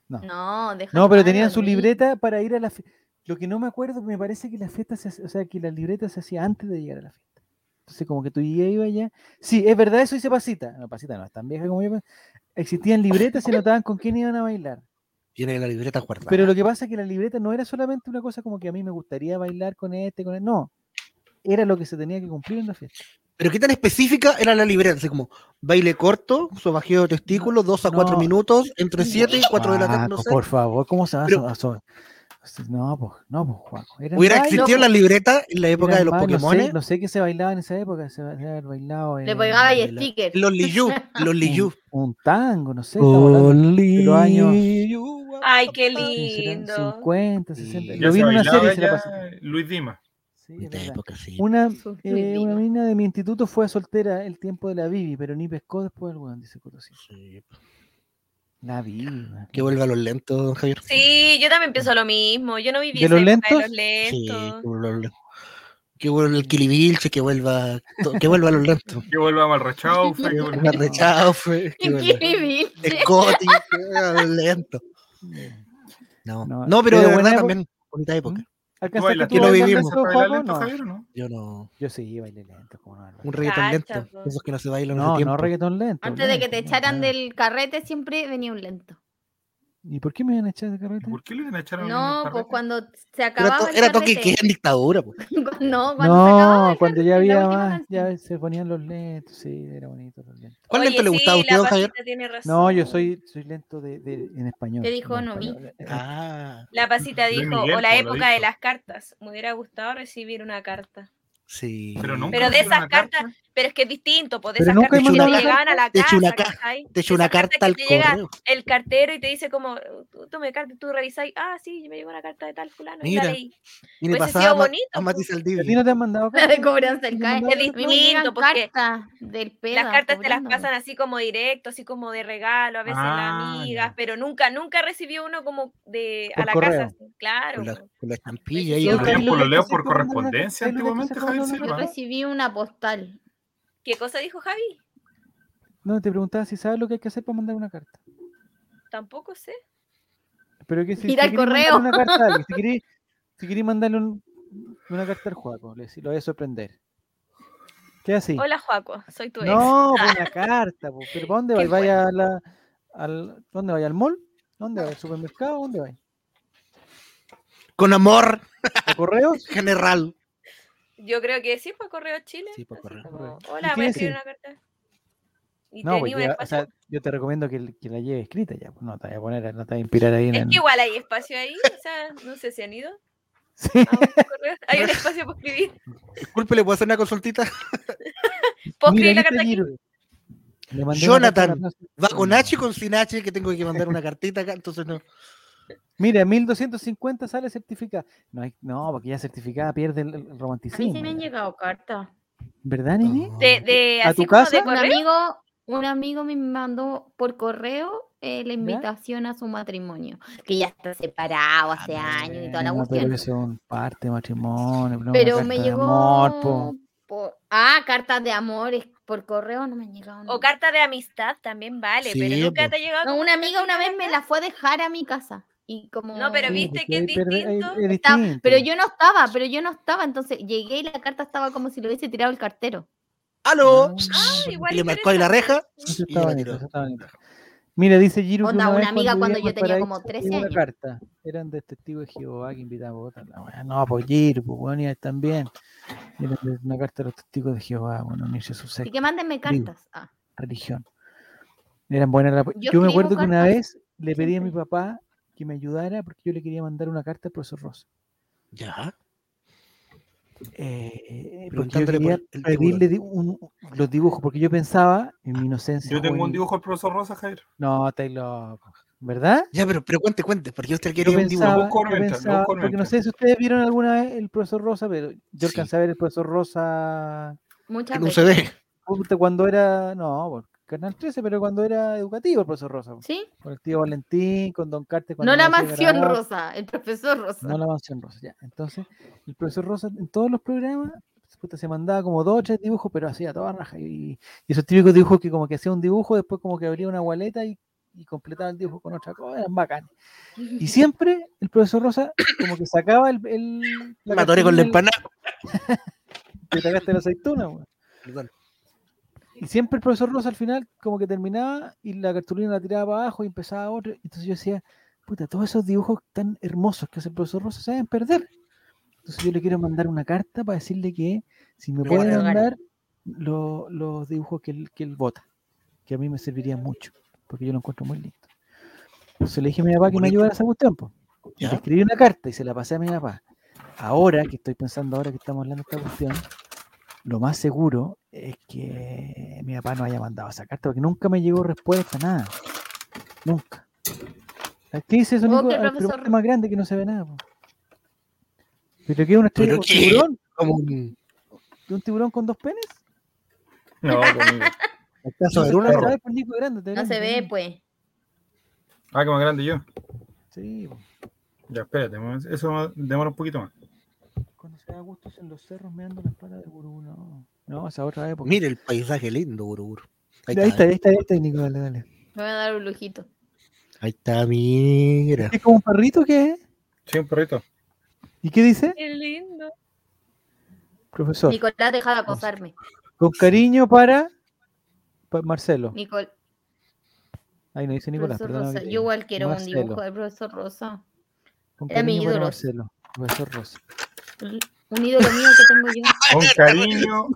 S4: No, deja
S1: No, pero
S4: mal
S1: tenían
S4: a
S1: su
S4: mí.
S1: libreta para ir a la fiesta. Lo que no me acuerdo, me parece que la fiesta se hace- o sea, que la libreta se hacía antes de llegar a la fiesta. Entonces, como que tú ya ibas ya. Sí, es verdad, eso hice pasita. No, pasita no, es tan vieja como yo. pero Existían libretas, se notaban con quién iban a bailar.
S3: Tiene la libreta guardada.
S1: Pero lo que pasa es que la libreta no era solamente una cosa como que a mí me gustaría bailar con este, con el. No. Era lo que se tenía que cumplir en la fiesta.
S3: Pero qué tan específica era la libreta, así como baile corto, sobajeo de testículos, 2 a 4
S1: No.
S3: minutos, entre 7 y 4 de la tarde, no
S1: Juaco,
S3: sé.
S1: Por favor, ¿cómo se va a
S3: Pero-
S1: so- a so- No, pues, no, pues, Juaco. Eran
S3: Hubiera
S1: bailes,
S3: existido la libreta en la época
S1: eran
S3: de los
S1: bailes,
S3: Pokémon, ¿eh?
S1: No sé, no sé qué se bailaba en esa época. Se bailaba bailado.
S4: Le
S1: eh,
S4: pegaba y
S3: la-
S4: sticker.
S3: los Liyu, los Liyu.
S1: un, un tango, no sé.
S2: Oh,
S1: estamos hablando de los años
S5: Ay, qué
S1: sí, serán
S5: lindo.
S1: 50, 60.
S3: Sí.
S1: Lo
S2: Ya
S1: vi
S2: se
S1: en una
S2: bailaba
S1: serie y se la
S2: ya
S1: pasé.
S2: Luis Dima.
S1: Sí, es
S3: En esta
S1: verdad.
S3: época, sí.
S1: Una,
S4: Su-
S1: eh, una
S4: divino.
S1: mina de mi instituto fue soltera el tiempo de la Bibi, pero ni pescó después del weón, dice Cotosí.
S3: Sí.
S1: La Bibi. weón.
S3: Que vuelva a los lentos, don Javier.
S5: Sí, yo también pienso lo mismo. Yo no viví
S1: ¿De
S5: esa
S1: los
S5: época de
S1: lentos?
S5: los
S3: Sí,
S5: lentos.
S3: que vuelva a los lentos. Que vuelva el Kilibilche, que vuelva, to- que vuelva a los lentos.
S2: Que vuelva a Malrachao. fue que
S3: Que
S2: vuelva-
S3: vuelva Rechao, fue, que vuelva
S4: Qué bicho.
S3: Scotty, que vuelva a los lentos. No,
S1: No,
S3: no
S1: pero
S3: pero
S1: ¿Mm?
S3: de
S1: buena
S3: verdad
S1: época.
S3: también, bonita época.
S2: ¿Tú
S1: ¿Alcanzaste
S2: bailaste
S1: tú a
S3: lo
S2: con
S1: bailar
S3: vivimos.
S1: lento,
S2: danza para
S1: Joaco?
S2: bailar lento,
S1: No.
S2: Javier, o no?
S3: Yo no.
S1: Yo sí, bailé lento. Como no,
S3: Un reggaetón
S5: Cacha, pues.
S3: lento.
S5: po.
S3: Esos que no se bailan
S1: no,
S3: hace tiempo.
S1: no reggaetón lento.
S4: Antes de que te
S1: lento,
S4: echaran
S1: lento.
S4: del carrete siempre venía un lento.
S1: ¿Y por qué me iban a echar de carrete?
S2: ¿Por qué le iban a echar a un
S4: No, pues
S2: carrete?
S4: cuando se
S3: Era,
S4: acababa
S3: to-
S4: el
S3: era toque y
S4: carrete.
S3: queda en dictadura. pues. po.
S4: No, cuando se acababa
S1: No,
S4: el
S1: cuando
S4: carrete,
S1: ya
S4: la
S1: había
S4: última
S1: más,
S4: canción.
S1: ya se ponían los lentos, sí, era bonito los lentos.
S3: ¿Cuál
S5: Oye,
S3: lento le
S5: sí,
S3: gustaba a usted,
S5: la
S3: don Javier?
S5: pasita tiene razón.
S1: No, yo soy, soy lento de, de- en español.
S4: ¿Qué dijo?
S1: en
S4: No vi.
S1: español, eh,
S3: Ah,
S5: La pasita
S2: Luis
S5: dijo,
S2: Miguel,
S5: o la
S2: po, lo
S5: época de
S2: dijo.
S5: las cartas. Me hubiera gustado recibir una carta.
S3: sí.
S2: Pero nunca
S5: Pero de
S2: recibieron
S5: esas
S2: una carta.
S5: cartas, pero es que es distinto, pues de
S1: Pero
S5: esas
S1: nunca
S5: cartas
S3: he
S5: que
S3: mandado
S5: te
S3: una
S5: llegaban a la
S3: Te
S5: casa.
S3: echo una ca-
S5: ¿cachai?
S3: Te
S5: De
S3: echo una
S5: esas cartas
S3: carta
S5: que
S3: al
S5: te llega
S3: correo.
S5: el cartero y te dice como, tú tú me carta, tú revisáis, ah, sí, me llegó una carta de tal fulano. y la
S3: Mira.
S5: leí.
S3: Y me pasaba
S5: Hubiese pues, sido
S3: a, Ma-
S5: bonito,
S3: a Mati Saldivia.
S1: ¿A ti no te han mandado
S4: La
S1: cartas?
S4: de cobranza del CAE.
S1: Es
S5: distinto,
S4: Llegan
S5: porque
S4: cartas del pedo.
S5: Las cartas te las pasan así como directo, así como de regalo, a veces
S2: Ah,
S5: las
S2: ya.
S5: amigas, pero nunca, nunca recibió uno como de a
S1: Por
S5: la
S1: correo.
S5: casa, así, claro.
S3: Con la,
S5: po.
S3: con la estampilla ahí.
S5: Pues,
S3: el
S5: Sí, sí,
S2: Habían
S1: Carlos,
S2: pololeo
S1: ¿tú mandas
S2: por
S1: una-
S2: correspondencia
S1: Carlos, ¿tú
S2: antiguamente,
S1: sacas
S2: Javier
S1: una-
S2: Silva,
S4: Yo
S2: ¿no?
S1: ¿verdad?
S4: recibí una postal.
S5: ¿Qué cosa dijo Javi?
S1: No, te preguntaba si sabes lo que hay que hacer para mandar una carta.
S5: Tampoco sé.
S1: Pero que si,
S4: Ir al
S1: querés mandarle
S4: correo.
S1: Una carta a alguien, si querés si querés mandarle un- una carta al Juaco, le decís, lo voy a sorprender. ¿Qué así?
S5: Hola, Juaco, soy tu ex.
S1: No, pues una carta, pues, pero ¿para dónde
S5: Qué
S1: vais? ¿Vaya a la, al, ¿Dónde vais? ¿Al mall? ¿Dónde vais? ¿Al supermercado? ¿Dónde vais?
S3: Con amor
S1: ¿A correos?
S3: general.
S5: Yo creo que sí, pues, por correo a Chile.
S3: Sí, por
S5: así
S3: correo.
S5: como,
S1: ¿Y
S5: Hola,
S1: qué
S5: voy a escribir
S1: decís?
S5: una carta. Y
S1: No, pues
S5: tenía un
S1: lleva- o
S5: espacio.
S1: sea, yo te recomiendo que, que la lleve escrita ya, pues no te voy a poner, no te voy a inspirar ahí en
S5: es
S1: el-
S5: que igual hay espacio ahí, o sea, no sé si han ido.
S1: Sí.
S5: a un correo. Hay un espacio para escribir.
S3: Disculpe, ¿le puedo hacer una consultita?
S5: ¿Puedo
S1: Mira,
S5: escribir
S1: ¿qué te
S5: la carta aquí?
S1: sirve? Le mandé una carta a la
S3: Jonathan,
S1: plaza-
S3: Va con H y con sin H, que tengo que mandar una cartita acá, entonces no.
S1: Mira, 1250 sale certificada. No, hay- no, porque ya certificada pierde el, el
S4: A
S1: romanticismo.
S4: mí se me han
S1: ya.
S4: llegado cartas.
S1: ¿Verdad, Nini?
S5: De, de,
S1: ¿A
S5: así
S1: tu
S5: como
S1: casa?
S5: de
S4: Un
S5: correo.
S4: amigo, un amigo me mandó por correo eh, la invitación a su matrimonio, que ya está separado hace años y toda la
S1: Bueno, Ah,
S4: cuestión.
S1: Pero eso es un parte de matrimonio. no, una
S4: Pero me
S1: carta de
S4: llegó
S1: amor, po.
S4: por- Ah, cartas de amores por correo no me han llegado.
S5: O
S4: nunca.
S5: carta de amistad también vale,
S3: Sí,
S5: pero nunca
S1: pues.
S3: po.
S5: te ha llegado.
S4: No,
S5: como
S4: una amiga una vez me
S5: carta.
S4: la fue a dejar a mi casa y como
S5: No, pero
S1: Sí,
S5: viste
S1: porque
S5: que es
S1: ahí pierde- ahí-
S5: distinto.
S1: es
S4: estaba-
S1: distinto.
S4: pero yo no estaba, pero yo no estaba, entonces llegué y la carta estaba como si lo hubiese tirado el cartero.
S3: ¡Aló!
S1: Ah,
S5: igual
S3: Y le marcó ahí la
S5: interesante.
S3: reja.
S1: Eso
S3: Y yo
S1: está
S3: la
S1: bonito,
S3: tiró.
S1: eso está bonito. Mira, dice Giro. que
S4: Onda, una
S1: vez
S4: amiga cuando
S1: iba a
S4: yo tenía como
S1: Valparaíso,
S4: 13
S1: llegó una
S4: años.
S1: carta. Eran de testigo de Jehová que invitaban a votar. La wea. No, pues Giro, pues bueno, y también. Era de- una carta de los testigos de Jehová, bueno, unirse a su
S4: Así
S1: secta,
S4: que mándenme
S1: Digo.
S4: cartas. Ah,
S1: religión. Eran buenas. la- Yo,
S4: Yo
S1: me
S4: escribo
S1: acuerdo que una
S4: cartas,
S1: vez le pedí a mi
S4: siempre.
S1: papá que me ayudara porque yo le quería mandar una carta al profesor Rosa.
S3: Ya.
S1: Eh, porque yo
S3: Preguntándole
S1: quería
S3: por el
S1: pedirle di- un- los dibujos, porque yo pensaba en mi inocencia.
S2: Yo tengo un
S1: juvenil.
S2: dibujo del profesor Rosa, Jair.
S1: No, estáis loco. ¿Verdad?
S3: Ya, pero, pero cuente, cuente, porque usted quiere
S1: Yo
S3: un dibujo.
S1: pensaba, yo
S2: busco ahora mientras, lo
S1: pensaba-
S2: busco ahora
S1: porque no
S2: mientras.
S1: sé si ustedes vieron alguna vez el profesor Rosa, pero yo
S3: Sí.
S1: alcancé a ver el profesor Rosa
S4: Muchas
S3: Que no se
S4: veces.
S3: ve.
S1: puta, cuando era, no, por Canal 13, pero cuando era educativo el profesor Rosa,
S4: ¿Sí?
S1: con el tío Valentín, con Don Carter. cuando
S4: No la
S1: hacía
S4: mansión
S1: grabar.
S4: rosa, el profesor rosa.
S1: No la mansión rosa, ya. Entonces, el profesor Rosa en todos los programas puta, se mandaba como dos o tres dibujos, pero hacía toda raja. Y, y esos típicos dibujos que como que hacía un dibujo, después como que abría una gualeta y, y completaba el dibujo con otra cosa, eran bacanes. Y siempre el profesor Rosa como que sacaba el... el la
S3: Matoré con
S1: cartulina
S3: la empanada.
S1: que sacaste la aceituna, weón.
S3: Perdón.
S1: Y siempre el profesor Rosa al final como que terminaba y la cartulina la tiraba para abajo y empezaba otro. Entonces yo decía, puta, todos esos dibujos tan hermosos que hace el profesor Rosa se deben perder. Entonces yo le quiero mandar una carta para decirle que si me
S3: Me
S1: pueden
S3: guardo.
S1: mandar lo- los dibujos que él, que él vota, que a mí me serviría mucho, porque yo lo encuentro muy lindo. Entonces le dije a mi papá que me
S3: Bonito.
S1: ayudara a esa cuestión. po. Y
S3: Ya.
S1: le escribí una carta y se la pasé a mi papá. Ahora que estoy pensando, ahora que estamos hablando de esta cuestión, lo más seguro es que mi papá no haya mandado esa carta porque nunca me llegó respuesta, nada. Nunca. ¿Sabes ¿Qué dice eso,
S4: Oh,
S1: Nico?
S4: que el
S1: Al
S4: profesor-
S1: pregunta más grande que no se ve nada. po. ¿Pero qué es una estrella?
S3: ¿Pero
S1: ¿Un
S3: qué?
S1: tiburón?
S3: Como un.
S1: ¿Un tiburón con dos penes?
S2: No, conmigo.
S3: ¿Acaso
S1: se
S3: era una?
S1: puede saber por Nico grande, está
S4: No
S1: grande,
S4: se
S1: está
S4: ve,
S1: grande.
S4: pues.
S2: Ah, que más grande yo.
S1: Sí, po.
S2: Ya, espérate, eso va- demora un poquito más.
S1: cuando se da gustos en los cerros meando las patas de gurú, no. No, esa otra época.
S3: Mire el paisaje lindo, Buruburu.
S1: Ahí está, ahí está, ahí está, Nico, dale, dale.
S4: Me voy a dar un lujito.
S3: Ahí está, mira.
S1: ¿Es como un perrito que es?
S2: Sí, un perrito.
S1: ¿Y qué dice?
S5: Qué lindo.
S1: Profesor,
S4: Nicolás, deja de acosarme.
S1: con cariño para, pa- Marcelo.
S4: Nicol
S1: Ahí no dice Nicolás,
S4: profesor
S1: perdóname
S4: Rosa.
S1: que te diga.
S4: Yo igual quiero un
S1: Marcelo.
S4: dibujo del profesor Rosa.
S1: Con
S4: Era mi
S1: cariño para
S4: ídolo.
S1: Marcelo, profesor Rosa.
S4: Un ídolo mío que tengo yo.
S2: Con cariño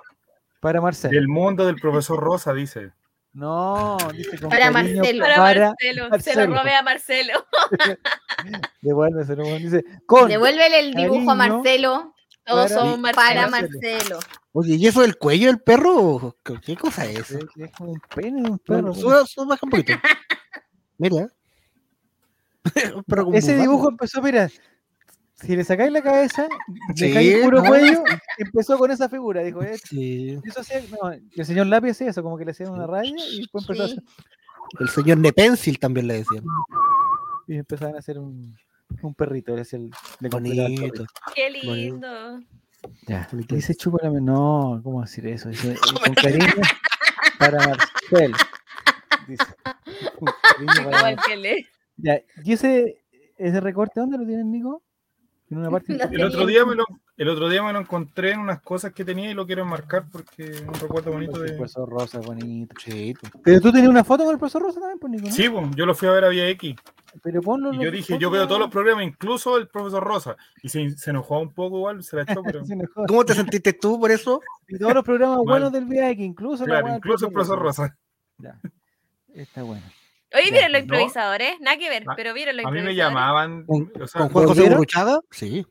S1: Para Marcelo.
S2: del mundo del profesor Rosa, dice.
S1: No, dice con
S4: Para
S1: cariño
S4: Marcelo.
S5: Para,
S1: para-
S5: Marcelo. Se
S1: Marcelo.
S5: lo robé a Marcelo.
S1: Devuélveselo, bueno, dice con.
S4: Devuélvele el dibujo a
S1: cariño
S4: Marcelo
S5: Todos
S1: Para-
S5: somos
S4: para
S5: Marcelo.
S4: Marcelo.
S3: Oye, ¿y eso del cuello del perro? ¿Qué, qué cosa es?
S1: Es- Es como un pene de un perro.
S3: Bueno,
S1: güey.
S3: suba, suba un poquito. Mira. Un perro con
S1: Ese
S3: bufanda.
S1: dibujo empezó, mira, si le sacáis la cabeza, le
S3: Sí,
S1: sacáis el puro
S3: no.
S1: cuello, empezó con esa figura. Dijo, "Eh,
S3: Sí.
S1: eso hacía- no, el señor lápiz hacía eso, como que le hacían una raya y después empezó a
S4: Sí.
S1: hacer-
S3: El señor Nepensil también le decían.
S1: Ah, y empezaban a hacer un, un perrito. le hacía el- le completaba el
S3: Bonito.
S5: Qué lindo.
S1: Ya,
S3: Bonito.
S1: dice chúpame. No, ¿cómo decir eso? Dice, con cariño para Marcel. Dice, con cariño para Marcel.
S5: Igual que le.
S1: Ya, ¿y ese, ese recorte dónde lo tienen, Nico? En una parte.
S4: No
S2: El otro día me lo, el otro día me lo encontré en unas cosas que tenía y lo quiero enmarcar porque es un recuerdo bonito
S1: El
S2: de.
S1: profesor Rosa, bonito.
S3: Sí. pues.
S1: Pero tú tenías una foto con el profesor Rosa también, pues, Nico. ¿no?
S2: Sí, pues, yo lo fui a ver a Vía X.
S1: Pero ponlo.
S2: Y
S1: lo-
S2: yo dije, yo
S1: ponlo-
S2: veo todos los programas, incluso el profesor Rosa. Y se, se enojó un poco igual, se la echó, pero.
S1: Se enojó.
S3: ¿Cómo te sentiste tú por eso?
S1: Y todos los programas
S2: Mal.
S1: buenos del VIX, incluso la
S2: Claro,
S1: weá del
S2: incluso el profesor
S1: pues.
S2: Rosa.
S1: Está bueno.
S5: Oye,
S1: Ya,
S5: miren los
S2: ¿no?
S5: improvisadores. Nada que ver,
S2: A-
S5: pero miren los
S2: A mí me
S5: improvisadores.
S2: llamaban.
S3: ¿Con,
S2: o sea,
S3: con Juan José
S1: ¿volvieron?
S3: Burruchaga? Sí.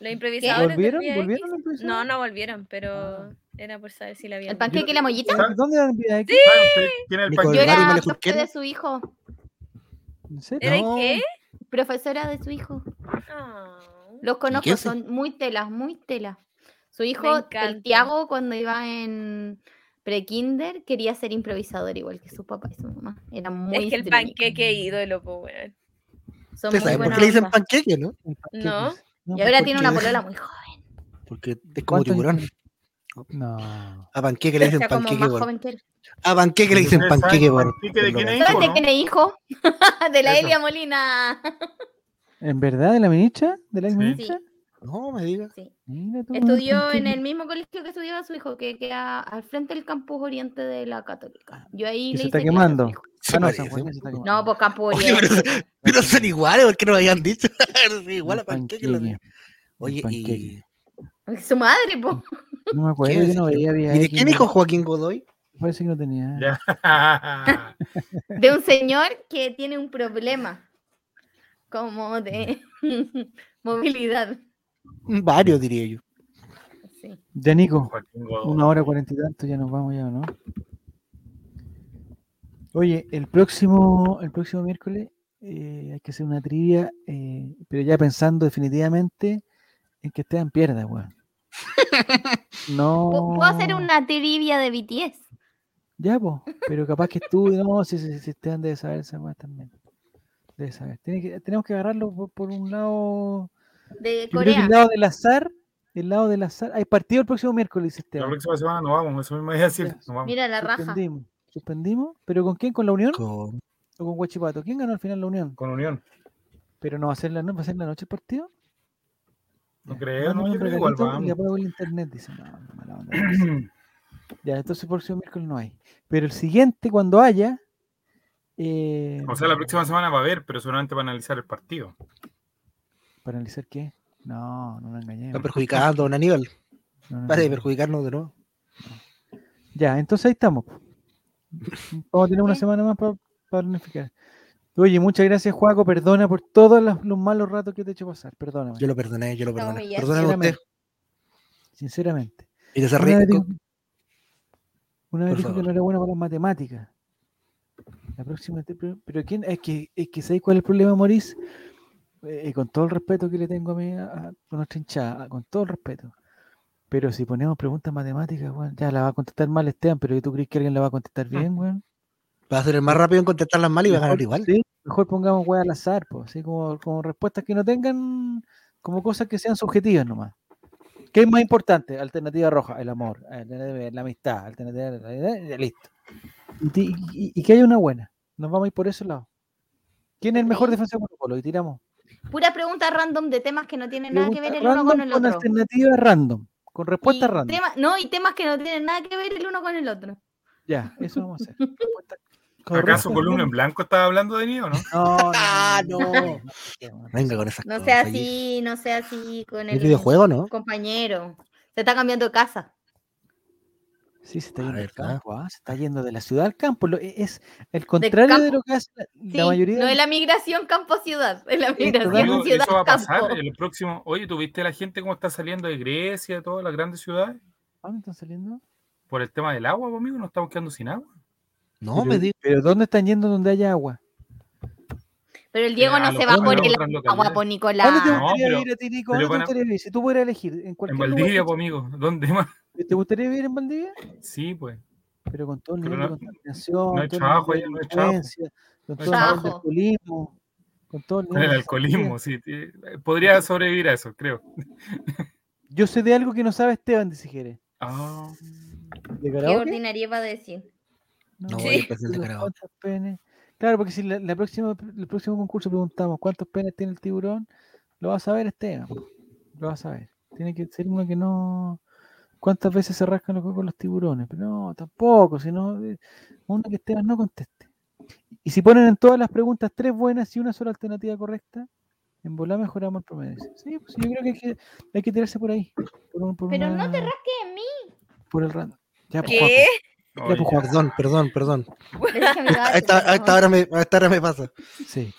S5: Los improvisadores. del
S1: ¿Volvieron?
S5: VIX.
S1: ¿Volvieron los profesores?
S5: No, no volvieron, pero
S1: Ah.
S5: era por saber si la habían.
S4: El panqueque y la mollita.
S1: ¿Dónde- ¿Dónde eran VIX?
S2: ¿saben ustedes quién es el
S3: Nicolás.
S4: Yo
S2: panqueque?
S3: Gaby
S4: era
S3: Male
S4: profe
S3: Junquera.
S4: de su hijo.
S1: ¿En serio?
S5: ¿Era
S3: No.
S5: qué?
S4: Profesora de su hijo.
S5: Ah.
S4: Los
S3: quién
S4: conozco,
S3: se-
S4: son muy telas, muy telas. Su
S5: Me
S4: hijo,
S5: encanta.
S4: el Tiago, cuando iba en prekinder, quería ser improvisador igual que su papá y su mamá. Era muy
S5: es que el
S4: brillo.
S5: panqueque ídolo, pues, weón.
S4: Son
S3: Ustedes
S4: muy
S3: saben por
S4: buena
S3: qué le dicen
S4: onda.
S3: panqueque, ¿no?
S5: No.
S4: Y ahora
S1: ¿por
S4: tiene
S1: qué?
S4: una polola muy joven.
S3: Porque es como
S1: ¿Cuántos
S3: tiburón.
S1: años tiene? No.
S3: A panqueque le
S4: Pero
S3: dicen
S4: está como
S3: panqueque
S4: más
S3: por.
S4: joven que él.
S3: A panqueque le dicen
S2: ¿Ustedes saben
S3: panqueque por.
S2: panqueque de
S3: por
S2: quién
S3: lo-
S2: es?
S4: ¿Sabes de
S2: ¿no?
S4: quién es hijo? de la
S2: Eso.
S4: Elia Molina.
S1: ¿En verdad de la ministra? ¿De la ex
S2: Sí.
S1: ministra?
S3: No, me digas.
S1: Mira tú,
S4: Estudió
S1: ¿por
S4: en
S1: qué?
S4: el mismo colegio que estudiaba su hijo, que queda al frente del campus oriente de la Católica. Yo ahí
S1: Que
S4: le
S1: se está
S4: hice clase a su
S1: quemando.
S4: hijo.
S1: Ah,
S3: Se
S1: no,
S3: parece.
S1: San Juan ya se está quemando.
S4: No, pues campus
S3: Oye,
S4: oriente.
S3: pero, pero son iguales, ¿por qué no lo habían dicho? Igual
S1: El
S3: a panqueque. lo-
S1: panqueque,
S3: Oye, y.
S1: panqueque.
S4: Su madre, pues.
S1: No me acuerdo,
S3: ¿Qué
S1: yo no
S3: decir?
S1: veía
S3: ¿Y de
S1: VIX,
S3: quién
S1: no.
S3: hijo Joaquín Godoy?
S1: Parece que no tenía.
S2: Ya.
S4: De un señor que tiene un problema como de movilidad.
S3: Varios, diría yo.
S4: Sí.
S1: Ya, Nico,
S2: Joaquín Godó.
S1: una hora cuarenta y tanto, ya nos vamos ya, ¿o ¿no? Oye, el próximo, el próximo miércoles eh, hay que hacer una trivia, eh, pero ya pensando definitivamente en que Esteban pierda, weón. No.
S4: Pu- Puedo
S1: Oh.
S4: hacer una trivia de BTS.
S1: Ya, po, pero capaz que tú, no, si, si, si Esteban debe saber esa weá también. Debe saber. Tiene que- tenemos que agarrarlo por, por un lado.
S4: De
S1: Yo creo que
S4: Corea.
S1: el lado del azar, el lado del azar. Hay partido el próximo miércoles, dice
S2: La
S1: Esteban.
S2: próxima semana nos vamos, eso mismo iba a decir.
S1: Ya.
S2: nos vamos.
S4: Mira la raja.
S1: Suspendimos. Suspendimos. ¿Pero con quién? ¿Con la Unión
S3: Con-
S1: o con Guachipato? ¿Quién ganó al final la Unión?
S2: Con Unión.
S1: Pero no va a ser la, no, va a ser la noche el partido.
S2: No
S1: Ya, mándame
S2: creo, no, yo
S1: un
S2: creo que igual
S1: regalito y
S2: vamos.
S1: apago el internet, dice. No, no, mala onda. ya, entonces el próximo miércoles no hay. Pero el siguiente, cuando haya. eh,
S2: O sea, la próxima semana va a haber, pero solamente va a analizar el partido.
S1: ¿Para analizar qué? No, no nos engañemos.
S3: Está perjudicando a don Aníbal.
S1: no nos
S3: Para de
S1: engañemos.
S3: perjudicarnos de nuevo.
S1: Ya, entonces ahí estamos. po. Vamos a tener una
S4: Ok.
S1: semana más para planificar. Oye, muchas gracias, Juaco. Perdona por todos los, los malos ratos que te he hecho pasar. Perdóname,
S3: Yo lo perdoné, yo lo perdoné.
S4: humillaste.
S3: Perdóname usted.
S1: sinceramente.
S3: Y te
S1: Una vez
S3: rico.
S1: dijo- una vez
S3: Por
S1: dijo que
S3: favor.
S1: no era bueno para las matemáticas. La próxima. te- Pero, pero ¿quién? Es que, es que ¿sabéis cuál es el problema, Maurice? Eh, con todo el respeto que le tengo a mí, a, a- a nuestra hinchada, a- con todo el respeto. Pero si ponemos preguntas matemáticas, weón, ya la va a contestar mal Esteban, pero ¿tú crees que alguien la va a contestar bien,
S3: Ah.
S1: weón?
S3: Va a ser el más rápido en contestarlas mal y va a ganar
S1: Mejor-
S3: igual.
S1: sí, mejor pongamos weas al azar, po, así como, como respuestas que no tengan, como cosas que sean subjetivas nomás. ¿Qué es más importante? Alternativa roja, el amor, alternativa- la amistad, alternativa, la- la- la- listo. Y, ti- y- y que haya una buena. Nos vamos a ir por ese lado. ¿Quién es el mejor
S4: Ok.
S1: defensa de Colo Colo? Y tiramos.
S4: Pura pregunta random de temas que no tienen nada que ver el
S1: Pregunta
S4: uno con
S1: random
S4: el
S1: con
S4: otro.
S1: alternativa random, con respuesta
S4: Y
S1: random.
S4: tema- no, y temas que no tienen nada que ver el uno con el otro.
S1: Ya, eso vamos a hacer. Respuesta-
S2: ¿Acaso
S1: respuesta
S2: columna en
S1: random.
S2: blanco estaba hablando de mí o no?
S1: No, no,
S3: Ah,
S1: no,
S3: no.
S1: no, no, no, no.
S3: Venga con esas
S4: No
S1: Ah,
S3: cosas,
S4: sea
S3: oye.
S4: así, no sea así con
S3: Es
S4: el
S3: videojuego, ¿no?
S4: compañero. Se está cambiando de casa.
S1: Sí, se está
S3: A
S1: yendo del
S3: ver, ¿no?
S1: campo, ah, se está yendo de la ciudad al campo. lo- e- es el contrario de
S4: campo.
S1: lo que hace la, la
S4: Sí,
S1: mayoría.
S4: no
S1: de-
S4: es la migración campo-ciudad, es la
S2: Amigo, eso
S4: migración
S2: va a
S4: ciudad-campo.
S2: pasar el próximo. Oye, ¿tuviste la gente cómo está saliendo de Grecia, de todas las grandes ciudades?
S1: ¿A ¿Dónde están saliendo?
S2: Por el tema del agua, pues, amigo, nos estamos quedando sin agua.
S3: No,
S1: pero,
S3: me di.
S1: pero ¿dónde están yendo donde haya agua?
S4: Pero el Diego
S2: Eh, a
S4: no
S2: los
S4: se va
S2: pueblos,
S4: por
S2: a
S4: el
S2: otras
S4: agua,
S2: localidades.
S4: por Nicolás.
S1: ¿Dónde te
S2: No,
S1: gustaría
S2: pero-
S1: vivir a ti, Nico?
S2: pero
S1: ¿Dónde te
S2: van a-
S1: gustaría vivir? Si tú pudieras elegir en
S2: En
S1: cualquier
S2: Valdivia,
S1: lugar,
S2: pues, amigo. ¿Dónde más?
S1: ¿te gustaría vivir en Valdivia?
S2: Sí, pues.
S1: Pero con todo el
S2: Pero
S1: nivel de
S2: no-
S1: contaminación,
S2: no hay
S1: todo el
S2: trabajo
S1: nivel
S2: ahí,
S1: de
S2: no hay trabajo.
S1: delincuencia, con
S2: No hay
S1: todo el nivel de
S4: trabajo.
S1: alcoholismo, con todo el
S2: Con el
S1: nivel de
S2: alcoholismo, sí. eh, Podría sobrevivir a eso, creo.
S1: desafío. Yo sé de algo que no sabe Esteban, dice Jerez.
S2: Ah,
S1: ¿De
S4: Qué
S1: karaoke?
S4: ordinaria va a decir.
S1: No,
S3: No,
S5: Sí.
S3: oye, pues, el de
S1: Los
S3: Carabao.
S1: cuantos penes. Claro, porque si la, la próxima, el próximo concurso preguntamos cuántos penes tiene el tiburón, lo va a saber Esteban. po. Lo va a saber. Tiene que ser uno que no. ¿Cuántas veces se rascan los cocos los tiburones? Pero no, tampoco, sino eh, uno que Esteban no conteste. Y si ponen en todas las preguntas tres buenas y una sola alternativa correcta, en volar mejoramos el promedio. dice. Sí, pues yo creo que hay que, hay que tirarse por ahí. Por un- por
S4: Pero no te
S1: una-
S4: rasques en mí.
S1: Por el random. Ya, pues,
S5: ¿Qué?
S1: Juaco, ya, pues,
S2: oye,
S1: Juaco.
S3: Perdón, perdón, perdón.
S4: Déjame
S3: A esta, a esta hora me, a esta hora me pasa.
S1: Sí.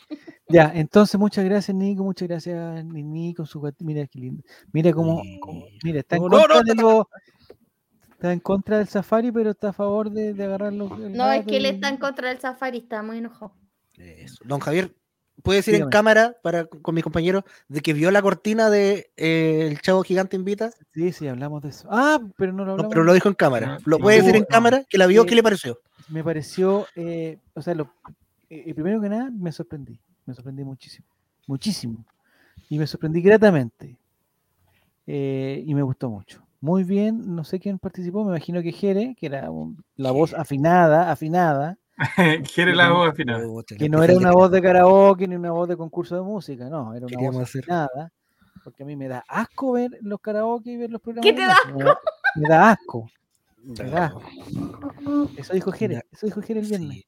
S1: Ya, entonces muchas gracias, Nico. Muchas gracias, Nini, con su gatito. Mira qué lindo. Mira cómo. cómo- mira, está en
S3: No, no,
S1: contra
S3: no,
S1: de
S3: no,
S1: los- Está en contra del safari, pero está a favor de, de agarrar los. el
S4: No, es
S1: gato
S4: que él
S1: y-
S4: está en contra del safari, está muy enojado.
S3: Eso. Don Javier, ¿puede decir en
S1: Dígame.
S3: cámara para, con mis compañeros de que vio la cortina de eh, El Chavo Gigante Invita?
S1: Sí, sí, hablamos de eso. Ah, pero no lo
S3: No,
S1: hablamos.
S3: pero lo dijo en cámara.
S2: No,
S3: ¿Lo
S2: no,
S3: puede decir en
S1: no.
S3: cámara? ¿Que la vio?
S1: Sí.
S3: ¿Qué le pareció?
S1: Me pareció. eh, o sea, lo, eh, eh, primero que nada, me sorprendí. Me sorprendí muchísimo. Muchísimo. Y me sorprendí gratamente. eh, y me gustó mucho. Muy bien, no sé quién participó, me imagino que Jere, que era un- la voz afinada, afinada.
S2: Quiere la voz al final.
S3: Puta,
S1: que
S3: la
S1: no
S3: cosa
S1: era
S3: de
S1: una voz de karaoke ni una voz de concurso de música, no, era una
S3: Queríamos
S1: voz
S3: hacer-
S1: nada, porque a mí me da asco ver los karaoke y ver los programas.
S4: ¿Qué
S1: de
S4: te da
S1: música, Me da, me da asco, me da asco. Eso dijo
S3: Ya.
S1: Jerez, eso dijo Jerez el viernes.
S3: Sí.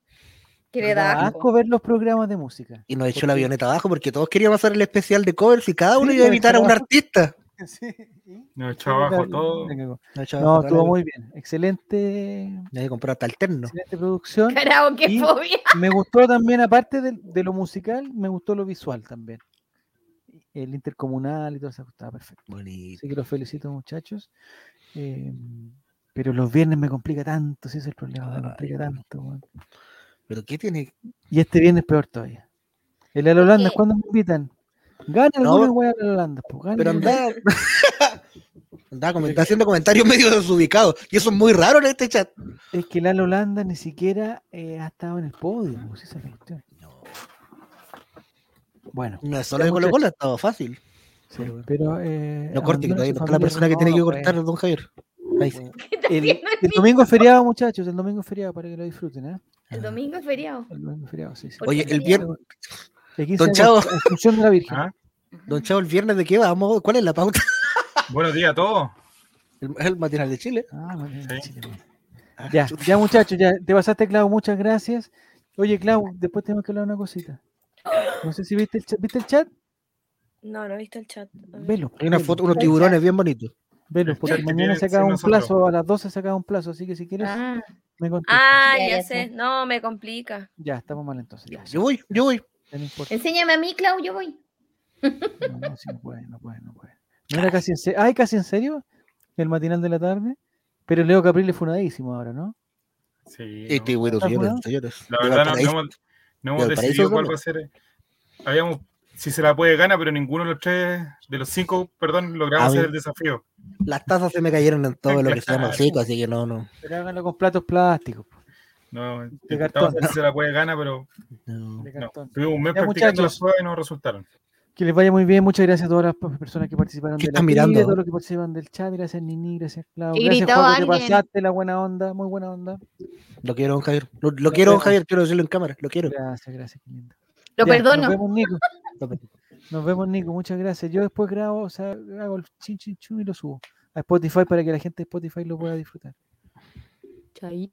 S4: Que
S1: Me
S4: le
S1: da
S4: da
S1: asco
S4: asco.
S1: ver los programas de música.
S3: Y nos echó
S1: Porque-
S3: la avioneta abajo porque todos queríamos hacer el especial de covers y cada uno
S1: Sí,
S3: iba a
S1: nos
S3: invitar a un
S1: echó abajo.
S3: artista.
S1: Sí, ¿y?
S2: No, echó abajo
S1: La-
S2: todo.
S1: la cagó.
S3: No, chaval,
S1: No,
S3: para
S1: estuvo
S3: la-
S1: muy bien. Excelente,
S3: Nadie compró hasta el terno.
S1: excelente producción.
S4: Karaoke
S1: Y-
S4: fobia.
S1: Me gustó también, aparte del- de, lo musical, me gustó lo visual también. El intercomunal y todo eso estaba perfecto.
S3: Bonito.
S1: Así que los felicito, muchachos. Eh, pero los viernes me complica tanto, si ese es el problema, me
S3: Ay,
S1: complica tanto. weón.
S3: ¿Pero qué tiene?
S1: Y este viernes peor todavía. El Al Holanda,
S4: Porque-
S1: ¿cuándo me invitan? Gana alguna
S3: No, pero-
S1: wea al Holanda. pues, gana
S3: Pero
S1: alguna.
S3: andaba. andaba coment- haciendo comentarios medio desubicados. Y eso es muy raro en este chat.
S1: Es que Lalo Holanda ni siquiera eh, ha estado en el podio. pues, esa es la cuestión. Bueno,
S3: No es solo
S1: Ya,
S3: de Colo
S1: muchachos.
S3: Colo, ha estado fácil.
S1: sí,
S3: bueno.
S1: pero. eh,
S3: No corte, que
S1: abandona
S3: todavía
S1: su
S3: no pues,
S1: familia,
S3: está la persona que
S1: no,
S3: tiene que
S1: no
S3: cortar,
S1: puede.
S3: don Javier. Ahí sí.
S1: El,
S4: haciendo el
S1: el domingo es feriado, muchachos. El domingo es feriado para que lo disfruten. ¿eh?
S4: El domingo es feriado.
S1: El domingo es feriado, sí. sí.
S4: ¿Por
S3: Ah. Oye,
S4: qué
S3: el
S4: sería?
S3: viernes,
S1: El 15 de
S3: Don Chavo.
S1: agosto, Asunción de la Virgen.
S2: Ah,
S3: don Chavo, el viernes de qué vamos? ¿Cuál es la pauta?
S2: Buenos días a todos.
S3: El, el matinal de Chile. Ah,
S1: Ah, muy bien,
S2: Sí.
S1: Chile, muy bien. Ya, ya muchachos, ya te pasaste, Clau, muchas gracias. Oye, Clau, después tenemos que hablar una cosita. No sé si viste el chat. ¿Viste el chat?
S5: No, no he visto el chat. A ver.
S1: Velo.
S3: Hay una
S1: velo,
S3: foto, unos tiburones bien bonitos.
S1: velo,
S2: El
S1: porque
S2: chat que
S1: mañana
S2: tiene
S1: se acaba
S2: sin
S1: un
S2: nosotros.
S1: plazo, a las 12 se acaba un plazo, así que si quieres,
S4: Ah,
S1: me contestas.
S5: Ah,
S4: Ya,
S5: ya
S4: ya
S5: sé.
S4: sé.
S5: No, me complica.
S1: Ya, estamos mal entonces. Ya,
S3: Yo voy, yo voy.
S1: ya no importa.
S4: enséñame a mí, Clau, yo voy.
S1: No, no, sí, no puede, no puede, no puede. No era casi en serio. Ay, casi en serio. El matinal de la tarde. Pero Leo Caprile es funadísimo ahora, ¿no?
S2: Sí, no.
S3: Este güero,
S1: ¿Estás
S3: señores,
S1: jugando?
S3: señores.
S2: La
S3: De
S2: verdad no, no
S3: Valparaíso.
S2: hemos, no hemos
S3: ¿De Valparaíso
S2: decidido cuál
S3: solo?
S2: va a ser. Habíamos, si se la puede ganar, pero ninguno de los tres, de los cinco, perdón, logramos
S3: A
S1: Ah,
S2: hacer
S3: ver.
S2: el desafío.
S3: Las tazas se me cayeron en todo lo que se llama el hocico, así que no, no.
S1: Pero háganlo con platos plásticos, po,
S2: No,
S1: De
S2: intentamos
S1: cartón.
S2: hacer si se la puede ganar, pero
S3: no.
S1: de
S2: no.
S1: cartón.
S2: Tuvimos un mes
S1: Ya,
S2: practicando
S1: muchachos.
S2: las pruebas y no resultaron.
S1: Que les vaya muy bien. Muchas gracias a todas las pa- personas que participaron
S3: ¿Qué
S1: de la
S3: están
S1: trivia,
S3: mirando?
S1: a todos los que participan del chat. Gracias, Nini. Gracias, Claudio.
S4: Y
S1: Gracias,
S4: gritó
S1: Juan, que
S4: alguien.
S1: pasaste la buena onda. Muy buena onda.
S3: Lo quiero, don Javier. Lo, lo quiero, don Javier, quiero decirlo en cámara. Lo quiero.
S1: Gracias, gracias. qué lindo.
S4: Lo
S1: Ya,
S4: perdono.
S1: Nos vemos, Nico. Nos vemos, Nico. Muchas gracias. Yo después grabo, o sea, hago el chin, chin, chun y lo subo a Spotify para que la gente de Spotify lo pueda disfrutar.
S4: Chaito.